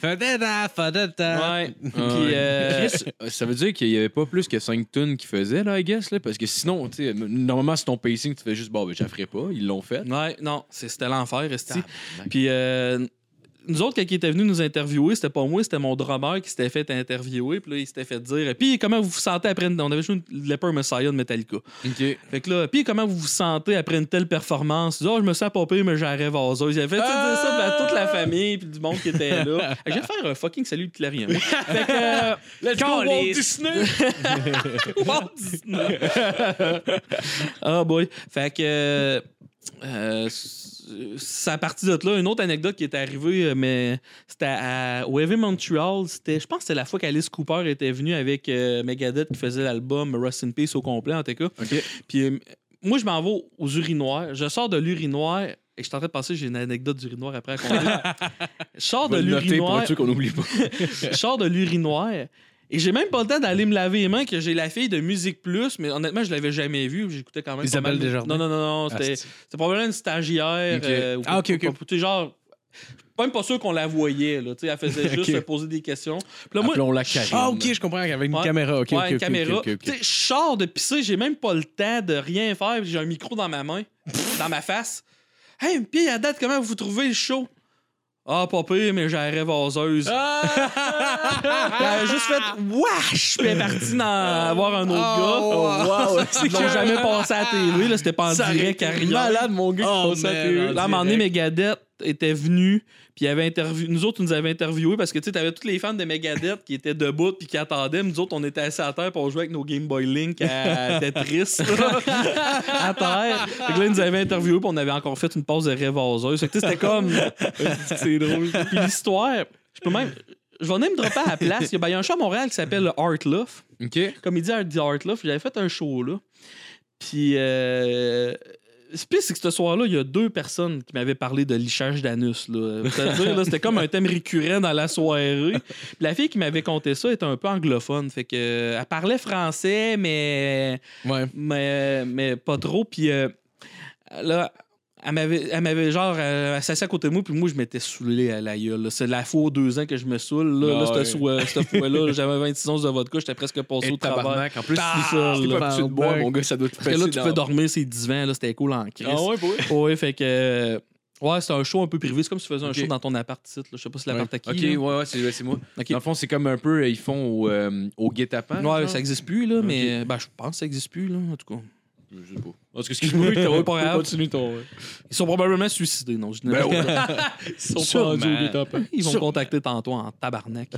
Fadada, fadada. ouais. Ah, Puis, euh, ça veut dire qu'il n'y avait pas plus que 5 tonnes qu'ils faisaient, là, I guess. Là, parce que sinon, tu sais, m- normalement, c'est ton pacing, tu fais juste, bon, ben, je la ferai pas. Ils l'ont fait. Ouais, non, c'est- c'était l'enfer, esti. Puis euh, nous autres, quand il était venu nous interviewer, c'était pas moi, c'était mon drummer qui s'était fait interviewer. Puis là, il s'était fait dire Puis comment vous vous sentez après. une- On avait joué une Leper Messiah de Metallica. OK. Fait que là, puis comment vous vous sentez après une telle performance? Il dit, oh, je me sens pas pire, mais j'arrive vaseuse. Il a fait tu sais, dire ça à toute la famille puis du monde qui était là. Fait que Je vais faire un fucking salut de Clarion. Fait que. euh, let's go, Walt Disney! Walt Disney! Ah boy. Fait que. euh, euh, c'est à partir de là, une autre anecdote qui est arrivée, euh, mais c'était à au Heavy Montreal. C'était, je pense que c'était la fois qu'Alice Cooper était venue avec euh, Megadeth qui faisait l'album Rust in Peace au complet, en tout cas. Puis euh, moi, je m'en vais aux urinoirs. Je sors de l'urinoir et je suis en train de penser, j'ai une anecdote d'urinoir après à raconter. je sors On de va le noter pour l'urinoir. être sûr qu'on n'oublie pas. Je sors de l'urinoir et j'ai même pas le temps d'aller me laver les mains que j'ai la fille de Musique Plus, mais honnêtement, je l'avais jamais vue. J'écoutais quand même. pas Isabelle mal. Non, Desjardins. non, non, non. C'était Asti. c'était probablement une stagiaire. Ok. euh, ou- Ah, ok, ok. ou- ou- tu sais, genre. je suis Même pas sûr qu'on la voyait, là. Tu sais, Elle faisait juste Ok. se poser des questions. Puis là, moi, Appelons la Karine. Ah, ok, je comprends. Avec une Ouais. caméra. Ok, ouais, ok, une ok, caméra. ok, ok, ok. Tu sais, je sors de pisser, j'ai même pas le temps de rien faire, puis j'ai un micro dans ma main, dans ma face. Hey, puis à date, comment vous trouvez le show? Ah, pas pire, mais j'arrive vaseuse. Elle a Euh, Ah, juste fait wesh! Puis elle est partie dans- voir un Oh! autre gars. Ils l'ont jamais passé à la TV, là, c'était pas en direct à rien. malade, mon gars, Oh, qui passe à la man, TV. en Là, à un moment donné, Megadeth était venu, puis il avait interview... nous autres, ils nous avaient interviewés parce que tu sais, t'avais tous les fans de Megadeth qui étaient debout puis qui attendaient. Nous autres, on était assis à terre pour jouer avec nos Game Boy Link à Tetris. là, à terre. Fait que là, ils nous avaient interviewés, puis on avait encore fait une pause de rêve vaseuse. Fait que tu sais, c'était comme. C'est drôle. Puis l'histoire, je peux même. Je vais même dropper à la place. Il y a, ben, il y a un chat à Montréal qui s'appelle le Art Love OK. comédie Art The Art Love, j'avais fait un show là. Puis euh... c'est pire, c'est que ce soir-là, il y a deux personnes qui m'avaient parlé de lichage d'anus. là. C'est-à-dire, là, c'était comme un thème récurrent dans la soirée. Puis la fille qui m'avait conté ça était un peu anglophone. Fait que euh, elle parlait français, mais Ouais. mais, mais pas trop. Puis euh, là, elle m'avait, elle m'avait genre euh, assassiné à côté de moi, puis moi, je m'étais saoulé à la gueule. là. C'est la fois aux deux ans que je me saoule. Là, là, Ah cette fois- cette fois-là, j'avais 26 onces de vodka, j'étais presque passé au travail. En plus, Ah, c'est ça. c'est T'es pas pas habitué de boire, mon gars, ça doit te Parce que là, tu peux dormir, c'est divin, là, c'était cool en crise. Ben, Ah ouais, pour Ouais, fait que. euh, Ouais, c'est un show un peu privé. C'est comme si tu faisais un Ok. show dans ton appart site. Je sais pas si l'appart à qui. OK, ouais, là. ouais, c'est ouais, c'est moi. Ok. Dans le fond, c'est comme un peu, euh, ils font au, euh, au guet-apens. Ouais, genre. ça existe plus, là, mais ben, je pense que ça existe plus, là, en tout cas. Je sais pas. Parce que excuse-moi, t'as pas Pas grave. Continue ton. Ils sont probablement suicidés, non? Je dis n'importe quoi. Ils sont Sûrement. top. Ils vont contacter tantôt en tabarnak.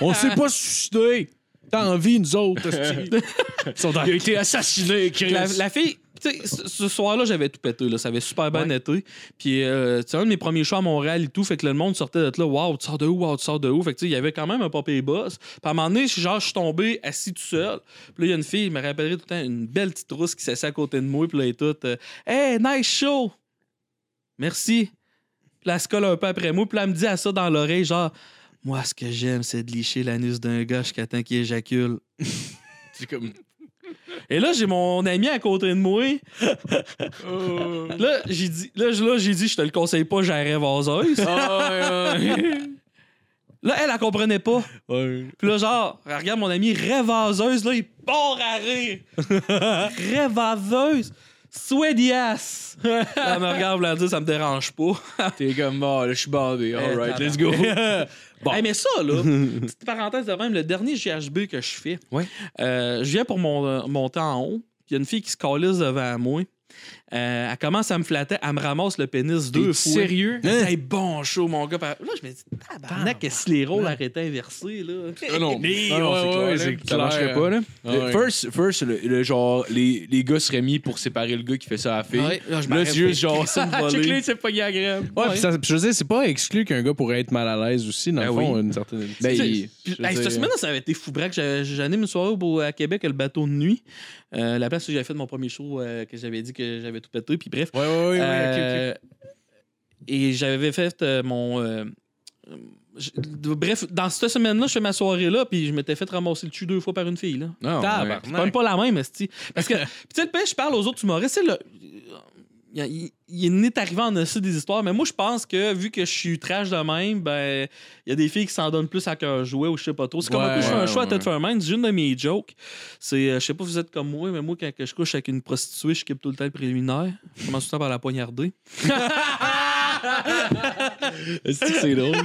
On s'est pas suicidé. T'as envie, nous autres. hostie. Il a été assassiné, Chris. La, la fille, tu sais, ce- ce soir-là, j'avais tout pété. Là. Ça avait super bien été. Puis, euh, tu sais, un de mes premiers shows à Montréal et tout, fait que le monde sortait de là. Waouh, tu sors de où? Waouh, tu sors de où? Fait que, tu sais, il y avait quand même un pop et boss. Puis, à un moment donné, je suis genre, je suis tombé assis tout seul. Puis là, il y a une fille, je me rappellerai tout le temps, une belle petite rousse qui s'assied à côté de moi. Puis là, elle est toute, euh, Hey, nice show! Merci. Puis là, elle se colle un peu après moi. Puis là, elle me dit à ça dans l'oreille, genre, Moi, ce que j'aime, c'est de licher l'anus d'un gars jusqu'à temps qu'il éjacule. C'est comme. Et là, j'ai mon ami à côté de moi. Euh, là, j'ai dit, là, je- là, j'ai dit, je te le conseille pas, j'arrive vaseuse. Ah, Là, elle, elle comprenait pas. Puis là, genre, elle regarde mon ami rêvaseuse, là, il part à rire. rêvaseuse, sweaty ass. Là, elle me regarde, elle me dit, ça me dérange pas. T'es comme mort, je suis bandé. Eh, Alright, tabarnak. let's go. Hey, mais ça, là, petite parenthèse de même, le dernier GHB que je fais, Ouais. euh, je viens pour mon, euh, monter en haut, puis il y a une fille qui se calisse devant moi. Euh, elle commence à me flatter, elle me ramasse le pénis deux fois. Sérieux? Elle dit, Hey, bon chaud, mon gars. Puis Là, je me dis, tabarnak, que si les rôles arrêtaient inversés, là. Ah non. Mais, Ah non, ouais, ouais, là. c'est hein. Ça marcherait pas, là. Ah ouais. First, first le, le genre, les, les gars seraient mis pour séparer le gars qui fait ça à la fille. Ouais, là, je là, m'arrête, c'est juste genre. Christine volée. c'est pas agréable. Ouais, puis ça- puis je veux dire, c'est pas exclu qu'un gars pourrait être mal à l'aise aussi, dans le Ben fond, oui. une certaine. Ben, Tu sais, il- Puis, je veux hey, cette dire- semaine, ça avait été fou braque. J'a- J'anime une soirée au beau- à Québec, le bateau de nuit. Euh, la place où j'avais fait mon premier show, euh, que j'avais dit que j'avais tout pété. Puis bref, Ouais, ouais, ouais. ouais, ok, ok. Euh, Et j'avais fait euh, mon. euh, euh, j- de- Bref, dans cette semaine-là, je fais ma soirée-là, puis je m'étais fait ramasser le cul deux fois par une fille. là. Non, ouais. C'est même pas la même, esti. Parce que, puis tu sais, le pêche, je parle aux autres humoristes, c'est le. Il, il- il est arrivé en aussi des histoires, mais moi, je pense que vu que je suis trash de même, ben, il y a des filles qui s'en donnent plus à qu'un jouet ou je sais pas trop. C'est comme un Ouais, coup, je fais un ouais, choix à ouais. tête faire main. C'est une de mes jokes. C'est, euh, je sais pas si vous êtes comme moi, mais moi, quand que je couche avec une prostituée, je skip tout le temps le préliminaire. Je commence tout le temps par la poignarder. Est-ce que c'est drôle?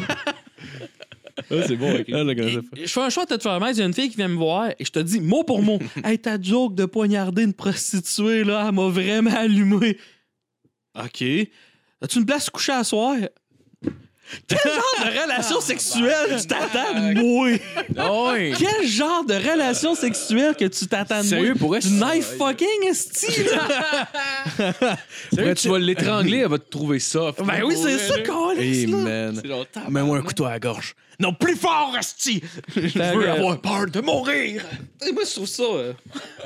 Ah, c'est bon, ok. Et- Je fais un choix de te faire mal. Il y a une fille qui vient me voir et je te dis mot pour mot Hey, ta joke de poignarder une prostituée, là, elle m'a vraiment allumé. OK. As-tu une place couchée à soir? Quel genre de relation sexuelle tu t'attends de moi? Ah bah, euh, ouais. Quel genre de relation sexuelle que tu t'attends de moi? Sérieux, pour vrai, Du c'est- knife fucking esti, là? Ben, Sérieux, tu vas l'étrangler, elle va te trouver soft. Ben oui, c'est ça, Hey, Colis, là! man. genre, tabarnak. Ah, Mets-moi un couteau à la gorge. Non, plus fort, Asti! Ta Je veux gueule. avoir peur de mourir! Et Moi, je trouve ça... euh,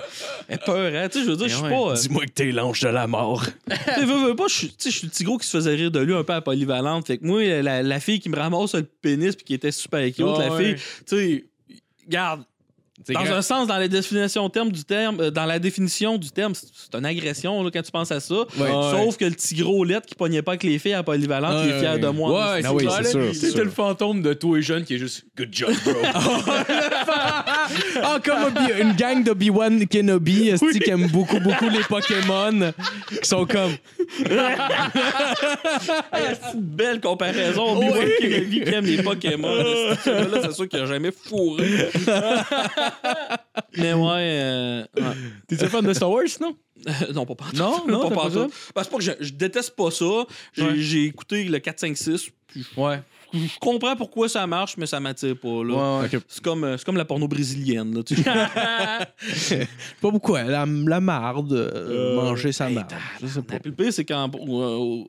peur, hein? Tu sais, je veux dire, je Eh suis pas... euh, Dis-moi que t'es l'ange de la mort. Tu sais, veux, veux pas, je suis tu sais, je suis le petit gros qui se faisait rire de lui un peu à polyvalente. Fait que moi, euh, la, la fille qui me ramasse le pénis puis qui était super cute, Ah la ouais. fille, tu sais, regarde, dans un sens, dans la définition terme du terme, euh, dans la définition du terme, c'est- c'est une agression là, quand tu penses à ça. Sauf que le petit gros lettre qui pognait pas avec les filles à polyvalente, il est fier de moi. Ouais, Ah c'est oui, clair, c'est là. sûr, c'est C'était sûr. le fantôme de toi et jeune qui est juste Good job, bro. Ah, comme Obi- une gang d'Obi-Wan Kenobi, esti, Oui. qui aime beaucoup, beaucoup les Pokémon, qui sont comme. Ah, c'est une belle comparaison. Obi-Wan Kenobi qui aime les Pokémon. là, c'est sûr qu'il a jamais fourré. Mais ouais, euh, ouais. T'es fan de Star Wars, non? Euh, non, pas partout. Non, pas non, t'as pas partout. Parce que je, je déteste pas ça. J'ai Ouais. j'ai écouté le 4, 5, 6. Ouais. Je comprends pourquoi ça marche, mais ça m'attire pas. là. Ouais, ouais. C'est comme, euh, c'est comme la porno brésilienne. Là, tu sais. Pas beaucoup, hein, la, la marde, euh, Euh, manger sa hey, marde. Je sais pas. Puis le pire, c'est qu'en au- euh, au-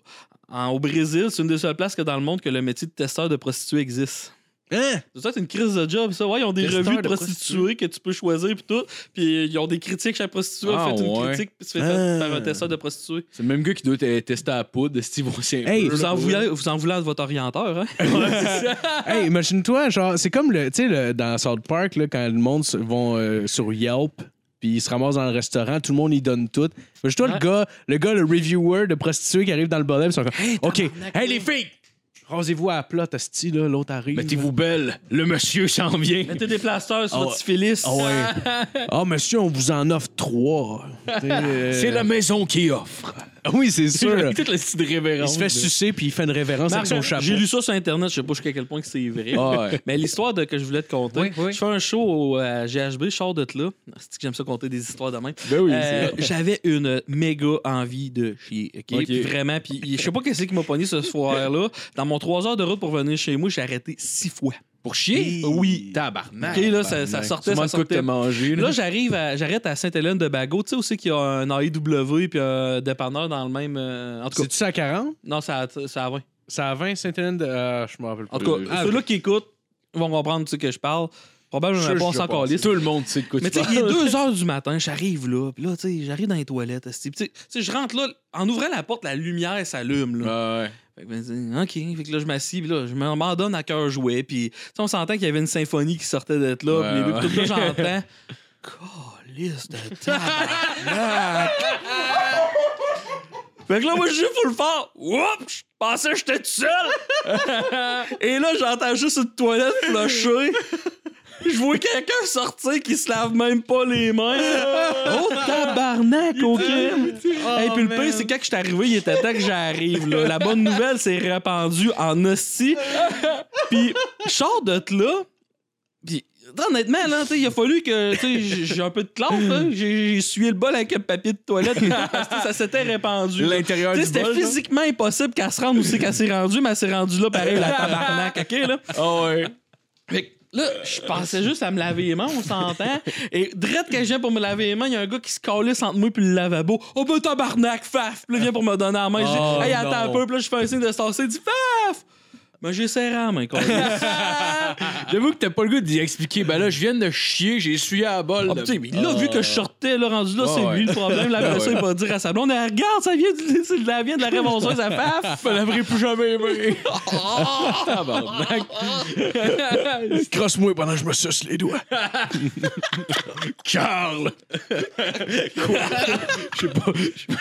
en- au Brésil, c'est une des seules places que dans le monde que le métier de testeur de prostituée existe. Hein? C'est ça, c'est une crise de job, ça. Ouais, ils ont des Testeur revues de, de prostituées que tu peux choisir, puis tout. Puis euh, ils ont des critiques. Chaque prostituée a Ah, fait une ouais. critique, puis se fait Ah. par un testeur de prostituée. C'est le même gars qui doit te- tester à la poudre, Steve Rossien. Hey, Vous en voulez, vous en voulez à votre orienteur, hein? Hey, imagine-toi, genre, c'est comme le, tu sais, le- dans South Park, là, quand le monde se- vont euh, sur Yelp, puis ils se ramassent dans le restaurant, tout le monde y donne tout. Imagine-toi Ouais. le gars, le gars, le reviewer de prostituée qui arrive dans le bordel, ils sont comme, ok, hey les filles, rasez-vous à plat, asti, là, l'autre arrive. Mettez-vous belle, le monsieur s'en vient. Mettez des plasteurs sur Ah votre ouais. syphilis. Ah ouais. Ah, monsieur, on vous en offre trois. T'sais, euh, C'est la maison qui offre. Ah Oui, c'est sûr. Avec toute la petite Il révérence. se fait sucer puis il fait une révérence Marc, avec son chapeau. J'ai lu ça sur Internet, je sais pas jusqu'à quel point que c'est vrai. Ah ouais. Mais l'histoire de que je voulais te conter, Oui, oui. je fais un show au euh, à GHB, je sors de là. C'est que j'aime ça conter des histoires de même. Ben oui, Euh, J'avais une méga envie de chier, OK? OK. Vraiment, puis je sais pas qu'est-ce qui m'a pogné ce soir-là. Dans mon 3 heures de route pour venir chez moi, j'ai arrêté 6 fois. Pour chier? Oui, tabarnak. OK, là, ça, ça sortait, ça sortait. mangé. Là, j'arrive, à- j'arrête à Sainte-Hélène-de-Bago. Tu sais aussi qu'il y a un AEW puis un dépanneur dans le même... euh, en tout cas, C'est-tu à 40? non, ça, ça à 20. C'est à 20, Sainte-Hélène de. Ah, je me rappelle pas. En tout les cas, deux. Ah, ceux-là qui écoutent vont comprendre de ce que je parle. Je- Probablement pas, on je s'en pense. calisse. Tout le monde sait de quoi Mais tu tu sais, il est parles. 2 h du matin, j'arrive là, puis là, tu sais, j'arrive dans les toilettes. esti. Puis Tu sais, tu sais, je rentre là, en ouvrant la porte, la lumière s'allume. Là. Ah ouais. Fait que, ben, c'est- OK, fait que là, je m'assis, puis là, je m'abandonne à cœur jouet. Puis, tu sais, on s'entend qu'il y avait une symphonie qui sortait d'être là, puis Ouais, les deux, puis tout là, j'entends. Calisse de tabarnak! Fait que là, moi, je suis full fort. Oups! Je pensais que j'étais tout seul! Et là, j'entends juste une toilette flusher. Je vois quelqu'un sortir qui se lave même pas les mains. Oh, tabarnak, OK! Oh, Et puis le pire, c'est quand je suis arrivé, il était temps que j'arrive. Là. La bonne nouvelle s'est répandue en hostie. Puis je sors de là. Puis honnêtement, là, tu sais, il a fallu que tu sais, j'ai j'ai un peu de classe. hein. J'ai j'ai essuyé le bol avec un papier de toilette parce que ça s'était répandu. là. L'intérieur Tu sais, du C'était bol. là. physiquement impossible qu'elle se rende où c'est qu'elle s'est rendue, mais elle s'est rendue là pareil, la tabarnak, OK, là? Ah ouais. Fait que là, je pensais juste à me laver les mains, on s'entend. Et drette que j'ai pour me laver les mains, il y a un gars qui se calisse entre moi et le lavabo. Oh ben tabarnak, faf! Puis là, il vient pour me donner la main. Oh, j'ai hey, attends un non. peu. Puis là, je fais un signe de se tasser. Il dit faf! Mais j'ai serré la main, quoi. J'avoue que t'as pas le goût d'y expliquer. Ben là, je viens de chier, j'ai essuyé à la balle. Ah, putain, mais là, vu que je sortais, là, rendu là, Ah, c'est ouais. lui le problème. Là, après ça, il va dire à sa blonde, Eh, regarde, ça vient, du, c'est de la, vient de la révengeuse à faf! Je me laverai plus jamais les mains. Tabarnak. Crosse-moi pendant que je me suce les doigts. Carl! Quoi? Je sais pas.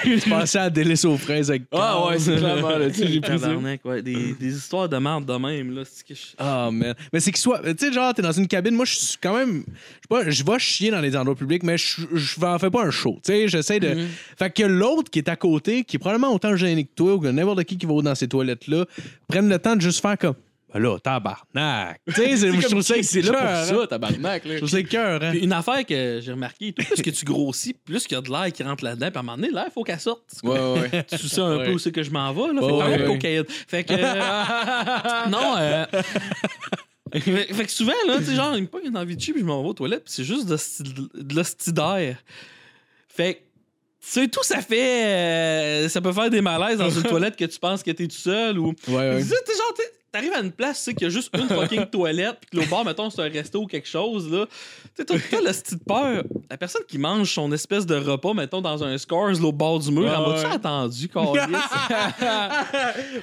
Je pensais à délaisser aux fraises avec. Ah ouais, c'est clairement là. Tu sais, j'ai pris ça. Tabarnak, ouais, des, des histoires de merde de même, là. c'est que je- Ah, man. Mais c'est qu'il soit. Tu sais, genre, t'es dans une cabine. Moi, je suis quand même. Je sais pas, je vais chier dans les endroits publics, mais je je vais en fais pas un show. Tu sais, j'essaie de. Fait que l'autre qui est à côté, qui est probablement autant gêné que toi ou que n'importe qui qui va dans ces toilettes-là, prenne le temps de juste faire comme. Ben là, tabarnak. Tu sais, c'est- je trouve ça C'est là pour écoeurant. ça, tabarnak. là. Je trouve ça écoeurant. Puis une affaire que j'ai remarqué, tout plus que tu grossis, plus qu'il y a de l'air qui rentre là-dedans. Puis à un moment donné, l'air, faut qu'elle sorte. Tu Ouais, ouais, ouais. tu sais un peu où c'est que je m'en vais, là. Fait que Ouais, par ouais, contre, ouais. cocaïne. Fait que. euh, non, euh, fait fait que souvent, là, tu sais, genre, il me pogne une envie de chier, puis je m'en vais aux toilettes, puis c'est juste de l'hostie- de l'hostie d'air. Fait que. C'est tout, ça fait. euh, ça peut faire des malaises dans une toilette que tu penses que t'es tout seul ou. Euh, Ouais, ouais. Tu sais, t'es genre, t'es- T'arrives à une place, tu sais, qu'il y a juste une fucking toilette, puis que l'autre bord, mettons, c'est un resto ou quelque chose, là. Tu sais, t'as tout le temps la petite peur. La personne qui mange son espèce de repas, mettons, dans un Scores, l'autre bord du mur, Ouais, en mode-tu ouais. attendu, câlisse?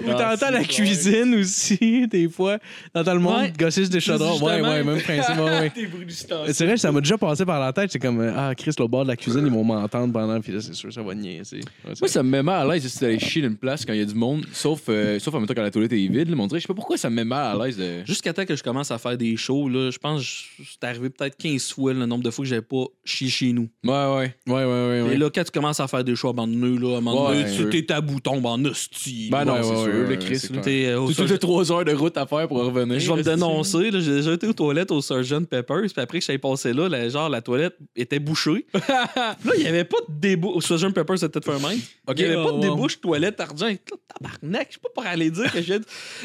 Ou t'entends la cuisine aussi, des fois. T'entends le monde Ouais. gosser sur des chaudrons. Ouais, Justement. ouais, même principe. ouais, ouais. Des bruits du temps. C'est vrai, ça m'a déjà passé par la tête. C'est comme, euh, ah, Chris, le bord de la cuisine, ils vont m'entendre pendant. Puis là, c'est sûr, ça va niaiser. Ouais, Moi, ça me met mal à l'aise si d'aller chier d'une place quand il y a du monde, sauf, euh, sauf en même temps quand la toilette est vide. Là, mais on dirait, je sais pas pourquoi ça me met mal à l'aise de. Jusqu'à temps que je commence à faire des shows, là, je pense que c'est arrivé peut-être 15 fois le nombre de fois que j'avais pas chié chez nous. Ouais, ouais. Ouais, ouais, ouais. Et là, quand tu commences à faire des shows à bande là, à un moment Ouais, donné, ouais. tu t'es à bout, tombe en hostie. Ben non, Ouais, c'est ouais, sûr, ouais, le ouais, Chris. c'est là. T'es, clair. euh, au Tout- Tout sol- les trois heures de route à faire pour revenir. Je vais me là, dénoncer. là. J'ai déjà été aux toilettes au Surgeon Peppers. Puis après que j'avais passé là, la, genre, la toilette était bouchée. Puis là, il n'y avait pas de débouche. Au Surgeon Peppers, c'était peut-être fait un même. Ok, il n'y avait ouais, pas de ouais. débouche toilette argent. Tabarnak, je sais pas pour aller dire que j'ai.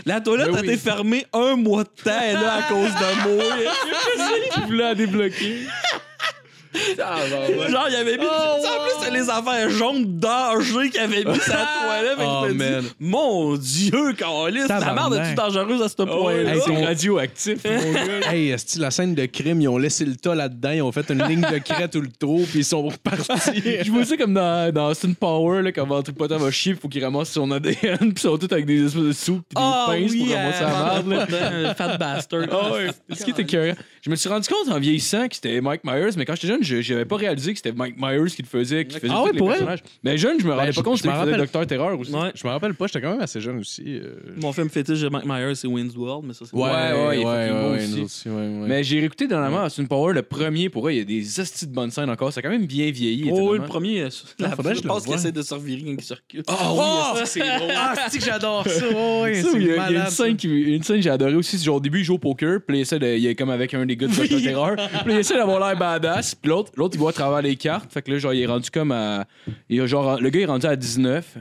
La toilette Ben a oui. été fermée un mois de temps là, à cause de moi. tu voulais la débloquer. Ah, bah, ouais. Genre, il y avait mis. tu sais, en plus, c'est les affaires jaunes d'Angers qui avaient mis sa toilette. Fait que Oh, je me man. dis, mon Dieu, Calis, la Tabarnak. merde est-tu dangereuse à ce Oh, ouais, point-là? Hey, c'est ton- radioactif. mon gars. Hey, esti, la scène de crime, ils ont laissé le tas là-dedans, ils ont fait une ligne de crête ou le trou, puis ils sont repartis. Je vois ça comme dans, dans Austin Power, là, quand Ventripotent va chier, faut qu'il ramasse son ADN, puis ils sont tous avec des espèces de soupes pis des Ah pinces oui, ah, pour ramasser la ah, marde. là. euh, Fat bastard. Ah ouais, ce qui était curieux. Je me suis rendu compte en vieillissant que c'était Mike Myers, mais quand j'étais jeune, je j'avais pas réalisé que c'était Mike Myers qui le faisait, qui faisait Ah tous ouais, les pour vrai? Ben, personnages. Mais jeune, Ben, je me rendais Ah, je- pas compte je c'était m'en le rappelle. Docteur Terreur aussi. Ouais. Je me rappelle pas, j'étais quand même assez jeune aussi. euh. Mon film fétiche de Mike Myers, c'est Wayne's World, mais ça, c'est. Ouais, ouais, il est fucking beau aussi. nous aussi, ouais, ouais. Mais j'ai réécouté dernièrement Austin Power, le premier, pour eux, il y a des hosties de bonnes scènes encore. Ça a quand même bien Oh, vieilli. oui, étonnamment. le premier. euh, sur- Ah, La faudrait que je je le pense qu'il voie. essaie de survivre rien qui circule. Ah oui, c'est drôle. Ah, c'est que j'adore ça. ouais, ouais, Ça, c'est il y a- il y a, malade, une scène, qui, une scène que j'ai adorée aussi. c'est Genre, au début, il joue au poker, puis il essaie de- il est comme avec un des gars de Doctor Terror. Puis il essaie d'avoir l'air badass, puis l'autre, l'autre, il voit à travers les cartes. Fait que là, genre, il est rendu comme à. il est genre, le gars est rendu à 19.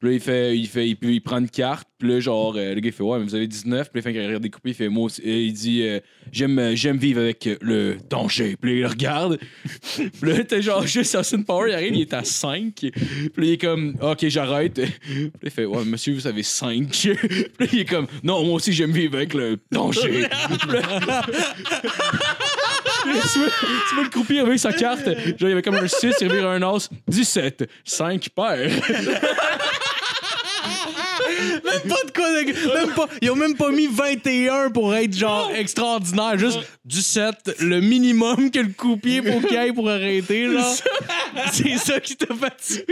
Puis là, il fait, il fait, il, il prend une carte. Puis là, genre, euh, le gars, il fait, ouais, mais vous avez 19. Puis là, il fait un découpé, il fait, moi aussi. Et il dit, euh, j'aime, euh, j'aime vivre avec euh, le danger. Puis là, il le regarde. Puis là, t'es genre, juste Austin Power, il arrive, il est à 5. Puis là, il est comme, ok, j'arrête. Puis là, il fait, ouais, monsieur, vous avez 5. Puis là, il est comme, non, moi aussi, j'aime vivre avec le danger. Puis là, tu vois, tu vois le croupier avec sa carte. Genre, il y avait comme un 6, il revire un os. 17. 5 paires. Même pas de quoi. de- Même pas, ils ont même pas mis 21 pour être genre extraordinaire. Juste du 7, le minimum que le coupier pour qu'il aille pour arrêter. Genre. C'est ça qui t'a battu.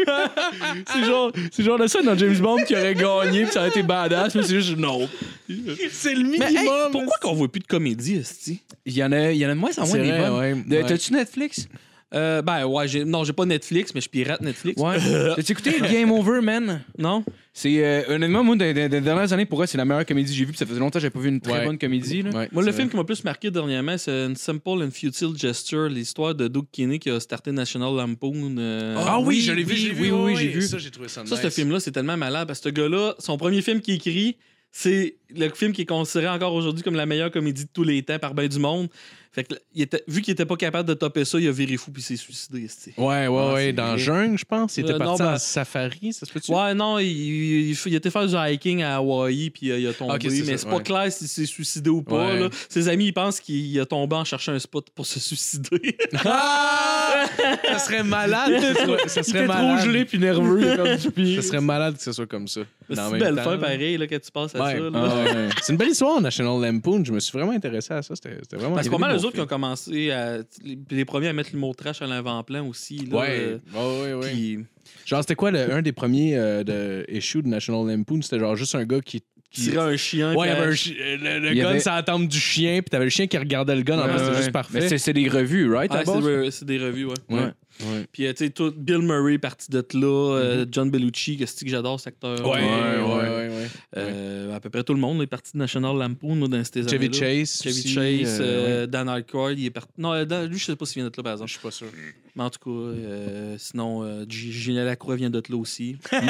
C'est genre, c'est genre de ça dans James Bond qui aurait gagné, puis ça aurait été badass, mais c'est juste non. C'est le Mais minimum. hey, pourquoi qu'on voit plus de comédie, esti? Il y en a, il y en a de moins en C'est moins des vrai, bonnes. ouais, De- ouais. T'as-tu Netflix? Euh, ben ouais, j'ai... non, j'ai pas Netflix, mais je pirate Netflix. Ouais. T'as-tu écouté Game Over, man? Non? C'est, euh, honnêtement, moi, des, des- des dernières années, pour vrai, c'est la meilleure comédie que j'ai vue, puis ça faisait longtemps que j'avais pas vu une très Ouais. bonne comédie, là. Moi, le film qui m'a le plus marqué dernièrement, c'est Une Simple and Futile Gesture, l'histoire de Doug Kinney qui a starté National Lampoon. euh, Ah Ah oui, oui, oui, j'ai vu. Ça, j'ai trouvé ça Ça, ce film-là, c'est tellement malade parce que ce gars-là, son premier film qu'il écrit, c'est le film qui est considéré encore aujourd'hui comme la meilleure comédie de tous les temps par ben du monde. Fait que, il était- vu qu'il était pas capable de topper ça, il a viré fou puis s'est suicidé. esti. Ouais, ouais, Ah, ouais. c'est Dans vrai. Jungle, je pense. Il était Euh, non, parti ben- en safari, ça se peut-tu? Ouais, non, il, il, il était faire du hiking à Hawaï puis euh, il a tombé. Ok, c'est mais ça, c'est pas ouais. clair s'il s'est suicidé ou pas. Ouais. là. Ses amis, ils pensent qu'il a tombé en cherchant un spot pour se suicider. Ah! ça serait malade. que ce soit- Ça serait malade. puis nerveux, il a perdu du Ça pire. serait malade que ce soit comme ça. Mais en C'est une même belle fin, temps, là. pareil, là, quand tu passes à Ouais. ça. là. Ah ouais. C'est une belle histoire, National Lampoon. Je me suis vraiment intéressé à ça. C'était c'était vraiment Parce que cool. pas mal Des les beaux autres qui ont commencé à. Les, les premiers à mettre l'humour trash à l'avant-plan aussi. films. Là, euh, Ouais, ouais, ouais, ouais. puis- Genre, c'était quoi le, un des premiers euh, de, issues de National Lampoon? C'était genre juste un gars qui. qui- tirer un chien. Ouais, il y puis avait à- un chi- euh, le, le Il y gun, avait- ça attend du chien, puis t'avais le chien qui regardait le gun. en Ouais, fait, c'était ouais. juste parfait. Mais c'est- c'est des revues, right? Ah, à c'est base? re- c'est des revues, ouais. Ouais. Puis, euh, tu sais, tout- Bill Murray parti de là, euh, John Bellucci, que c'est que j'adore, cet acteur. Mm-hmm. Ouais, ouais, ouais. ouais. Euh, À peu près tout le monde est parti de National Lampoon là, dans ces années-là. Chevy Chase. Chevy aussi, Chase, euh, ouais. euh, Dan Aykroyd, il est parti. Non, euh, Dan- lui, je sais pas s'il vient de là, par exemple. Je suis pas sûr. Mais en tout cas, euh, sinon, euh, G- Gina Lacroix vient de là aussi. Oui,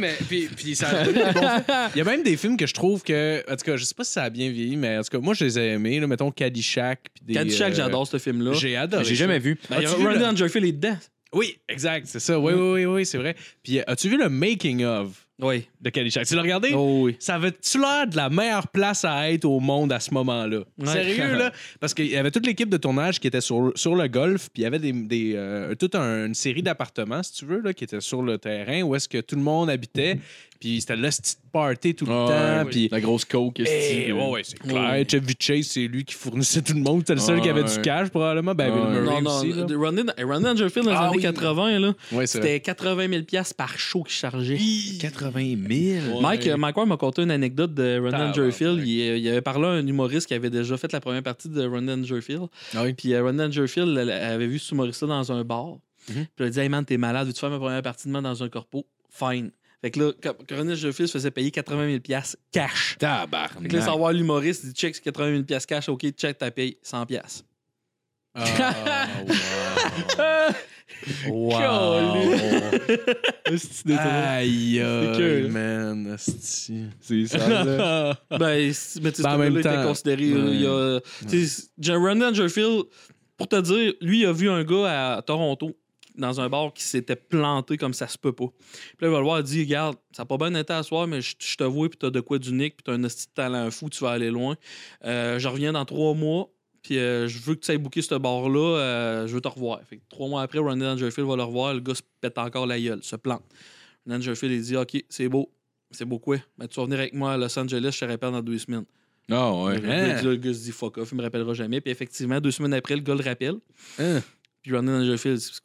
mais puis, puis ça a donné des bons films. Il y a même des films que je trouve que. En tout cas, je sais pas si ça a bien vieilli, mais en tout cas, moi, je les ai aimés. Là, mettons Caddyshack. puis des, Caddyshack, euh, j'adore ce film-là. J'ai adoré. J'ai jamais vu. Ben, il y a As-tu vu Randy le- Dangerfield est dedans. Oui, exact, c'est ça. Oui, oui, oui, oui, c'est vrai. Puis, euh, as-tu vu le making of Oui. de Caddyshack? Tu l'as regardé? Oh oui. Ça avait-tu l'air de la meilleure place à être au monde à ce moment-là? Ouais. Sérieux, là? Parce qu'il y avait toute l'équipe de tournage qui était sur, sur le golf, puis il y avait des, des, euh, toute un- une série d'appartements, si tu veux, là, qui étaient sur le terrain où est-ce que tout le monde habitait, puis c'était le petit party tout le temps, puis... Ah, La grosse coke, Eh, ouais, ouais, c'est clair. Chevy Chase, c'est lui qui fournissait tout le monde. C'était le seul Ah, qui avait ouais. du cash, probablement. Ben, Bill Ah, ouais. Murray Non, euh, non, aussi, là. de- Randy, Randy Dangerfield dans les Ah années oui. 80, là, Ouais, c'est vrai. c'était 80 000 piastres par show qu'il chargeait. 80 000. Ouais. Mike, euh, Mike Ward m'a conté une anecdote de Ron Tabarnak. Dangerfield. Il, euh, il avait parlé à un humoriste qui avait déjà fait la première partie de Ron Dangerfield. Ah oui. Puis euh, Ron Dangerfield elle, elle avait vu ce humoriste dans un bar. Mhm. Puis elle a dit Hey man, t'es malade, veux-tu faire ma première partie de moi dans un corpo Fine. Fait que là, quand quand Ron Dangerfield se faisait payer 80 000 piastres cash. Fait que là, Tabarnak. savoir l'humoriste, il dit check, c'est 80 000 piastres cash, ok, check, t'as payé 100 piastres. Ah, wow. Ah. Aïe, que- aïe, man, asti. C'est ça, là. Ah! Ben, c- mais tu sais, Ben, ce en même gars-là était temps, considéré. ouais. euh, il y a- tu sais, J- Ron Dangerfield, pour te dire, lui, il a vu un gars à Toronto, dans un bar, qui s'était planté comme ça se peut pas. Puis là, il va le voir, il dit Regarde, ça n'a pas bien été à soir, mais je je te vois, puis t'as de quoi d'unique, puis t'as un esti de talent fou, tu vas aller loin. Euh, je reviens dans trois mois. Puis euh, je veux que tu ailles booker ce bar-là, euh, je veux te revoir. Fait que trois mois après, Ron Dangerfield va le revoir, le gars se pète encore la gueule, se plante. Ron Dangerfield, il dit Ok, c'est beau, c'est beau quoi? Mais tu vas venir avec moi à Los Angeles, je te répare dans deux semaines. Ah, ouais. Le, gars- le gars se dit fuck off, il me rappellera jamais. Puis effectivement, deux semaines après, le gars le rappelle. Hein? Puis Rodney Dangerfield, c'est-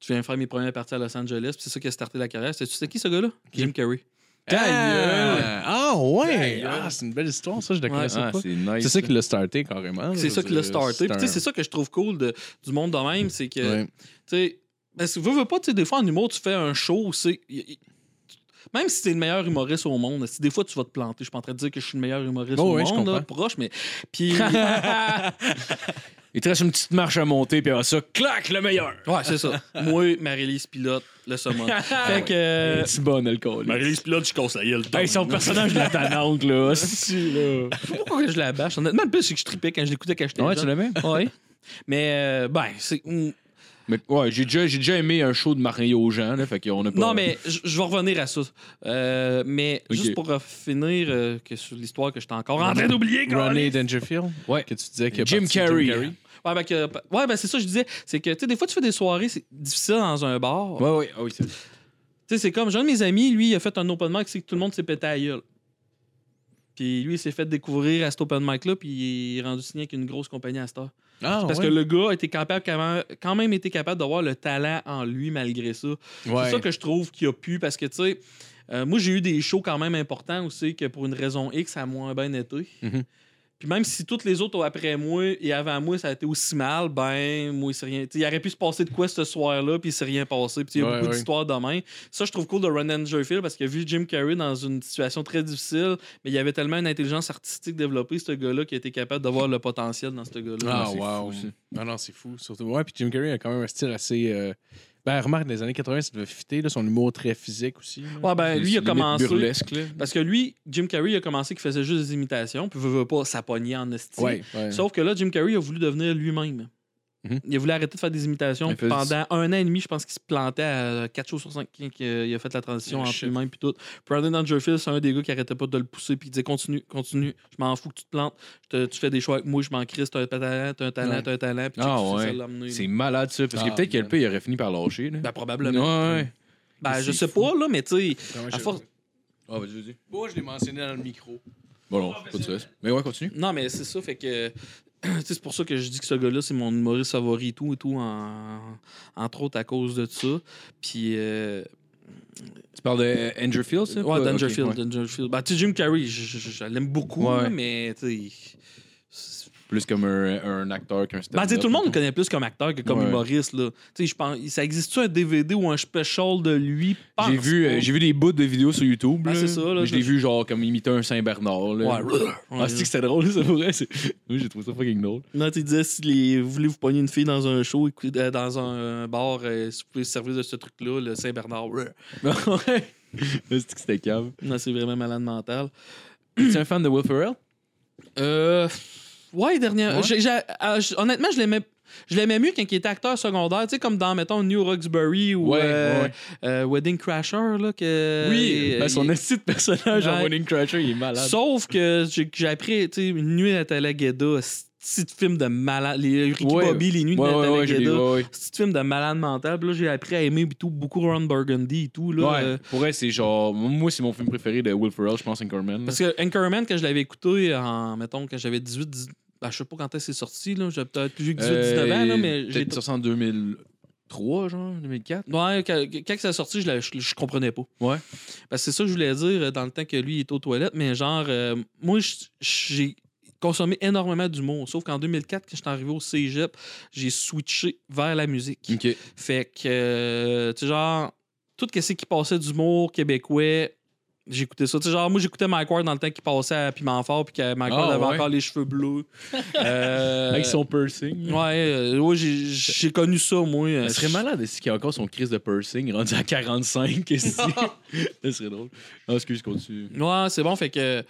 tu viens faire mes premières parties à Los Angeles, puis c'est ça qui a starté la carrière. C'est tu sais qui ce gars-là? Jim Carrey. Ta Ah! gueule! Ah ouais! gueule! Ah, c'est une belle histoire, ça, je la Ouais, connaissais Ah, pas. c'est nice. C'est ça qui l'a starté carrément. C'est ça qui l'a starté. Puis tu sais, c'est ça. ça que je trouve cool de- du monde de même, c'est que Ouais. tu sais, parce que veux, veux pas, tu sais, des fois en humour, tu fais un show, c'est. y- y- Même si t'es le meilleur humoriste au monde, si des fois tu vas te planter, je suis pas en train de dire que je suis le meilleur humoriste Oh au oui, je monde, là, comprends. proche, mais. Puis. Il te reste une petite marche à monter, puis après ça, clac, le meilleur. ouais, c'est ça. Moi, Marie-Lise Pilote, le summon. fait que. euh, Petit bon alcool. Marie-Lise Pilote, je casse la gueule. Hey, son personnage de la tanante, là. hostie, là. pourquoi que je la bâche? Honnêtement, le plus, c'est que je tripais quand je l'écoutais quand j'étais Ouais, jeune. tu l'aimais? Ouais. Mais, euh, ben, c'est. mm, Mais ouais, j'ai déjà, j'ai déjà aimé un show de Mario Jean, là, fait qu'on a pas. Non, mais je je vais revenir à ça. Euh, mais Ok. juste pour euh, finir euh, que sur l'histoire que j'étais encore en train d'oublier, Ronnie Dangerfield? Ouais. Que tu disais que. Jim parti de Carrey. Ouais, ben, que- ouais, ben, c'est ça, que je disais. C'est que, tu sais, des fois, tu fais des soirées, c'est difficile dans un bar. Ouais, ouais, ah oui, c'est Tu sais, c'est comme, j'ai un de mes amis, lui, il a fait un open mic, c'est que tout le monde s'est pété à la gueule. Puis lui, il s'est fait découvrir à cet open mic-là, puis il est rendu signé avec une grosse compagnie à cette heure. Ah, Parce que le gars était capable, quand même- quand même, était capable d'avoir le talent en lui malgré ça. que C'est ça que je trouve qu'il a pu, parce que, tu sais, euh, moi, j'ai eu des shows quand même importants aussi, que pour une raison X, ça a moins bien été. Mhm. Puis même si toutes les autres après moi et avant moi, ça a été aussi mal, ben, moi, c'est rien. tu sais, Il aurait pu se passer de quoi ce soir-là, puis c'est rien passé. Puis tu sais, il y a Ouais, beaucoup ouais. d'histoires demain. Ça, je trouve cool de Ron Dangerfield parce qu'il a vu Jim Carrey dans une situation très difficile, mais il y avait tellement une intelligence artistique développée, ce gars-là, qui était capable de voir le potentiel dans ce gars-là. Ah, c'est wow. fou, ça. non, non, c'est fou. Surtout, ouais, puis Jim Carrey a quand même un style assez. euh, Ben, remarque, dans les années 80, ça devait fitter, là, son humour très physique aussi. là. Ouais, ben, lui, il a limite commencé. burlesque, là. Parce que lui, Jim Carrey, il a commencé qu'il faisait juste des imitations, puis veut, veut pas, ça pognait en esti. Ouais, ouais. Sauf que là, Jim Carrey a voulu devenir lui-même. Mhm. Il a voulu arrêter de faire des imitations. Il puis fait- Pendant un an et demi, je pense qu'il se plantait à 4 choses sur 5 qu'il a fait la transition Oh, entre shit. lui-même puis tout. Brandon Dangerfield, c'est un des gars qui arrêtait pas de le pousser puis il disait continue, continue, je m'en fous que tu te plantes, Je te- tu fais des choix avec moi, je m'en crisse, t'as un talent, t'as un talent, Ouais. t'as un talent, puis Ah, check, c'est ouais. ça l'a amené. C'est malade, ça, parce que Ah, peut-être que le man. pays aurait fini par lâcher, là. Ben, probablement. Ouais, ouais. Ben, je c'est sais fou. pas, là, mais tu sais, Comment à je- force. Ah, vas-y, vas-y. Moi, je l'ai mentionné dans le micro. Bon, non, pas de stress. Mais ouais, continue. Non, mais c'est ça, fait que. tu sais, c'est pour ça que je dis que ce gars-là, c'est mon humoriste favori et tout, et tout, en- entre autres à cause de ça. Puis. euh, Tu parles de Angerfield, ça? Ouais, Pas- Dangerfield. ok, ouais. Dangerfield. Bah, tu sais, Jim Carrey, je, je- je- je l'aime beaucoup, Ouais. là, mais tu sais. Plus comme un, un acteur qu'un Ben, tu sais, tout le monde le connaît plus comme acteur que comme Ouais. humoriste. Là. Tu sais, je pense, ça existe-tu un DVD ou un special de lui? Pense J'ai vu, pas. euh, j'ai vu des bouts de vidéos sur YouTube. Ah, Ben, là. c'est ça, là, Je l'ai je- vu, genre, comme imiter un Saint-Bernard. là. Ouais, Ah, c'est que c'était drôle, ça, pour vrai. c'est- Oui, j'ai trouvé ça fucking drôle. Non, tu disais, si les- vous voulez vous pogner une fille dans un show, écoute, euh, dans un bar, euh, si vous pouvez vous servir de ce truc-là, le Saint-Bernard. ouais. C'est que c'était cave. Non, c'est vraiment malade mental. Tu un fan de Will Ferrell? Euh. Ouais, dernière. Ouais. j'ai- j'ai- euh, j'- honnêtement, je l'aimais. Je l'aimais mieux quand il était acteur secondaire, tu sais, comme dans, mettons, New Roxbury ou Ouais, euh, ouais. euh, Wedding Crasher, là, que... ben, euh, son il- esti de personnage en Ouais. Winning Crusher, il est malade. Sauf que j'ai j'ai appris, tu sais, Une nuit à Talagada, petit film de malade, les Ricky Ouais. Bobby, Les Nuits ouais, de ouais, ouais, j'ai Talagada, ouais, ouais. petit film de malade mental, puis là, j'ai appris à aimer puis tout, beaucoup Ron Burgundy et tout, là. Ouais, euh, pour vrai, c'est genre. Moi, c'est mon film préféré de Will Ferrell, je pense, Anchorman. Parce que Anchorman, quand je l'avais écouté en, mettons, quand j'avais 18, 10 ben, je sais pas quand est-ce que c'est sorti, là, j'avais peut-être plus que 18, 19 ans, là, mais j'ai Euh, Peut-être sorti en 2003, genre, 2004. Ouais, quand, quand ça a sorti, je, la- je, je comprenais pas. Ouais. Parce que c'est ça que je voulais dire euh, dans le temps que lui il est aux toilettes, mais genre, euh, moi, je- j'ai consommé énormément d'humour. Sauf qu'en 2004, quand j'étais arrivé au cégep, j'ai switché vers la musique. Ok. Fait que, euh, tu sais, genre, tout ce qui passait d'humour québécois, j'écoutais ça. Tu sais, genre, moi, j'écoutais Mike Ward dans le temps qu'il passait à Piment Fort, puis que Mike Ah, Ward avait ouais. encore les cheveux bleus. Euh, Avec son piercing. Ouais, euh, ouais, j'ai- j'ai connu ça, moi. euh, Ça serait malade si qu'il y a encore son crise de piercing rendu à 45. qu'est-ce que c'est? Ça serait drôle. Ah, excuse, continue. Ouais, c'est bon. Fait que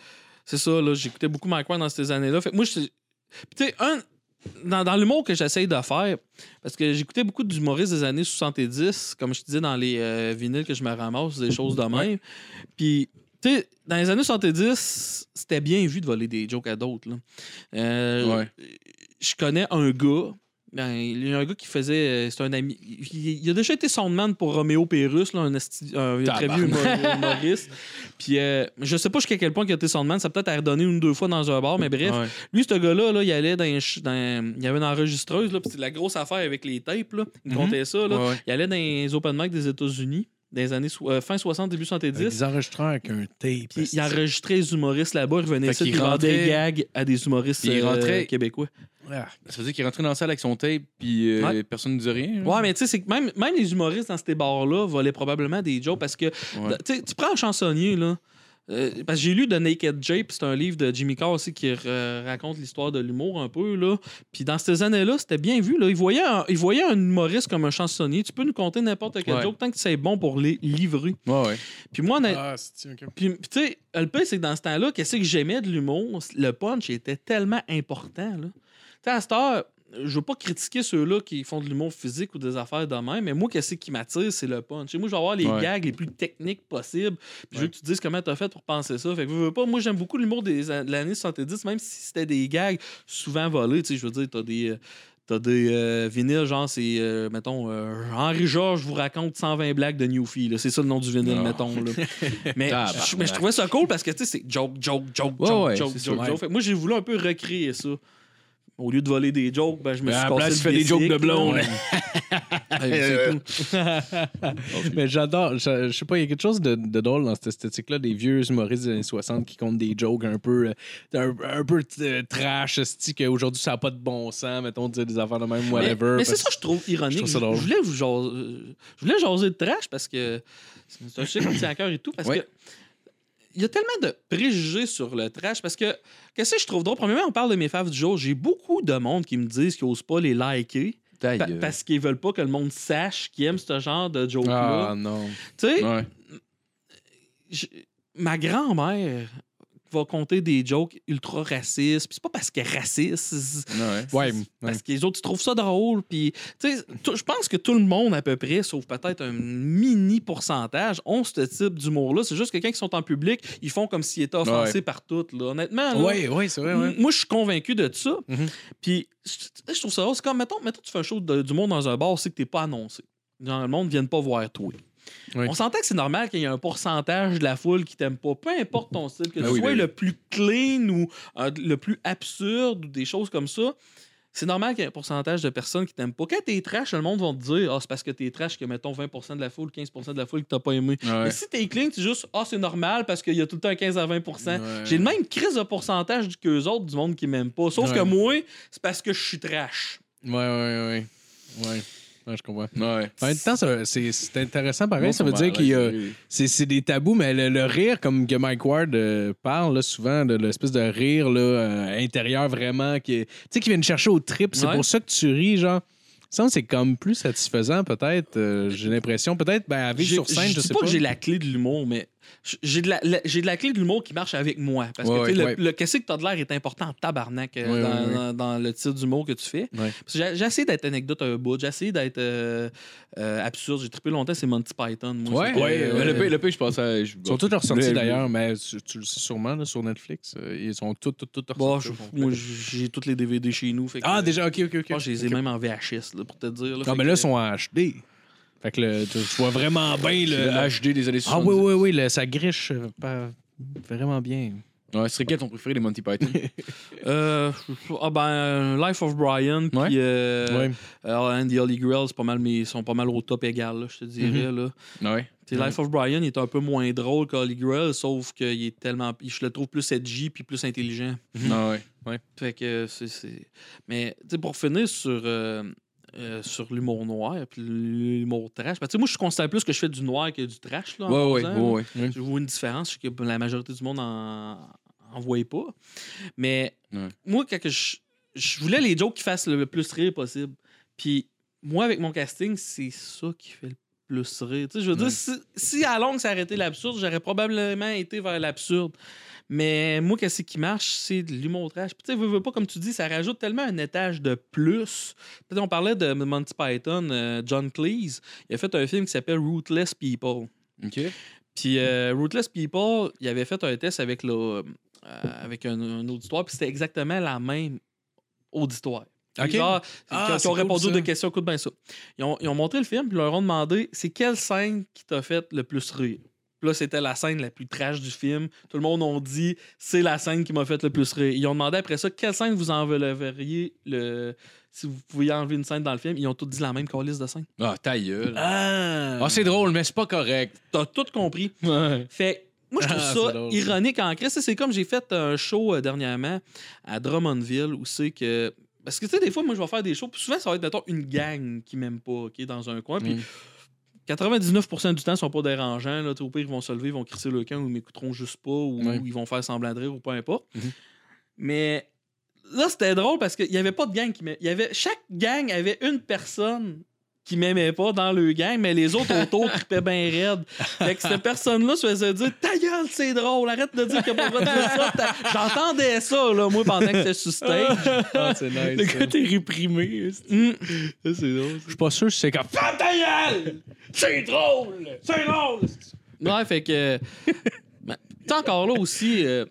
c'est ça, là. J'écoutais beaucoup Mike Ward dans ces années-là. Fait que moi, je. Puis, tu sais, un. Dans, dans l'humour que j'essaye de faire, parce que j'écoutais beaucoup d'humoristes des années 70, comme je te disais dans les euh, vinyles que je me ramasse, des choses de même. Puis, tu sais, dans les années 70, c'était bien vu de voler des jokes à d'autres. là. Euh, Ouais. Je connais un gars Ben, il y a un gars qui faisait. euh, C'est un ami. Il, il a déjà été soundman pour Roméo Pérus, là, un, esti- un très vieux humor- humoriste. Puis euh, je sais pas jusqu'à quel point il a été soundman. Ça a peut-être redonné une ou deux fois dans un bar, mais bref. Ouais. Lui, ce gars-là, là, il allait dans, un ch- dans- Il y avait une enregistreuse, là, puis c'était la grosse affaire avec les tapes. Là. Il Mhm. comptait ça. Là. Ouais, ouais. Il allait dans les open mic des États-Unis, dans les années so- euh, fin 60, début 70. Des enregistreurs avec un tape. Puis il enregistrait les humoristes là-bas, il revenait Fait ici, qu'il puis il rendait rentrait- des gags à des humoristes Il euh, rentrait- québécois. Ah, Ça veut dire qu'il est rentré dans la salle avec son tape, puis euh, Ouais. personne ne dit rien. Ouais, mais tu sais, c'est que même, même les humoristes dans ces bars-là volaient probablement des jokes parce que tu sais, tu prends un chansonnier, là. euh, parce que j'ai lu The Naked Jay, puis c'est un livre de Jimmy Carr aussi qui euh, raconte l'histoire de l'humour un peu. là. Puis dans ces années-là, c'était bien vu. Là. Ils, voyaient un, ils voyaient un humoriste comme un chansonnier. Tu peux nous conter n'importe quel Ouais. joke tant que c'est bon pour les livrer. Ouais, ouais. Puis moi, on a- Ah, c'est ok. puis, puis tu sais, le pire, c'est que dans ce temps-là, qu'est-ce que j'aimais de l'humour? Le punch était tellement important. Là. Tu sais, à cette heure, je veux pas critiquer ceux-là qui font de l'humour physique ou des affaires de même, mais moi, qu'est-ce qui m'attire, c'est le punch. Et moi, je vais avoir les Ouais. gags les plus techniques possibles. Puis je veux que tu te dises comment t'as fait pour penser ça. Fait que, veux, veux pas, moi, j'aime beaucoup l'humour des an- de l'année 70, même si c'était des gags souvent volés. Tu sais, je veux dire, t'as des. euh, T'as des euh, vinyles, genre, c'est, euh, mettons, euh, Henri-Georges vous raconte 120 blagues de Newfie. là. C'est ça le nom du vinyle, Ah. mettons. Là. Mais, Tabarnak. je, mais je trouvais ça cool parce que tu sais, c'est joke, joke, joke, Ouais, joke, ouais, joke, c'est joke, sûr. joke. Fait que moi, j'ai voulu un peu recréer ça. Au lieu de voler des jokes, ben, je Ben, me suis à la cassé place, le il fait des bicycle, jokes de là. blonde. Ouais. Ouais, c'est tout. Mais j'adore, je, je sais pas, il y a quelque chose de, de drôle dans cette esthétique-là, des vieux humoristes des années 60 qui comptent des jokes un peu, euh, un, un peu euh, trash, esti, qu'aujourd'hui ça n'a pas de bon sens, mettons, de dire des affaires de même, Mais, whatever. mais c'est parce- ça que je trouve ironique. je Je, trouve ça drôle. voulais vous jaser, euh, je voulais jaser de trash parce que c'est un sujet qui me tient à cœur et tout. Parce Ouais. que il y a tellement de préjugés sur le trash parce que qu'est-ce que je trouve drôle? Premièrement, on parle de mes faves du jour. J'ai beaucoup de monde qui me disent qu'ils n'osent pas les liker Ta pa- gueule. parce qu'ils veulent pas que le monde sache qu'ils aiment ce genre de joke-là. Ah non. Tu sais, Ouais. je- ma grand-mère va compter des jokes ultra racistes. Puis c'est pas parce qu'elle est raciste, c'est- Ouais. Ouais, ouais. parce que les autres ils trouvent ça drôle. Puis tu sais, tout- je pense que tout le monde à peu près, sauf peut-être un mini pourcentage, ont ce type d'humour-là. C'est juste que quand ils sont en public, ils font comme s'ils étaient offensés par tout. Là. Honnêtement, là, Ouais, ouais, c'est vrai, ouais. M- Moi, je suis convaincu de ça. Mhm. Puis, je je trouve ça drôle. C'est comme, mettons, mettons, tu fais un show de- d'humour dans un bar, c'est que t'es pas annoncé. Genre, le monde ne vient pas voir toi. Oui. On s'entend que c'est normal qu'il y ait un pourcentage de la foule qui t'aime pas. Peu importe ton style, que Ben tu oui, sois ben le plus clean ou euh, le plus absurde ou des choses comme ça. C'est normal qu'il y ait un pourcentage de personnes qui t'aiment pas. Quand t'es trash, le monde va te dire Ah, c'est parce que t'es trash que, mettons, 20% de la foule, 15% de la foule qui t'a pas aimé. Mais Ouais. si t'es clean, tu juste Ah, c'est normal parce qu'il y a tout le temps 15 à 20%. Ouais. hein. J'ai le même crise de pourcentage qu'eux autres du monde qui m'aime pas. Sauf Ouais. que moi, c'est parce que je suis trash. Ouais, ouais, ouais. Ouais, Ouais, je comprends. Ouais. En même temps, ça- c'est c'est intéressant pareil. Bon, Ça veut bon, dire ben, qu'il y a. ouais, c'est- C'est c'est des tabous, mais le, le rire, comme que Mike Ward euh, parle là, souvent, de l'espèce de rire là, euh, intérieur vraiment, qui est- tu sais, qui vient te chercher au trip, c'est Ouais. pour ça que tu ris, genre. Ça, c'est comme plus satisfaisant, peut-être. euh, j'ai l'impression, peut-être, ben, à vivre J'ai- sur scène, je dis sais pas pas. que j'ai la clé de l'humour, mais j- j'ai de la, la- j'ai de la clé de l'humour qui marche avec moi. Parce Ouais, que tu sais, ouais, le, le qu'est-ce que t'as de l'air est important en tabarnak euh, Ouais, dans, ouais, ouais. dans- dans le type d'humour que tu fais. Ouais. Parce que J'ai j'ai essayé d'être anecdote un bout, j'ai essayé d'être euh, euh, absurde. J'ai trippé longtemps, c'est Monty Python. Moi, Ouais, C'était- Ouais, Euh, mais le P, le P, je pense à. je- Ils sont tous Mais- ressortis d'ailleurs, mais tu, tu le sais sûrement là, sur Netflix. euh, ils sont tous, tous, tous ressortis. Bon, je- au complet. moi, j'ai tous les DVD chez nous. fait que- ah, déjà, ok, ok, ok. Je pense que je les ai même en VHS, là, pour te dire. là. Ah, Fait mais que- là, ils sont en HD. Fait que le- tu, tu vois vraiment bien le. Le HD des années Ah, 70. oui, oui, oui, le- ça griche euh, pas- vraiment bien. Ouais, ce serait quel ton préféré des Monty Python Euh, ah ben, euh, Life of Brian, puis Ouais. euh, Ouais. alors, and the Holy Grail, c'est pas mal, mais ils sont pas mal au top égal, là, je te dirais. là. Mhm. Ouais. Tu sais, Life of Brian, il est un peu moins drôle qu'Holy Grail, sauf que il est tellement, je le trouve plus edgy puis plus intelligent. Ah, ouais. Fait que c'est- c'est. Mais tu sais, pour finir sur, euh, euh, sur l'humour noir puis l'humour trash, ben, tu sais, moi je constate plus que je fais du noir que du trash. Là, en Ouais, ouais, faisant, ouais, là. ouais. Je vois une différence, c'est que la majorité du monde en, en voyait pas. Mais Ouais. moi, quand que je, je voulais les jokes qui fassent le plus rire possible. Puis moi, avec mon casting, c'est ça qui fait le plus rire. Tu sais, je veux Ouais. dire, si, si à la longue ça arrêtait l'absurde, j'aurais probablement été vers l'absurde. Mais moi, qu'est-ce qui marche, c'est de l'humour trash. Puis tu sais, veux, veux pas, comme tu dis, ça rajoute tellement un étage de plus. Tu sais, on parlait de Monty Python, euh, John Cleese. Il a fait un film qui s'appelle Rootless People. Ok. Puis euh, Rootless People, il avait fait un test avec, le, euh, avec un, un auditoire, puis c'était exactement la même auditoire. Genre, Ok. Ah, qui ont- qui c'est ont cool, répondu ça. aux deux questions, écoute bien ça. Ils ont, ils ont montré le film, puis ils leur ont demandé c'est quelle scène qui t'a fait le plus rire. Puis là, c'était la scène la plus trash du film. Tout le monde a dit c'est la scène qui m'a fait le plus rire. Ils ont demandé après ça quelle scène vous enleveriez le... si vous pouviez enlever une scène dans le film. Ils ont tous dit la même liste de scènes. Ah, ta gueule. Ah! Ah, c'est drôle, mais c'est pas correct. T'as tout compris. Ouais. Fait que moi, je trouve Ah, ça c'est drôle, ça. ironique en Christ. C'est comme j'ai fait un show euh, dernièrement à Drummondville où c'est que. Parce que tu sais, des fois, moi, je vais faire des shows. puis souvent, ça va être, mettons, une gang qui m'aime pas, OK, dans un coin. Puis Mm. 99% du temps, ils sont pas dérangeants. Là, Tu sais, au pire, ils vont se lever, ils vont crisser le camp ou ils m'écouteront juste pas ou, Ouais. ou ils vont faire semblant de rire ou peu importe. Mm-hmm. Mhm. Mais là, c'était drôle parce qu'il y avait pas de gang qui m'aimait. il y avait Chaque gang avait une personne qui m'aimait pas dans le gang, mais les autres autour trippaient bien raide. Fait que cette personne-là se faisait dire Ta gueule, c'est drôle, arrête de dire que pas le droit de dire ça. Ta- J'entendais ça, là, moi, pendant que j'étais sur stage. Ah, c'est nice. Le gars, ça. t'es réprimé. Mm. Ça, c'est drôle. Je suis pas sûr si c'est comme. Ouais, fait que. Ben, t'es encore là aussi. euh,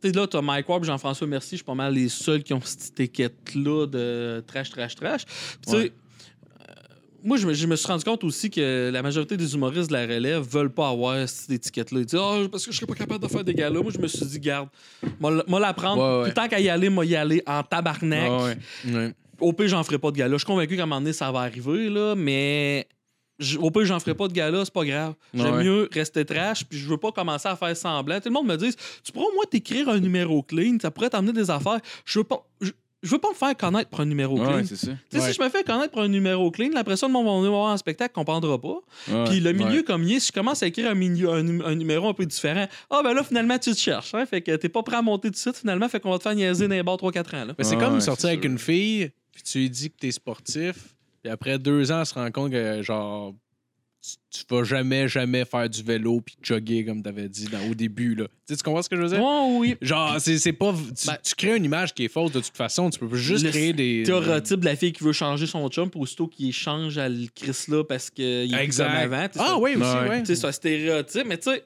T'es là, t'as Mike Ward, Jean-François Merci, je suis pas mal les seuls qui ont cette étiquette-là de trash, trash, trash. Puis, tu sais, Ouais. euh, moi, je me, je me suis rendu compte aussi que la majorité des humoristes de la relève veulent pas avoir cette étiquette-là. Ils disent, ah, parce que je serais pas capable de faire des gars-là. Moi, je me suis dit, garde, moi l'apprendre. Ouais, ouais. Puis, tant qu'à y aller, moi y aller en tabarnak. Ah, ouais. Ouais. Au pire, j'en ferai pas de gala. Je suis convaincu qu'à un moment donné, ça va arriver, là, mais je- au pire, j'en ferai pas de gala, c'est pas grave. J'aime Ouais. mieux rester trash, puis je veux pas commencer à faire semblant. Tout le monde me dit Tu pourras, moi, t'écrire un numéro clean, ça pourrait t'amener des affaires. Je veux pas. Je, je veux pas me faire connaître pour un numéro Ouais, clean. ouais, Tu c'est ça. sais, ouais. Si je me fais connaître pour un numéro clean, la personne, le monde va venir voir un spectacle, comprendra pas. Ouais. Puis le milieu Ouais. comme il est, si je commence à écrire un, milieu, un, num- un numéro un peu différent, ah ben là, finalement, tu te cherches. Hein? Fait que t'es pas prêt à monter tout de suite, finalement, fait qu'on va te faire niaiser dans les bars 3-4 ans. Là. Mais c'est Ah comme ouais, sortir c'est avec sûr. une fille, puis tu lui dis que t'es sportif, puis après deux ans, elle se rend compte que, genre, tu, tu vas jamais, jamais faire du vélo puis jogger, comme t'avais dit dans- au début, là. Tu, sais, tu comprends ce que je veux dire? Ouais, oui. Genre, c'est c'est pas. Tu, Ben- tu crées une image qui est fausse de toute façon, tu peux juste Le créer des. Théotype de la fille qui veut changer son chum, puis aussitôt qu'il change à le Chris là parce qu'il est plus Exact. comme avant. tu sais, c'est Ah un- oui, aussi, Ouais. ouais. tu sais, C'est un stéréotype, mais tu sais.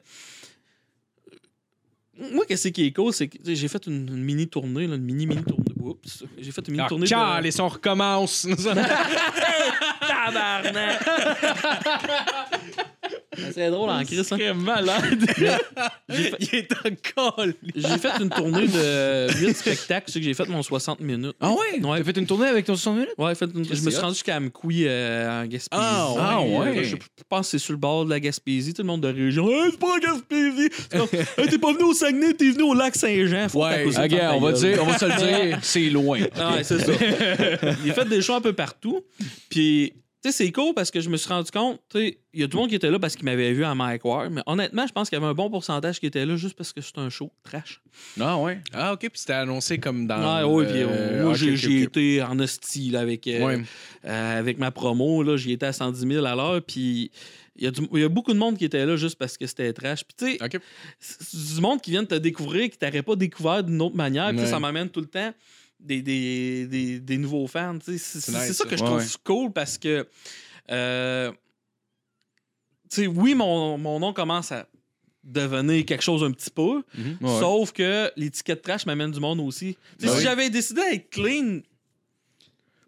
Moi, qu'est-ce qui est cool, c'est que tu sais, j'ai fait une, une mini tournée, là, une mini mini tournée. Oups, j'ai fait une mini Ah, tournée. de- calisse, on recommence! Tabarnak! C'est drôle en Chris. Hein. malade. J'ai fait- Il est en colle. j'ai fait une tournée de 8 spectacles, c'est que j'ai fait mon 60 minutes. Ah ouais? Ouais. T'as fait une tournée avec ton 60 minutes? Ouais, fait une- je me suis rendu jusqu'à Amkoui euh, en Gaspésie. Ah, ouais. Ah, ouais. Euh, Je pense que c'est sur le bord de la Gaspésie. Tout le monde de région. Hey, c'est pas en Gaspésie. C'est comme, Hey, t'es pas venu au Saguenay, t'es venu au lac Saint-Jean. Faut que ta cousine Ok, ferme on ta va, gueule. dire, on va se le dire, c'est loin. Ah, ouais, c'est ça. Il a fait des shows un peu partout. Puis, tu sais, c'est cool parce que je me suis rendu compte, tu sais, il y a tout le monde qui était là parce qu'il m'avait vu à Mike Ward. Mais honnêtement, je pense qu'il y avait un bon pourcentage qui était là juste parce que c'est un show trash. Ah ouais? ah, ok, puis c'était annoncé comme dans. Ah, ouais, puis euh, euh, moi, ok, j'ai ok, j'ai ok. été en hostie là, avec, euh, Ouais. euh, avec ma promo. là, J'y étais à 110 000 à l'heure. Puis il y, a du- il y a beaucoup de monde qui était là juste parce que c'était trash. Puis tu sais, Ok. c'est du monde qui vient de te découvrir, qui t'aurait pas découvert d'une autre manière. Puis Ouais. ça m'amène tout le temps des, des, des, des nouveaux fans. tu sais. C'est c'est- nice, c'est ça ça. que je Ouais, trouve ouais. cool parce que. euh, tu sais, oui, mon, mon nom commence à devenir quelque chose un petit peu. Ouais. Sauf que l'étiquette trash m'amène du monde aussi. Tu sais, Ben si oui. j'avais décidé d'être clean,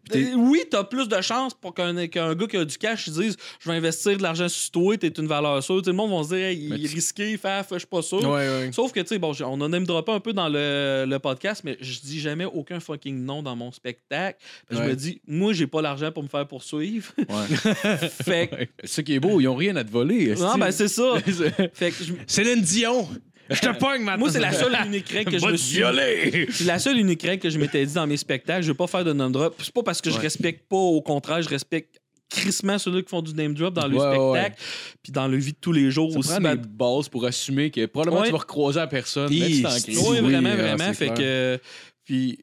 t'es- euh, oui, t'as plus de chances pour qu'un qu'un gars qui a du cash dise Je vais investir de l'argent sur toi, t'es une valeur sûre. Tout le monde va se dire Hey, il Mais est tu- risqué, faf, je suis pas sûr. Ouais, ouais. Sauf que, tu sais, bon, j'ai- on en aime dropper un peu dans le, le podcast, mais je dis jamais aucun fucking nom dans mon spectacle. Puis Je Ouais. me dis, moi, j'ai pas l'argent pour me faire poursuivre. Ouais. fait que, Ce qui est beau, ils ont rien à te voler. non, esti. ben, c'est ça. fait que, je- Céline Dion! Je te pogne maintenant! moi, c'est la seule et unique règle que je Va me te suis violer. C'est la seule unique règle que je m'étais dit dans mes spectacles. Je veux pas faire de name drop. C'est pas parce que je Ouais. respecte pas, au contraire, je respecte crissement ceux-là qui font du name drop dans le Ouais, ouais, spectacle, puis dans le vie de tous les jours Ça aussi. prend ben, des bases pour assumer que probablement Ouais. tu vas recroiser la personne. Hi, mais tu t'en c'est- crises. Oui, Oui, vraiment, ah, vraiment. c'est Fait clair. que. Puis.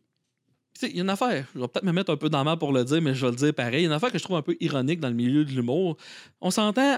Tu sais, il y a une affaire, je vais peut-être me mettre un peu dans la main pour le dire, mais je vais le dire pareil. Il y a une affaire que je trouve un peu ironique dans le milieu de l'humour. On s'entend,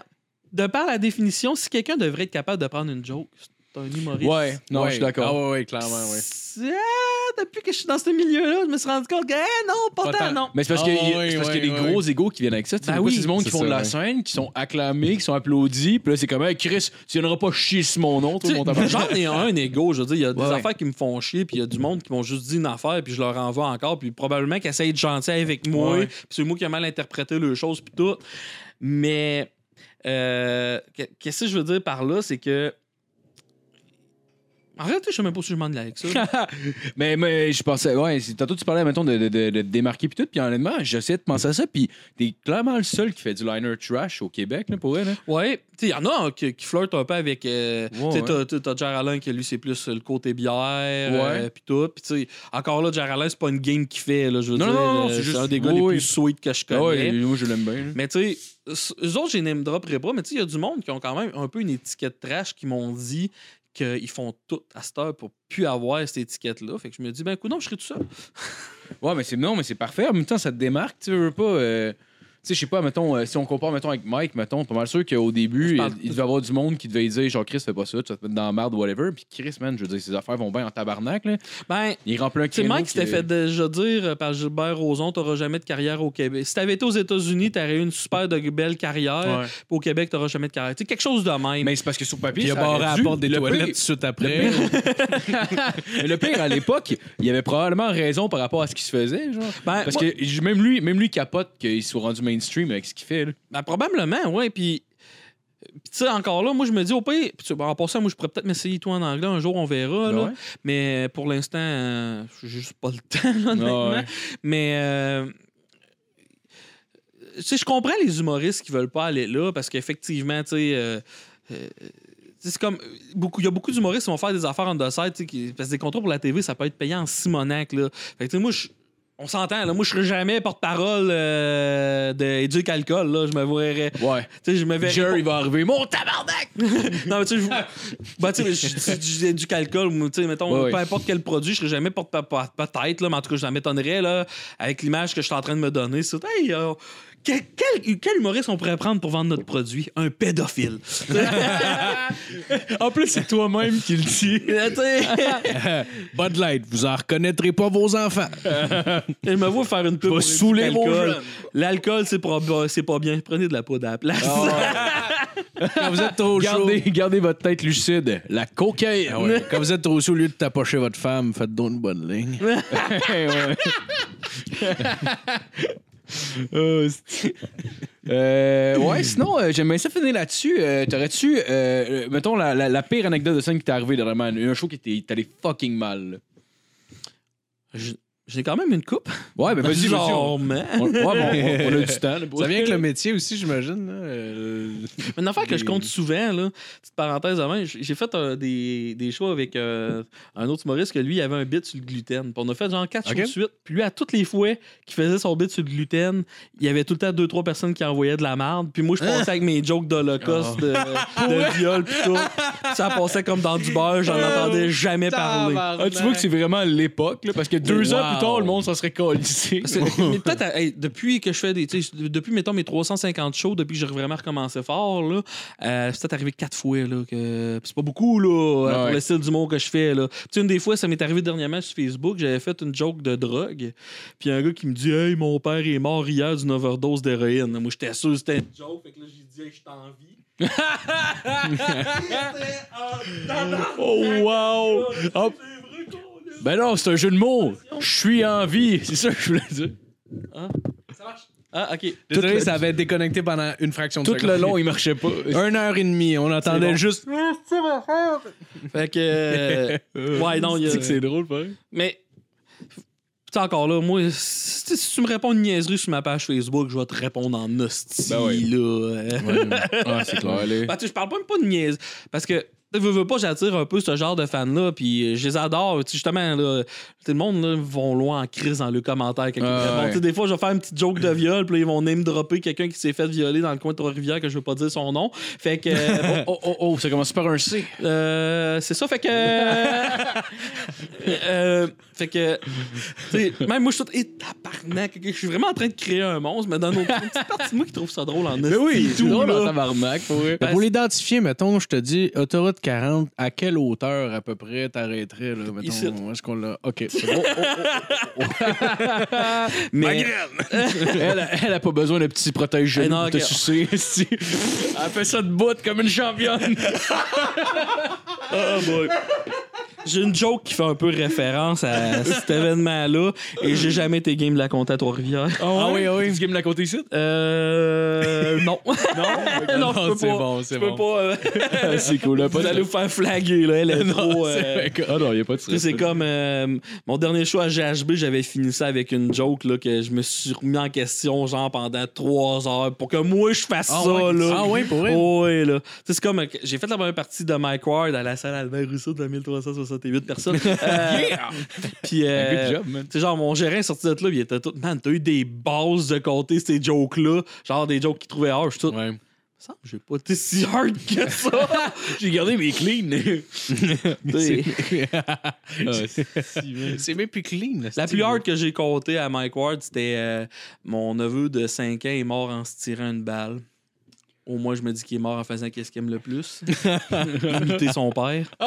de par la définition, si quelqu'un devrait être capable de prendre une joke, un humoriste. Ouais, non, Ouais. je suis d'accord. Ah, ouais, ouais, clairement, ouais. Ah, depuis que je suis dans ce milieu-là, je me suis rendu compte que, eh, non, Pas pas tant. tant, non. Mais c'est parce Ah, qu'il y, a- ouais, c'est parce ouais, qu'il y a des ouais. gros égos qui viennent avec ça. Tu sais, Ben des fois, oui. c'est du monde qui C'est font de ça, la ouais. scène, qui sont acclamés, qui sont applaudis. Puis là, c'est comme, hey, Chris, tu viendras pas chier sur mon nom, toi, Tu sais, mon tabarnak. J'en ai un égo, je veux dire, il y a des Ouais, ouais. affaires qui me font chier, puis il y a du monde qui m'ont juste dit une affaire, puis je leur envoie encore, puis probablement qu'ils essayent de gentil avec moi, Ouais. puis c'est moi qui ai mal interprété les choses, puis tout. Mais euh, que- qu'est-ce que je veux dire par là, c'est que. En réalité, je sais même pas si je m'en de avec ça. Mais, mais je pensais, ouais, c'est- tantôt tu parlais, mettons, de, de, de, de te démarquer puis tout, puis honnêtement, j'essayais de penser à ça, puis t'es clairement le seul qui fait du liner trash au Québec, là, pour vrai, là. Ouais, tu sais, il y en a hein, qui, qui flirtent un peu avec. euh, tu Ouais, sais, Oh, t'as- ouais. t'as- t'as Jar Alain qui, lui, c'est plus euh, le côté bière, Ouais. euh, puis tout. Puis, tu sais, encore là, Jar Alain, c'est pas une game qu'il fait, là, je veux Non, dire. non, non, euh, c'est c'est juste- un des gars oui, les oui. plus sweet que je connais. Ah ouais, moi, je l'aime bien, là. Mais, tu sais, s- eux autres, j'ai name dropperai pas, mais tu sais, il y a du monde qui ont quand même un peu une étiquette trash qui m'ont dit qu'ils font tout à cette heure pour plus avoir cette étiquette-là. Fait que je me dis, ben, coup, non, je serais tout seul. Ouais, mais c'est non, mais c'est parfait. En même temps, ça te démarque, tu veux pas. euh, tu sais, je sais pas, mettons, euh, si on compare, mettons, avec Mike, mettons, pas mal sûr qu'au début, Je il, parle- il devait y avoir du monde qui devait dire, genre, Chris, fais pas ça, tu vas te mettre dans la merde, whatever. Puis Chris, man, je veux dire, ses affaires vont bien en tabarnak, là. Ben, Il remplit un C'est créneau. Mike qui s'était que- fait déjà dire euh, par Gilbert Rozon, t'auras jamais de carrière au Québec. Si t'avais été aux États-Unis, t'aurais eu une super de belle carrière. Ouais. Puis Au Québec, t'auras jamais de carrière. C'est quelque chose de même. Mais c'est parce que sur papier, Puis il a ça barré aurait à dû. la porte des Le toilettes tout pire- de suite après. Mais le pire, à l'époque, il avait probablement raison par rapport à ce qui se faisait, genre. Ben, Parce moi- que j- même lui, même lui capote qu'il soit rendu mainstream avec ce qu'il fait. là. ben, probablement, ouais. Puis, puis tu sais, encore là, moi, je me dis, au pire, puis tu- bon, en passant, moi, je pourrais peut-être m'essayer toi en anglais un jour, on verra. là. Ben ouais. Mais pour l'instant, euh, j'ai juste pas le temps, là, honnêtement. ouais. Mais. euh, tu sais, je comprends les humoristes qui veulent pas aller là parce qu'effectivement, tu sais. euh, euh, c'est comme beaucoup il y a beaucoup d'humoristes qui vont faire des affaires en the side tu sais, qui- parce que des contrats pour la TV ça peut être payant en simonac là fait que, tu sais, moi je- on s'entend là moi je serais jamais porte-parole euh, de Éduc alcool là je me verrais Ouais. tu sais je me verrais Jerry va arriver. Mon tabarnak! non, mais tu sais, je- ben, tu sais, je je- je disais du calcul, ou, tu sais, mettons, Ouais, ouais. peu importe quel produit, je serais jamais porte pa- pa- peut-être, là, mais en tout cas, je la m'étonnerais, là, avec l'image que je suis en train de me donner. C'est, hey, euh, quel, quel- quel humoriste on pourrait prendre pour vendre notre produit? Un pédophile. En plus, c'est toi-même qui le dis. Tu sais, Bud Light, vous en reconnaîtrez pas vos enfants. Je me vois faire une pub vas pour saouler éduquer vos l'alcool. jeunes. L'alcool, c'est prob- c'est pas bien. Prenez de la poudre à la place. Ah. Quand vous êtes trop chaud. Gardez, gardez votre tête lucide. La cocaïne. Ah ouais, Quand vous êtes trop chaud, au lieu de tapocher votre femme, faites donc une bonne ligne. Ouais, ouais. Euh, c'est- Euh, ouais, sinon, euh, j'aimerais ça finir là-dessus. Euh, T'aurais-tu, euh, euh, mettons, la, la- la pire anecdote de scène qui t'est arrivée dernièrement? Un show qui t'est t'est allé fucking mal. là. Je- J'ai quand même une coupe. Ouais, ben vas-y, vas-y. Genre, On, on- ouais, bon, on- on a du temps. là, pour- Ça vient avec le métier aussi, j'imagine. là, hein, euh, Une affaire que je Des- compte souvent, là, petite parenthèse avant, j- j'ai fait euh, des, des shows avec euh, un autre humoriste que lui, il avait un bit sur le gluten. Puis on a fait genre quatre Ok. shows de suite. Puis lui, à toutes les fois qu'il faisait son bit sur le gluten, il y avait tout le temps deux, trois personnes qui envoyaient de la merde. Puis moi, je passais avec mes jokes d'Holocauste, de, Ah. de viol, puis tout. Puis ça passait comme dans du beurre, j'en Oh, entendais jamais parler. Ah, tu vois que c'est vraiment l'époque, là, parce que deux Wow. ans plus tard, le monde s'en serait collissé. Parce que- Ah, mais peut-être, à- hey, depuis que je fais des. tu sais, Depuis, mettons, mes 350 shows, depuis que j'ai vraiment recommencé fort, là, euh, c'est peut-être arrivé quatre fois. Là, que... puis C'est pas beaucoup là, euh, Ouais. pour le style d'humour que je fais. Là. Tu sais, une des fois, ça m'est arrivé dernièrement sur Facebook, j'avais fait une joke de drogue. Puis un gars qui me dit Hey, mon père est mort hier d'une overdose d'héroïne. Moi, j'étais sûr que c'était une joke. Fait que là, j'ai dit Hey, je t'en vis. Oh, wow! Hop. Ben non, c'est un jeu de mots. Je suis en vie. C'est ça que je voulais dire. Ah, ok. Désolé, le- ça avait déconnecté pendant une fraction de Tout seconde. le long, il marchait pas. Une heure et demie, on entendait C'est bon. juste. Fait que. euh, ouais, non, il y a. Tu sais que c'est drôle, pareil. Mais, tu sais, encore là, moi, si, si tu me réponds une niaiserie sur ma page Facebook, je vais te répondre en hostie, Ben ouais. là. Euh, Ah, c'est clair. allez. ben, tu sais, je parle même pas de niaise. Parce que, tu veux, veux pas, j'attire un peu ce genre de fans-là, puis euh, je les adore. Tu sais, justement, là, tu sais, le monde, là, vont loin en crise dans le commentaire. Quelqu'un Ah, qui répond. ouais. Tu sais, Des fois, je vais faire une petite joke de viol, puis là, ils vont name-dropper quelqu'un qui s'est fait violer dans le coin de Trois-Rivières, que je veux pas dire son nom. Fait que, euh, Ben, Oh, oh, oh, ça commence par un C. euh, c'est ça, fait que. Euh, fait que. tu sais, Même moi, je suis tout. Eh, tabarnak, ok, je suis vraiment en train de créer un monstre, mais dans nos. Une petite partie de moi qui trouve ça drôle en Mais hein, tout drôle en tabarnak, pour vrai. Ben, Mais pour l'identifier, mettons, je te dis autoroute 40, à quelle hauteur à peu près t'arrêterais, là, Ici. mettons? Est-ce qu'on l'a... OK, c'est bon. Mais elle, elle a pas besoin de petits protège Eh non, pour te ok. sucer. si. Elle fait ça de bout comme une championne. J'ai une joke qui fait un peu référence à cet événement-là et j'ai jamais été game de la compta à Trois-Rivières. ah oui, ah oui. Tu game la côté ici? Euh. Non. Non, non, je peux c'est pas. bon, je c'est peux bon. pas. euh, c'est cool. Là, pas vous allez de... vous faire flaguer, là. Elle est trop. euh, Ah non, il n'y a pas de tu sais, c'est comme euh, mon dernier show à GHB, j'avais fini ça avec une joke là, que je me suis remis en question genre pendant trois heures pour que moi je fasse Ah ça. ouais, là. ah ouais, pour vrai? Oh, ouais, là. Tu sais, C'est comme euh, que- j'ai fait la première partie de Mike Ward à la salle Albert Rousseau de 1368 personnes. Euh, Puis euh, Good job, man. tu sais, genre, mon gérant est sorti de là, puis il était tout. Man, t'as eu des bases de compter ces jokes-là. Genre, des jokes qu'il trouvait hard. Je suis tout. Ouais. Ça me semble que j'ai pas été si hard que ça. J'ai gardé mes clean. C'est même plus clean. là, La c'est- plus hard que j'ai compté à Mike Ward, c'était euh, mon neveu de 5 ans est mort en se tirant une balle. Au moins, je me dis qu'il est mort en faisant qu'est-ce qu'il aime le plus. Imiter son père. Oh!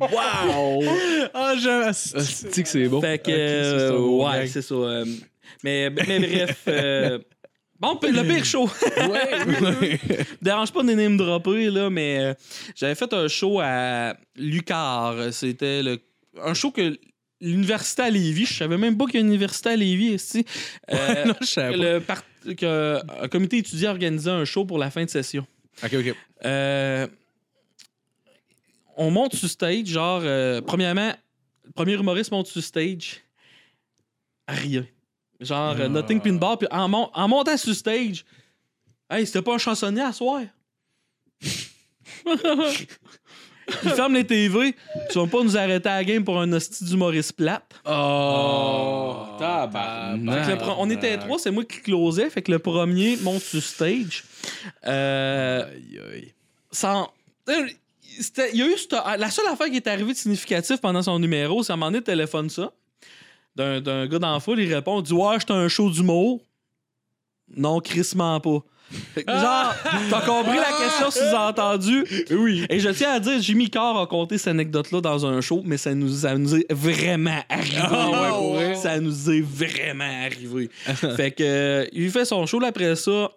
Wow! Ah, Ah, je... Tu sais que c'est bon. Fait que, Ok, ça, c'est un euh, bon ouais, gag. c'est ça. euh, mais, mais bref. euh, bon, p- le pire show. Dérange pas de name dropper, là, mais euh, j'avais fait un show à Lucar. C'était le, un show que l'université à Lévis, je savais même pas qu'il y a une université à Lévis ici. Euh, Non, je savais pas. le part- que un comité étudiant organisait un show pour la fin de session. OK, OK. Euh, on monte sur stage, genre, euh, premièrement, le premier humoriste monte sur stage, rien. Genre, euh, nothing pin bar, puis en, mon- en montant sur stage, hey, c'était pas un chansonnier à soir. Il ferme les TV, tu vas pas nous arrêter à la game pour un hostie d'humoriste plate. Oh, Fait tabarnak. que le pre- on était trois, c'est moi qui closais. Fait que le premier monte sur stage. Euh, Aïe, aïe. sans. Euh, c'était- Il y a eu cette- la seule affaire qui est arrivée de significatif pendant son numéro, c'est à un moment donné, téléphone ça. D'un, d'un gars dans la foule, il répond il dit Ouais, j'étais un show d'humour. Non, crissement pas. Fait que, Ah! Genre, t'as compris la question sous-entendue? Oui. Et je tiens à dire, Jimmy Carr a compté cette anecdote-là dans un show, mais ça nous, ça nous est vraiment arrivé. Ah ouais, pour vrai? Ça nous est vraiment arrivé. fait que, euh, il fait son show là, après ça.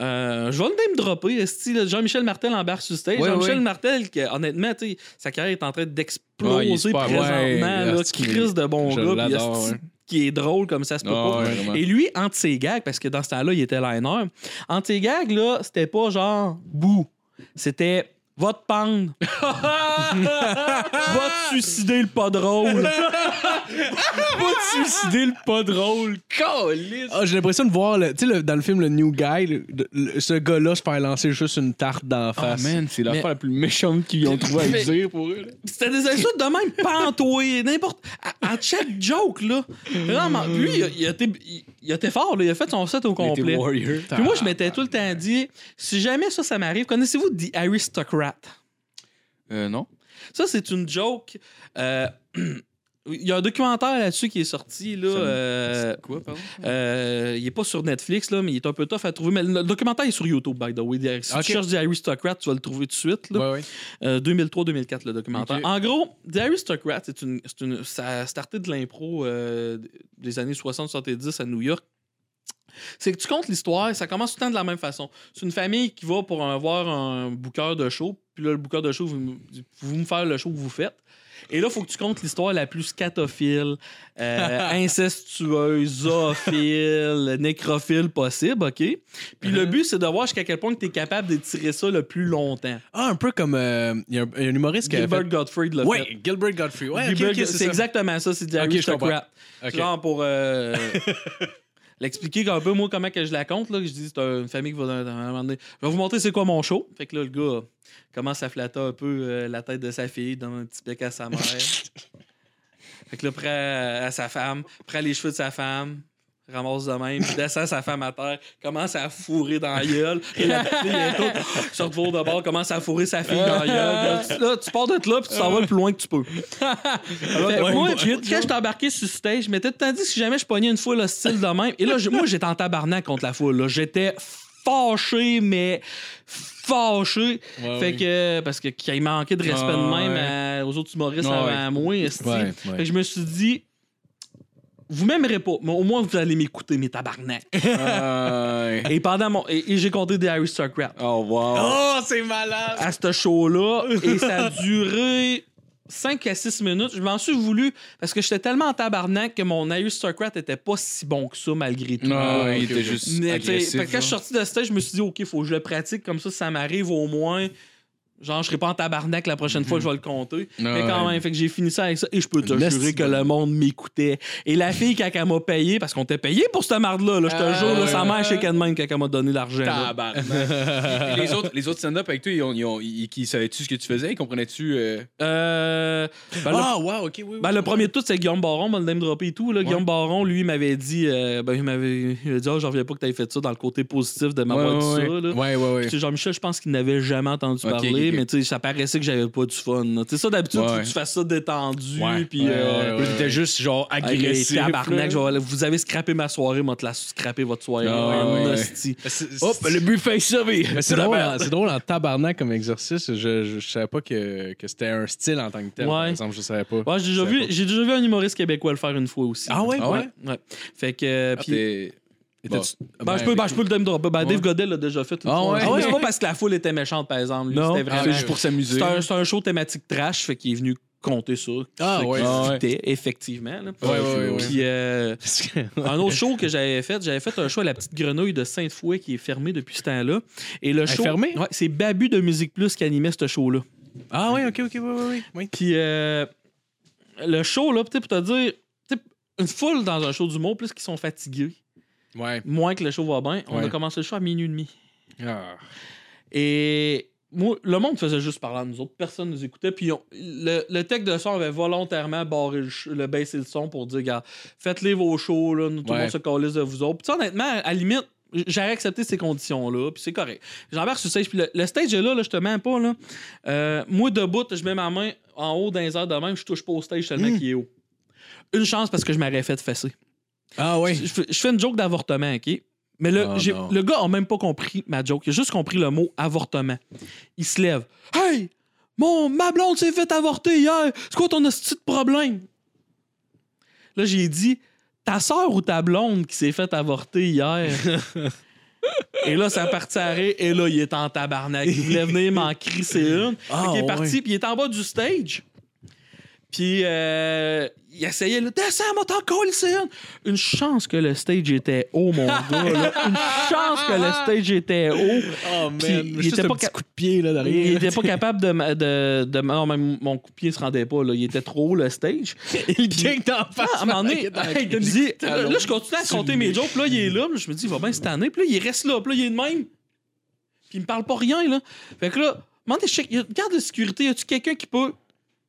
Euh, je vais même dropper. esti, là, Jean-Michel Martel embarque sur stage. Ouais, Jean-Michel ouais. Martel, que, honnêtement, tu sais, sa carrière est en train Ouais, il est d'exploser super- présentement. ouais, là, esti, crise de bon je gars. puis l'adore, esti ouais. Qui est drôle comme ça se peut Ah, pas. ouais, vraiment. Et lui, entre ses gags, parce que dans ce temps-là, il était liner, entre ses gags, là, c'était pas genre bouh. C'était va te pendre. va te suicider le pas drôle. va te suicider le pas drôle. Ah, j'ai l'impression de voir, le- tu sais, le- dans le film Le New Guy, le- le- ce gars-là se faire lancer juste une tarte d'en Ah, face. man, c'est l'affaire la plus méchante qu'ils ont trouvé à Mais- dire pour eux. là. C'était des insultes de même pantoué, n'importe. à- À chaque joke, là. Vraiment, lui, il, a- il a été- il- il était fort, là. Il a fait son set au complet. Warrior. Puis moi, je m'étais tout le temps dit, si jamais ça, ça m'arrive, connaissez-vous The Aristocrat? Euh, non. Ça, c'est une joke. euh, il y a un documentaire là-dessus qui est sorti, là. Ça me- euh, Quoi, pardon? euh, il est pas sur Netflix, là, mais il est un peu tough à trouver. Mais le documentaire est sur YouTube, by the way. Si Ok. tu cherches The Aristocrat, tu vas le trouver tout de suite. Là. Ouais, ouais. Euh, 2003-2004, le documentaire. Ok. En gros, The Aristocrat, c'est une, c'est une- ça a starté de l'impro euh, des années 60-70 à New York. C'est que tu comptes l'histoire, ça commence tout le temps de la même façon. C'est une famille qui va pour un- voir un bouqueur de show, puis là, le bouqueur de show, vous, me- dit, vous me faire le show que vous faites. Et là, il faut que tu comptes l'histoire la plus scatophile, euh, incestueuse, zoophile, nécrophile possible, OK? Puis le but, c'est de voir jusqu'à quel point tu es capable d'étirer ça le plus longtemps. Ah, un peu comme. euh, Il y, a un- il y a un humoriste qui a Gilbert fait. Godfrey l'a fait. Ouais, Gilbert Godfrey. Ouais, ok, Gilbert- ok, c'est ça. exactement ça, c'est du Ok, je comprends. aristocrat. Ok. Genre pour euh, l'expliquer un peu, moi, comment que je la compte, là, que je dis, c'est une famille qui va dans- dans- un moment donné, Je vais vous montrer c'est quoi mon show. Fait que là, le gars commence à flatter un peu euh, la tête de sa fille, donne un petit bec à sa mère. fait que là, prend euh, à sa femme, prend les cheveux de sa femme, ramasse de même, puis descend sa femme à terre, commence à fourrer dans la gueule. Et la petite fille elle tourne, se retourne de bord, commence à fourrer sa fille dans la gueule. Là, tu- là, tu pars de là, puis tu t'en vas le plus loin que tu peux. Fait, moi, quand j'étais embarqué sur le stage, je m'étais tandis que si jamais je pognais une foule hostile de même. Et là, je- moi, j'étais en tabarnak contre la foule. là. J'étais fâché, mais fâché. Ouais, fait ouais. que, parce que- qu'il manquait de respect de Ah, même ouais. à- aux autres humoristes Ah, avant ouais. moi. esti. Ouais, Fait que je me suis dit, vous m'aimerez pas, mais au moins vous allez m'écouter, mes tabarnak. ouais. et pendant mon. Et, et j'ai compté des aristocrats Oh, wow. Oh, c'est malade! à ce show-là, et ça a duré. 5 à 6 minutes, je m'en suis voulu parce que j'étais tellement en tabarnak que mon aristocrat était pas si bon que ça malgré tout. Non, Ah, hein. il ok, était ok. juste Mais, t'sais, agressif. fait que quand je suis là. sorti de stage, je me suis dit, OK, faut que je le pratique comme ça, ça m'arrive au moins. Genre, je serai pas en tabarnak la prochaine Mhm. fois que je vais le compter. Ah, mais quand ouais. même, fait que j'ai fini ça avec ça et je peux Nasty t'assurer que le monde m'écoutait. Et la fille, quand elle m'a payé, parce qu'on t'a payé pour cette marde-là, là, je te Ah, jure, là, ouais. sa mère chez de même quand elle m'a donné l'argent. là. Tabarnak. les autres, les autres stand-up avec toi, ils, ont- ils, ont- ils- ils savaient-tu ce que tu faisais? Ils comprenaient-tu? euh, Euh, ben, le- Ah, wow, ok, oui. oui. Ben, le premier de tout, c'est Guillaume Baron, m'a le name droppé et tout. Là. Guillaume Baron, lui, il m'avait dit, euh, ben, il m'avait il a dit, oh, j'en reviens pas que t'avais fait ça dans le côté positif de m'avoir Ouais, dit ouais, ça. Là. Ouais, ouais, ouais. Puis, tu sais, Jean-Michel, je pense qu'il n'avait jamais entendu Ok, parler, ok, ok. mais tu sais, ça paraissait que j'avais pas du fun. là. Tu sais, ça, d'habitude, Ouais, faut que ouais. tu fasses ça détendu, Ouais, puis. ouais, euh, ouais, ouais. T'étais juste genre hey, agressif. tabarnak, là. je vais aller- vous avez scrappé ma soirée, moi, te la scrappé votre soirée. Ah, en ouais, ouais. hostie. C'est- c'est- Hop, le buffet est servi. Mais c'est drôle, en- c'est drôle en tabarnak comme exercice. Je, je, je savais pas que, que c'était un style en tant que tel. Par Ouais. exemple, je savais pas. Ouais, j'ai déjà Je vu, savais pas. j'ai déjà vu un humoriste québécois le faire une fois aussi. Ah ouais, Ah ouais? Ouais. Fait que. euh, puis- Ah, T'es- Ben, Bon. Ah, je peux, ben, je peux le dame dropper. Ben, Dave Goddell l'a déjà fait. une Ah fois. ouais? Mais Ah ouais? C'est pas parce que la foule était méchante, par exemple. lui, Non, c'était vraiment- c'est juste pour s'amuser. Ah, C'est un, c'est un show thématique trash, fait qu'il est venu compter ça. Ah Ce qui ouais. Ah ouais. fitait, effectivement. là. Ouais, ouais, ouais, Puis, euh, un autre show que j'avais fait, j'avais fait un show à la petite grenouille de Sainte-Fouet qui est fermé depuis ce temps-là. Et le show. fermée? Ouais, c'est Babu de Musique Plus qui animait ce show-là. Ah ouais, ok, ok, oui, oui, oui. Puis euh, le show, là, tu sais, pour te dire, tu sais, une foule dans un show d'humour, plus qu'ils sont fatigués, Ouais. moins que le show va bien, on Ouais. a commencé le show à minuit et demi. Ah. Et moi, le monde faisait juste parler à nous autres. Personne nous écoutait. Puis on- le, le tech de son avait volontairement barré le, ch- le baisser le son pour dire, gars, faites-les vos shows, là, nous, tout le Ouais. monde se calisse de vous autres. Puis tu sais, honnêtement, à la limite, j- j'aurais accepté ces conditions-là, puis c'est correct. J'embarque sur stage, puis le, le stage est là, là, je te mens pas, là. Euh, moi, debout, je mets ma main en haut d'un air de même, je touche pas au stage seulement Hmm. qui est haut. Une chance parce que je m'aurais fait fesser. Ah ouais. Je, fais- je fais une joke d'avortement, OK? Mais le, Oh, j'ai- non. le gars a même pas compris ma joke. Il a juste compris le mot avortement. Il se lève. Hey! Mon, ma blonde s'est fait avorter hier! C'est quoi ton hostie de problème? Là, j'ai dit ta soeur ou ta blonde qui s'est fait avorter hier. Et là, ça partit à rire. Et là, il est en tabarnak. Il voulait venir m'en crisser une. Fait qu'il est parti, puis il est en bas du stage. Puis euh, il essayait, là, descends, moi t'en colle, c'est une. Une chance que le stage était haut, mon gars. là. Une chance que le stage était haut. Oh man, Puis, il juste était un pas petit ca- coup de pied là derrière. Il était pas capable de. ma- de, de- non, même mon coup de pied se rendait pas, là. Il était trop haut, le stage. Il gagne d'en face. Ah, à un moment donné, hey, je me dis, talons. là, je continue à compter mes jokes. Puis là, il est là. puis Je me dis, il va bien cette année. Puis là, il reste là. Puis là, il est de même. Puis il me parle pas rien, là. Fait que là, à un moment donné, je check, y a- garde de sécurité, y a-tu quelqu'un qui peut?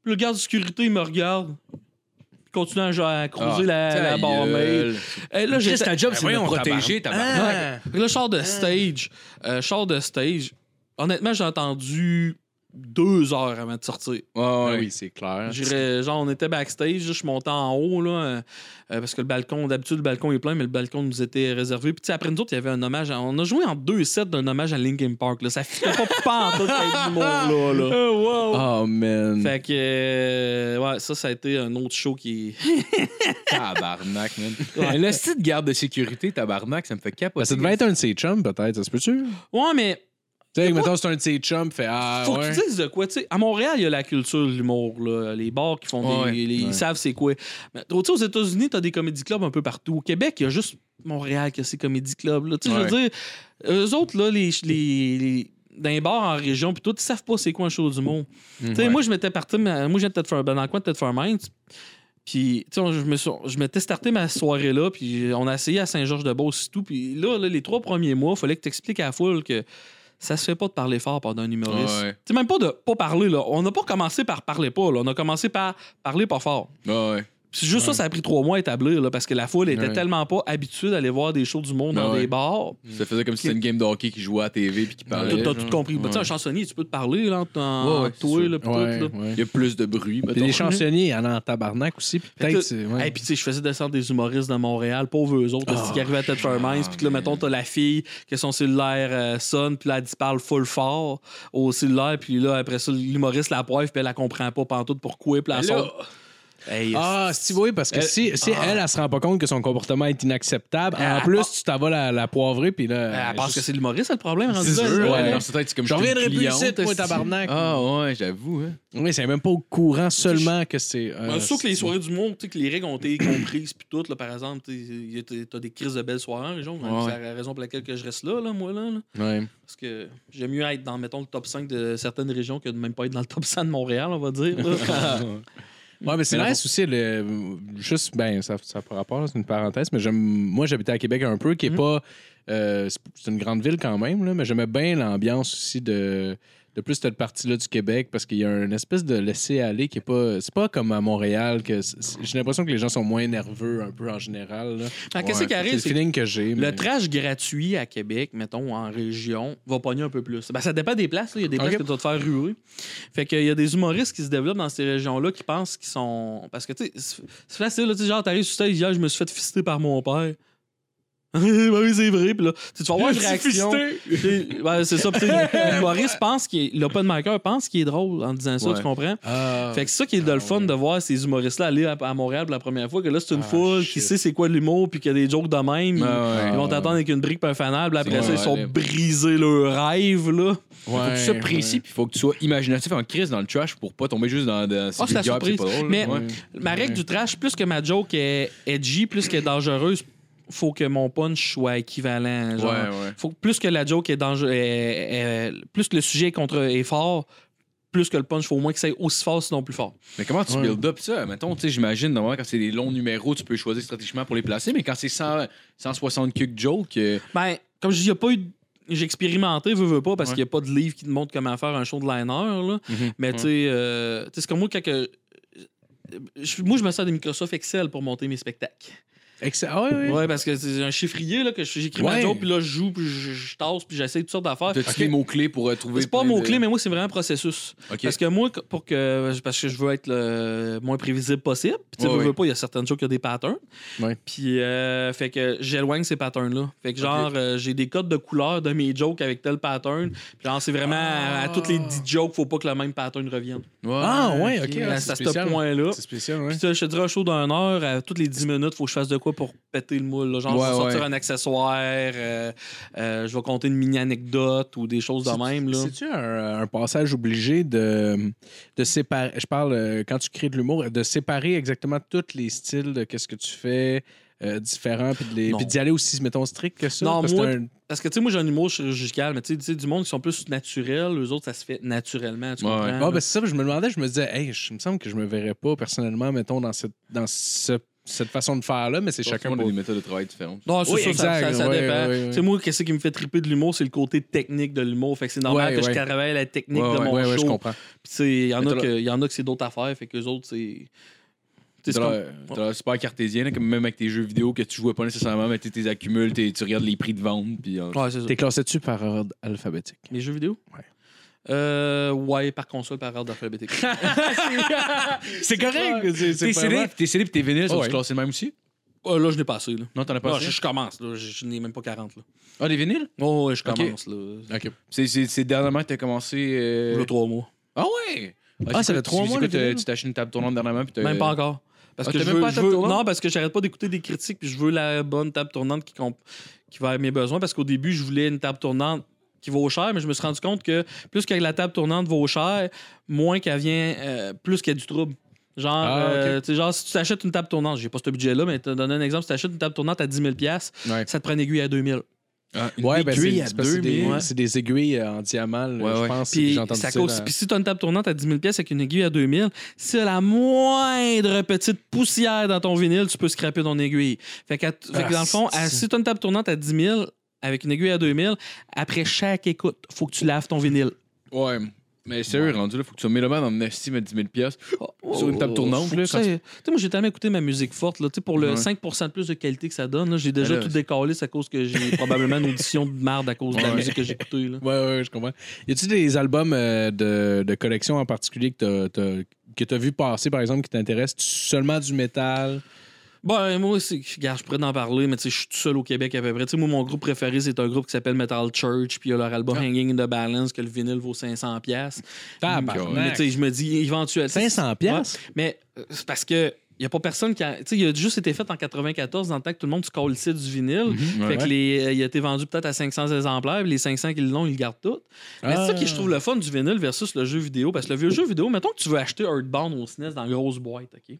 Puis le garde de sécurité, il me regarde. Il continue à, genre, à croiser Ah, la, Ben la barre mail. Et là, j'étais- job, Ah, c'est Ah, de me protéger, tabarnak. Fait que là, je sors de stage. Euh, je sors de stage. Honnêtement, j'ai entendu deux heures avant de sortir. Ah Ben Ouais, oui, oui. Ah, c'est clair. J'irais- genre, on était backstage, je suis monté en haut, là, euh, euh, parce que le balcon, d'habitude, le balcon est plein, mais le balcon nous était réservé. Puis, tu sais, après nous autres, il y avait un hommage. à- on a joué en deux sets d'un hommage à Linkin Park, là. Ça fitait pas pas en tout avec l'humour, là, là. Ah, Oh man. Fait que, euh, ouais, ça, ça a été un autre show qui. Tabarnak, man. Mais Le style de garde de sécurité, tabarnak, ça me fait capoter. Ben, ça devait être un de ses chums, peut-être, ça se peut-tu? Tu Ouais, mais sais, mettons, c'est un de ses chums, fait Ah, faut ouais. que tu dises de quoi, tu sais. À Montréal, il y a la culture de l'humour, là. Les bars qui font Ouais, des. les- ouais. Ils savent c'est quoi. Mais, tu sais, aux États-Unis, t'as des comédie clubs un peu partout. Au Québec, il y a juste Montréal qui a ses comédie clubs, là. Tu sais, je veux dire, eux autres, là, les. les, les- dans les bars en région, puis tout, ils savent pas c'est quoi un show d'humour. Mmh, Tu sais, moi, je m'étais parti, ma- moi, j'étais peut-être dans le coin de Ted Mind. Puis, tu sais, on- je me suis- je m'étais starté ma soirée là, puis on a essayé à Saint-Georges-de-Beauce et tout. Puis là, là, les trois premiers mois, il fallait que tu expliques à la foule que ça se fait pas de parler fort pendant un humoriste. Ah, Ouais. Tu sais, même pas de pas parler, là. On n'a pas commencé par parler pas, là. On a commencé par parler pas fort. Ah, Ouais, ouais. Puis juste ça, ça a pris trois mois à établir, là, parce que la foule était Ouais. tellement pas habituée d'aller voir des shows du monde Ben dans ouais. des bars. Ça faisait comme si c'était une game de hockey qui jouait à TV puis qui parlait. T'as tout genre. compris. Ben, tu sais, un chansonnier, tu peux te parler, là, entre en- Ouais, ouais, toi, c'est là, pis tout, là. hein. Il y a plus de bruit. Puis mettons. les chansonniers, il y en a en tabarnak aussi. puis Fait Peut-être. que- c'est- ouais. Hey, puis tu sais, je faisais descendre des humoristes de Montréal, pauvres eux autres, Oh, qui arrivaient à tête mince. Puis que là, man. mettons, t'as la fille que son cellulaire euh, sonne, puis là, elle dit parle full fort au cellulaire. Puis là, après ça, l'humoriste la poivre, puis elle la comprend pas pantoute pourquoi, puis Mais elle Ben là, sort. Hey, Ah, si oui, parce que Elle- si, si Ah. elle, elle se rend pas compte que son comportement est inacceptable, Elle- en elle plus, pense- tu t'en vas la, la poivrer, puis là. Ah, elle pense Euh, que Euh, juste- c'est l'humoriste, le problème, rendu C'est là, sûr, là. ouais. Ouais, dans sa tête, c'est comme Je j'étais une reviendrai plus cliente, ici, moi, esti. tabarnak. Ah ouais, j'avoue. Hein. Oui, c'est même pas au courant seulement que c'est. euh, Ben, sûr que les c'est- soirées du monde, tu sais, que les règles ont été comprises, puis tout, là, par exemple, tu sais, il y a- t'as t'as des crises de belles soirées, les gens. Ouais, C'est la raison pour laquelle que je reste là, là moi, là. là. Ouais. Parce que j'aime mieux être dans, mettons, le top 5 de certaines régions que de même pas être dans le top 100 de Montréal, on va dire. là. Ouais, mais c'est Mais nice aussi, le, juste, ben, ça n'a pas rapport, là, c'est une parenthèse, mais j'aime, moi, j'habitais à Québec un peu, qui est Mhm. pas. euh, c'est- c'est une grande ville quand même, là, mais j'aimais bien l'ambiance aussi de, de plus cette partie-là du Québec, parce qu'il y a une espèce de laisser-aller qui est pas. C'est pas comme à Montréal, que c'est- c'est- j'ai l'impression que les gens sont moins nerveux un peu en général. là. Ah, Qu'est-ce Ouais, qui C'est le arrive? c'est que feeling que j'ai. Le mais- trash gratuit à Québec, mettons, en région, va pogner un peu plus. Ben, ça dépend des places. là. Il y a des Ok. places que tu vas te faire ruer. Fait qu'il y a des humoristes qui se développent dans ces régions-là qui pensent qu'ils sont. Parce que, tu sais, c'est- c'est facile, là, tu sais, genre, t'arrives sur stage, hier, je me suis fait fister par mon père. Ben oui, c'est vrai. Puis là, tu sais, tu vas avoir une réaction. Ben, c'est ça. Puis, tu sais, l'humoriste pense qu'il est... L'open micer pense qu'il est drôle en disant ça, Ouais. tu comprends? Ah, Fait que c'est ça qui est de le fun de voir ces humoristes-là aller à, à Montréal pour la première fois, que là, c'est une Ah, foule qui shit. sait c'est quoi l'humour, puis qu'il y a des jokes de même. Ils- Ah, ils vont ouais. t'attendre avec une brique pas un fanal, puis après C'est ça, ils sont vrai. brisés leur rêve, là. Faut que ouais, tu sois précis, puis faut que tu sois imaginatif en crise dans le trash pour pas tomber juste dans. dans Ah, c'est la vulgaire, puis surprise. drôle, Mais- ouais. Ma règle du trash, plus que ma joke est edgy, plus qu'elle est dangereuse, faut que mon punch soit équivalent. Genre. Ouais, ouais. Faut que plus que la joke est dangereuse, plus que le sujet est, contre, est fort, plus que le punch, faut au moins que ça aille aussi fort, sinon plus fort. Mais comment tu Ouais. build up ça? Mettons, tu sais, j'imagine, normalement, quand c'est des longs numéros, tu peux choisir stratégiquement pour les placer, mais quand c'est 100 160 kick joke, euh, Ben, comme je dis, il n'y a pas eu. de- J'ai expérimenté, veux, veux pas, parce Ouais. qu'il n'y a pas de livre qui te montre comment faire un show de liner. Là. Mhm. Mais tu sais, euh, tu sais, c'est comme moi, quand que- je- moi, je me sers de Microsoft Excel pour monter mes spectacles. Excellent. ah, Ouais, ouais. Ouais, parce que c'est un chiffrier là, que je- j'écris ma Ouais. joke, puis là, je joue, puis je, je tasse, puis j'essaie toutes sortes d'affaires. t'as-tu des mots-clés pour euh, trouver. Ah, C'est pas plein de- mon clé, mais moi, c'est vraiment un processus. Ok. Parce que moi, que- pour que, parce que je veux être le moins prévisible possible. Puis, tu sais, Ouais, veux, ouais. veux pas, il y a certaines choses qui ont des patterns. Ouais. Puis, euh, fait que j'éloigne ces patterns-là. Fait que, genre, euh, j'ai des codes de couleurs de mes jokes avec tel pattern. Puis, genre, c'est vraiment à, à toutes les 10 jokes, faut pas que le même pattern revienne. Ah, ouais, ok. ok. ouais, à c'est ce spécial. point-là. C'est spécial, ouais. Puis, ça, je te dirais un show d'une heure, à toutes les 10 minutes, faut que je fasse de quoi pour péter le moule. là. Genre, Ouais, je vais sortir ouais. un accessoire, euh, euh, je vais compter une mini-anecdote ou des choses de C'est- même. Là. C'est-tu un, un passage obligé de, de séparer, je parle euh, quand tu crées de l'humour, de séparer exactement tous les styles de qu'est-ce que tu fais euh, différents, puis de les- Non. puis d'y aller aussi, mettons, strict que ça? Non, parce que moi, c'est un- Parce que, tu sais, moi, j'ai un humour chirurgical, mais tu sais- tu sais, du monde qui sont plus naturels, eux autres, ça se fait naturellement, tu Ouais, comprends? ouais. là? Ah, ben, c'est ça, je me demandais, je me disais, hey, je, il me semble que je me verrais pas personnellement, mettons, dans cette, dans ce- cette façon de faire-là, mais c'est chacun a pour des méthodes de travail différentes. non, c'est Oui, ça, ça- exact, ça, ça ouais, dépend. ouais, ouais. Tu sais, moi, qu'est-ce qui me fait triper de l'humour, c'est le côté technique de l'humour. Fait que c'est normal Ouais, que ouais. je travaille la technique Ouais, de ouais, mon ouais, ouais, je show. comprends. Puis, tu sais, il y en Mais a t'as que- il y en a que c'est d'autres affaires, fait qu'eux autres, c'est. tu sais, c'est T'as comme- l'air- t'as l'air super cartésien, là, comme même avec tes jeux vidéo que tu jouais pas nécessairement, mais tu les accumules, t'es- tu regardes les prix de vente. Puis, euh, Ouais, c'est ça. T'es classé-tu par ordre alphabétique? Les jeux vidéo? Ouais. Euh, ouais, par console, par ordre alphabétique. C'est correct! Tes CD, tes CD puis tes vinyles sont Ouais. classés le même aussi? Ah, là, je n'ai pas assez. Là. Non, t'en as pas Ah, assez? je, je commence. Là. Je, je n'ai même pas 40. Là. Euh, Ah, des vinyles? Oh, ouais, je Ok. commence. Là. Ok. C'est- C'est c'est dernièrement que t'as commencé. euh, Là, trois mois. Ah ouais! Ah, c'est ça quoi, fait trois tu- c'est mois, quoi, le t'as- vinyle? Tu t'achètes une table tournante dernièrement. Puis t'as- euh, Même pas encore. Parce Ah, que t'as je même veux, pas la je table veux- tournante? non, parce que j'arrête pas d'écouter des critiques, puis je veux la bonne table tournante qui, comp- qui va à mes besoins. Parce qu'au début, je voulais une table tournante qui va au cher, mais je me suis rendu compte que plus que la table tournante va au cher, moins qu'elle vient, euh, plus qu'il y a du trouble. Genre, Ah, ok. euh, tu sais, genre, si tu t'achètes une table tournante, j'ai pas ce budget-là, mais te donner un exemple, si tu achètes une table tournante à 10 000 Ouais. ça te prend une aiguille à 2000 Ah, une Ouais, ben, c'est aiguille à c'est parce que c'est 2000, des, ouais. c'est des aiguilles euh, en diamant, là, Ouais, je ouais. pense. Puis, j'ai entendu euh, ça ça, cause- hein. là. puis si tu as une table tournante à 10 000 avec une aiguille à 2000, si y a la moindre petite poussière dans ton vinyle, tu peux scraper ton aiguille. Fait, qu'à- fait que Ah, dans le fond, à- si tu as une table tournante à 10 000 avec une aiguille à 2000, après chaque écoute, faut que tu laves ton vinyle. Ouais. Mais sérieux, rendu là, faut que tu sois mélomane en esti, mettre 10 000 piastres. Oh, Sur une table tournante, Faut là, que ça- quand Tu sais, moi, j'ai tellement écouté ma musique forte. Là, Tu sais, pour le Ouais. Ben 5 de plus de qualité que ça donne, là, j'ai déjà là, tout c'est- décalé. C'est à cause que j'ai probablement une audition de marde à cause de la Ouais. musique que j'écoutais. là. Ouais, ouais, je comprends. Y a-tu des albums euh, de, de collection en particulier que t'as- t'as- que t'as vu passer, par exemple, qui t'intéressent? Seulement du métal? Ben, moi, c'est. Regarde, je pourrais en parler, mais tu sais, je suis tout seul au Québec à peu près. Tu sais, moi, mon groupe préféré, c'est un groupe qui s'appelle Metal Church, puis il y a leur album Hanging in the Balance, que le vinyle vaut 500$. piastres. Mais tu Tabarnak! sais, je me dis, éventuellement. 500 piastres? Mais euh, c'est parce que il n'y a pas personne qui a. Tu sais, il a juste été fait en 94 dans le temps que tout le monde se colle du Mm. vinyle. Mhm. Fait que les, euh, il a été vendu peut-être à 500 exemplaires, puis les 500 qui l'ont, ils le gardent tout. Mais c'est ça Ah. qui je trouve le fun du vinyle versus le jeu vidéo. Parce que le vieux jeu vidéo, mettons que tu veux acheter Earthbound au SNES dans une grosse boîte, OK?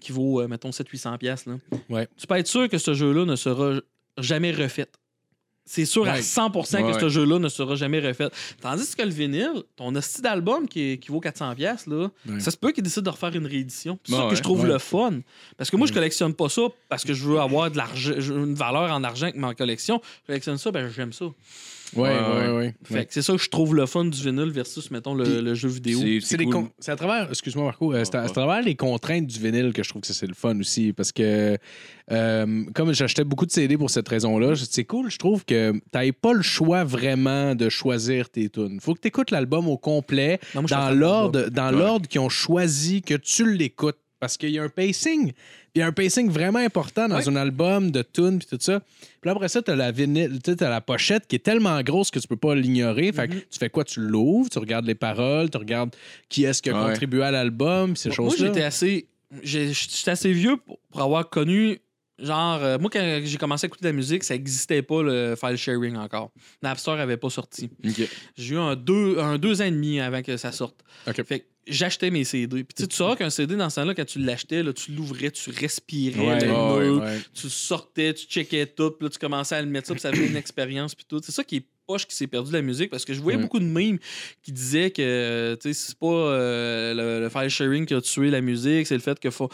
Qui vaut, euh, mettons, 700-800$. piastres, là. Ouais. Tu peux être sûr que ce jeu-là ne sera jamais refait. C'est sûr à Ouais. 100% que Ouais. ce jeu-là ne sera jamais refait. Tandis que le vinyle, ton hostie d'album qui, est- qui vaut 400$, piastres, là, Ouais. ça se peut qu'ils décident de refaire une réédition. C'est ça Ouais, que je trouve ouais. le fun. Parce que moi, je collectionne pas ça parce que je veux avoir de l'argent, je veux une valeur en argent avec ma collection. Je collectionne ça, ben j'aime ça. Ouais, Ouais, ouais, ouais. ouais. Fait que c'est ça que je trouve le fun du vinyle versus, mettons, le, Puis, le jeu vidéo. C'est- C'est C'est des cool. con- c'est à travers, excuse-moi Marco, euh, c'est à, Ah, c'est à travers les contraintes du vinyle que je trouve que ça, c'est le fun aussi. Parce que euh, comme j'achetais beaucoup de CD pour cette raison-là, je- c'est cool, je trouve que t'as pas le choix vraiment de choisir tes tunes. Faut que t'écoutes l'album au complet, Non, moi, je suis en dans train de- l'ordre, dans Ouais. l'ordre qu'ils ont choisi que tu l'écoutes. Parce qu'il y a un pacing. Il y a un pacing vraiment important dans Ouais. un album de tunes puis tout ça. Puis après ça, t'as la vinyle, tu sais, t'as la pochette qui est tellement grosse que tu peux pas l'ignorer. Fait que Mhm. tu fais quoi? Tu l'ouvres, tu regardes les paroles, tu regardes qui est-ce qui a Ouais. contribué à l'album, ces Moi, choses-là. j'étais assez. j'ai- J'étais assez vieux pour, pour avoir connu. Genre, euh, moi, quand j'ai commencé à écouter de la musique, ça n'existait pas le file sharing encore. Napster n'avait pas sorti. Ok. J'ai eu un deux, un deux ans et demi avant que ça sorte. Ok. Fait que j'achetais mes CD. Puis tu sais, tu sauras qu'un CD, dans ce temps-là, quand tu l'achetais, là, tu l'ouvrais, tu respirais, Ouais, le ouais, meuble, ouais. tu le sortais, tu checkais tout, puis là, tu commençais à le mettre ça, puis ça faisait une expérience, puis tout. C'est ça qui est poche qui s'est perdu de la musique, parce que je voyais Ouais. beaucoup de mimes qui disaient que, tu sais, c'est pas euh, le, le file sharing qui a tué la musique, c'est le fait que faut-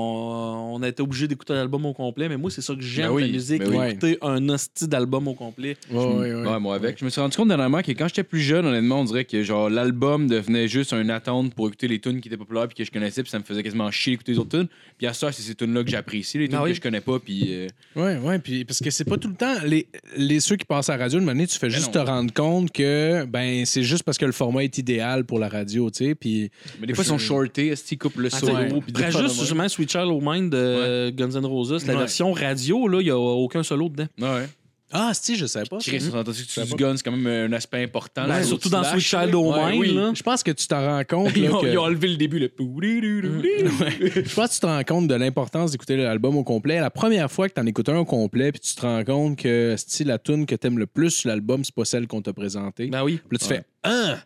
on, on a été obligé d'écouter l'album au complet, mais moi, c'est ça que j'aime Ben oui, de la musique, ben oui. écouter un hostie d'album au complet. Ouais, ouais, ouais. Ouais, moi avec. Je me suis rendu compte dernièrement que quand j'étais plus jeune, honnêtement, on dirait que genre l'album devenait juste une attente pour écouter les tunes qui étaient populaires puis que je connaissais, puis ça me faisait quasiment chier d'écouter les autres tunes. Puis à ça, c'est ces tunes-là que j'apprécie, les tunes Ah oui. que je connais pas, puis euh, Ouais, ouais, puis parce que c'est pas tout le temps les, les ceux qui passent à la radio, une manière Ben tu fais juste non. te rendre compte que ben c'est juste parce que le format est idéal pour la radio, tu sais, puis mais des fois ils sont Je- shortés, est-ce qu'ils coupent le Ah, solo, t'sais, puis des Prends fois, juste justement Sweet Child O' Mine de Guns N' Roses, la Ouais. version radio, là, il n'y a aucun solo dedans. Ouais. ah si je savais pas. ça. Chris, on entend que tu sais dis pas. guns, c'est quand même un aspect important. Ben, là, surtout tu dans lâches, Sweet Child O' Ouais, Mine, oui. là. Je pense que tu te rends compte. là, Ils ont, que- ils ont enlevé le début, le. Mm. Je pense que tu te rends compte de l'importance d'écouter l'album au complet. La première fois que tu en écoutes un au complet, puis tu te rends compte que si la tune que t'aimes le plus sur l'album, c'est pas celle qu'on t'a présentée. Ben oui. Puis là, tu fais Ah!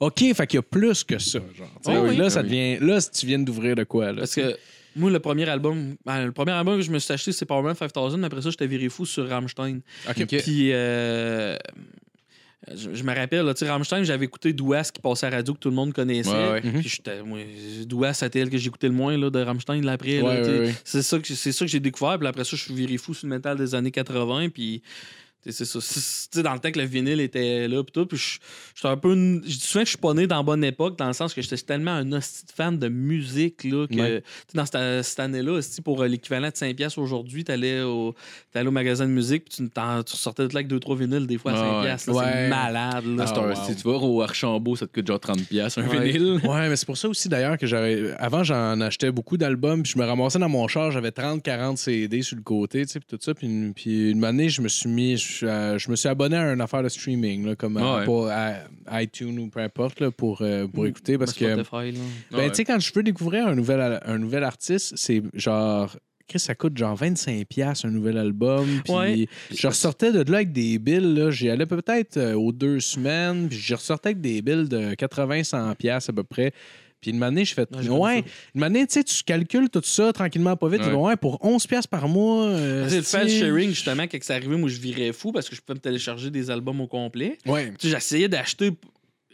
OK, fait qu'il y a plus que ça. Genre, Tu sais, Ah oui. Là, Ah ça oui. devient. Là, si tu viens d'ouvrir de quoi, là. Parce que moi, le premier album, ben, le premier album que je me suis acheté, c'est Powerman 5000, mais après ça, j'étais viré fou sur Rammstein. Ok. Puis, euh, je, je me rappelle, là, tu sais, Rammstein, j'avais écouté Douas qui passait à la radio que tout le monde connaissait. Ouais, ouais. Puis, j'étais- moi, Douas, c'était elle que j'écoutais le moins là, de Rammstein là, après. là, Ouais, tu sais. ouais, ouais. C'est ça que c'est ça que j'ai découvert. Puis après ça, je suis viré fou sur le métal des années 80. Puis tu sais, c'est ça. C'est- c'est- tu sais, dans le temps que le vinyle était là, puis tout. Puis je- j'étais un peu. une- Je dis souvent que je suis pas né dans la bonne époque, dans le sens que j'étais tellement un hostie de fan de musique là, que Ouais. tu sais, dans cette, cette année-là, hostie, pour euh, l'équivalent de 5$ piastres aujourd'hui, t'allais au, t'allais au magasin de musique, puis tu, t'en- tu sortais de là avec 2-3 vinyles des fois à Ah 5$. piastres, là. ouais. C'est malade. Là. Ah, c'est un- wow. Si tu vas au Archambault, ça te coûte genre 30$ un Ouais. vinyle. Ouais, mais c'est pour ça aussi d'ailleurs que j'avais. Avant, j'en achetais beaucoup d'albums, puis je me ramassais dans mon char, j'avais 30, 40 CD sur le côté, tu sais, puis tout ça. Puis une, puis une année, je me suis mis. Je, suis, euh, je me suis abonné à une affaire de streaming, là, comme à- Ouais. pour- à, iTunes ou peu importe, là, pour, euh, pour Mm. écouter. Parce que. Spotify, là. Ben, tu sais, quand je veux découvrir un nouvel, al- un nouvel artiste, c'est genre. Chris, ça coûte genre 25$ un nouvel album. Puis Ouais. je ressortais de là avec des billes. là. J'y allais peut-être euh, aux deux semaines. Puis je ressortais avec des billes de 80-100$ à peu près. Puis une année, je fais. Ouais, j'ai ouais. connu Une année, tu sais, tu calcules tout ça tranquillement, pas vite. Tu Ouais. dis, ouais, pour 11$ par mois. euh, Ah, C'est le si- file sharing, justement, quand c'est arrivé, moi, je virais fou parce que je pouvais me télécharger des albums au complet. Ouais. Tu sais, j'essayais d'acheter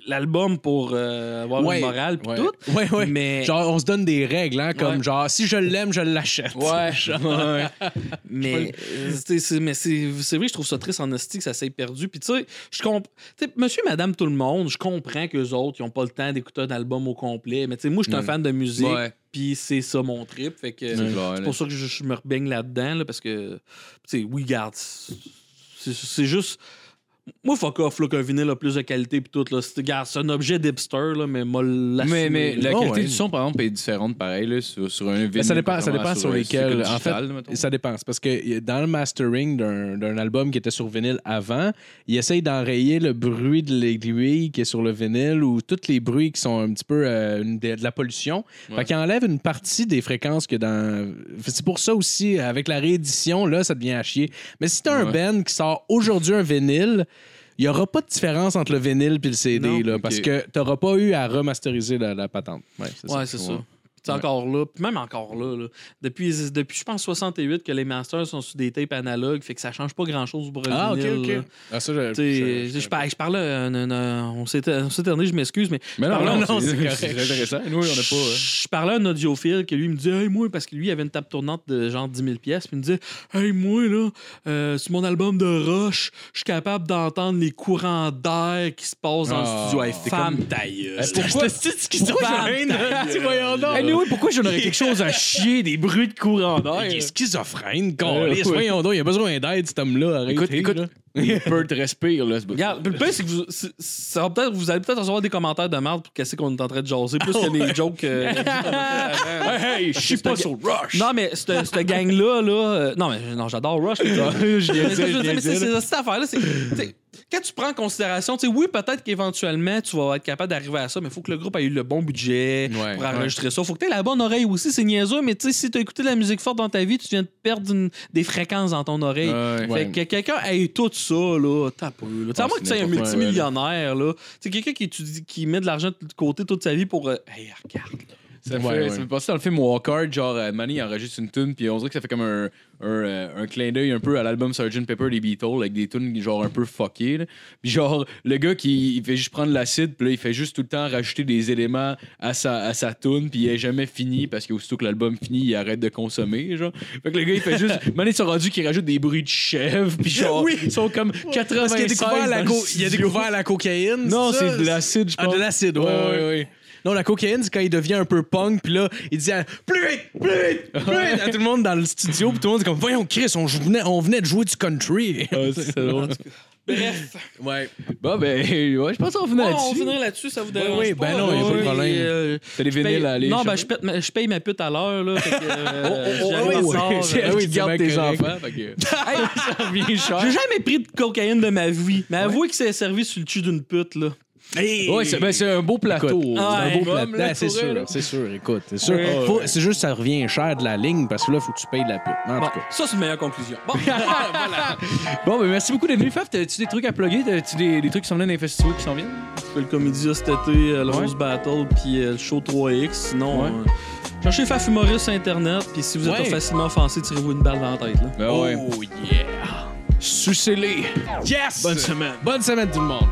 l'album pour euh, avoir Ouais, une morale pis ouais. tout. Ouais, ouais. Mais, Genre, on se donne des règles, hein, comme Ouais. genre, si je l'aime, je l'achète. Ouais, ouais. mais euh, c'est- c'est- mais c'est c'est vrai que je trouve ça triste en hostie que ça s'est perdu. Puis tu sais, je comprends. Monsieur, madame, tout le monde, je comprends qu'eux autres, ils n'ont pas le temps d'écouter un album au complet. Mais tu sais, moi, je suis un Mm. fan de musique, Ouais. puis c'est ça mon trip. Fait que C'est clair, c'est là. pour ça que je, je me rebaigne là-dedans, là, parce que, tu sais, oui, garde. C'est c'est juste. Moi, fuck off, là, qu'un vinyle a plus de qualité, puis tout, là. C'est- Garde, c'est un objet d'hipster, là, mais moi, Mais, mais la Oh, qualité ouais. du son, par exemple, est différente pareil là, sur, sur un vinyle. ça dépend- ça contrairement dépend à sur un lesquels. stick En digital, mettons. Ça dépend. C'est Parce que euh, dans le mastering d'un d'un album qui était sur vinyle avant, il essaye d'enrayer le bruit de l'aiguille qui est sur le vinyle ou tous les bruits qui sont un petit peu euh, une- de, de la pollution. Ouais. Fait qu'il enlève une partie des fréquences que dans. C'est pour ça aussi, avec la réédition, là, ça devient à chier. Mais si t'as Ouais. un band qui sort aujourd'hui un vinyle, il n'y aura pas de différence entre le vinyle et le CD, Non. là, Ok. parce que t'auras pas eu à remasteriser la, la patente. Ouais, c'est Ouais, c'est ça. Ouais. Puis t'es Ouais. encore là, puis même encore là. là. Depuis, depuis, je pense, 68 que les masters sont sur des tapes analogues, fait que ça change pas grand-chose pour le Ah, ok, vinyle, là. ok. Ah, ça, je- Tu sais, je- je, par- je parlais, euh, non, non, on s'est on s'est éterné, je m'excuse, mais Mais non, Ah, non, non, non, c'est c'est correct. c'est intéressant. Nous, on n'a pas. euh, je parlais à un audiophile que lui me dit Hey, moi, parce que lui, il avait une table tournante de genre 10 000 pièces, puis il me dit Hey, moi, là, euh, sur mon album de Roche, je suis capable d'entendre les courants d'air qui se passent dans Ah, le studio. Hey, t'es femme ta Euh, gueule. Euh, pourquoi- C'est ce qui se passe. Anyway, pourquoi j'en aurais quelque chose à chier des bruits de courant d'air? Il est schizophrène, Ouais. câlisse. Voyons donc, il a besoin d'aide, cet homme-là. Arrêtez, Écoute, écoute, là. il peut te respirer, euh, là, ce bout. Regarde, le pire, c'est que vous, c'est- ça va peut-être- vous allez peut-être recevoir des commentaires de merde pour qu'est-ce qu'on est en train de jaser, plus que des jokes. euh, Hey, hey, je suis pas sur Rush! Non, mais cette cette gang-là, là. euh, non, mais non, j'adore Rush. mais- je Mais c'est- je veux dire, mais c'est- c'est- cette affaire-là, c'est. tu sais, Quand tu prends en considération, tu sais, oui, peut-être qu'éventuellement, tu vas être capable d'arriver à ça, mais il faut que le groupe ait eu le bon budget Ouais, pour enregistrer ça. faut que tu aies la bonne oreille aussi, c'est niaiseux, mais tu sais, si tu as écouté de la musique forte dans ta vie, tu viens de perdre une- des fréquences dans ton oreille. Ouais. Fait que quelqu'un ait tout ça, là, t'as pas eu, là. Tu sais, à Ah, moins que c'est tu sois un n'importe quoi, multimillionnaire, là. Tu sais, quelqu'un qui étudie, qui met de l'argent de côté toute sa vie pour. euh, hey, regarde. Ça fait, Ouais, ouais. ça fait passer dans le film Walker, genre euh, Manny enregistre une tune, puis on dirait que ça fait comme un, un, euh, un clin d'œil un peu à l'album Sgt Pepper des Beatles avec des tunes genre un peu fuckées. là. Puis genre le gars qui il fait juste prendre l'acide, puis là il fait juste tout le temps rajouter des éléments à sa à sa tune, puis il est jamais fini parce qu'aussitôt que l'album finit, il arrête de consommer, genre. Fait que le gars il fait juste Manny sont rendu qu'il rajoute des bruits de chèvre, puis genre Oui. ils sont comme 96 Parce qu'il a découvert, la, dans le co- il a studio. découvert la cocaïne. Non, ça? c'est de l'acide, je Ah, pense. de l'acide, ouais, Ouais, ouais, ouais. Non, la cocaïne, c'est quand il devient un peu punk, puis là, il dit à- plus vite, plus vite, plus vite à tout le monde dans le studio, puis tout le monde est comme voyons, Chris, on jou- venait, on venait de jouer du country. Ah, c'est drôle. Bref, ouais. Bon ben ouais, je pense qu'on finit bon, on là-dessus. finirait là-dessus, ça vous dérange oui, pas? ben non, y a pas de Oui, problème. euh, T'as les Je paye- vinyles à aller. non, ben, chercher. je, pète ma- je paye ma pute à l'heure, là. Fait que, euh, oh, j'arrive oh, en retard, ouais, euh, c'est- Ah oui, qui tu gardes bien tes correct. enfants. fait que- ça revient cher. J'ai jamais pris de cocaïne de ma vie, mais avouez que c'est servi sur le cul d'une pute, là. Hey! Ouais, c'est ben, c'est un beau plateau. Écoute, ah, C'est un Ouais, beau plat- Comme la Ah, C'est forêt, sûr, là. c'est sûr, écoute, c'est sûr. Ouais. Faut- C'est juste que ça revient cher de la ligne parce que là, faut que tu payes de la pute. Mais En Bon, tout cas. ça, c'est une meilleure conclusion. Bon, voilà. Bon, ben, merci beaucoup d'être venu. Faf, t'as-tu des trucs à plugger? T'as-tu des, des trucs qui s'en viennent dans les festivals qui s'en viennent? Je fais le comédia cet été, euh, le Ouais. Rose Battle, puis euh, le show 3X. Sinon, Ouais. euh, cherchez Faf Humoriste sur Internet, puis si vous êtes Ouais. facilement offensé, tirez-vous une balle dans la tête, là. Ah Ben ouais. Oh yeah! Sucez-les. Yes! Bonne semaine. Bonne semaine tout le monde!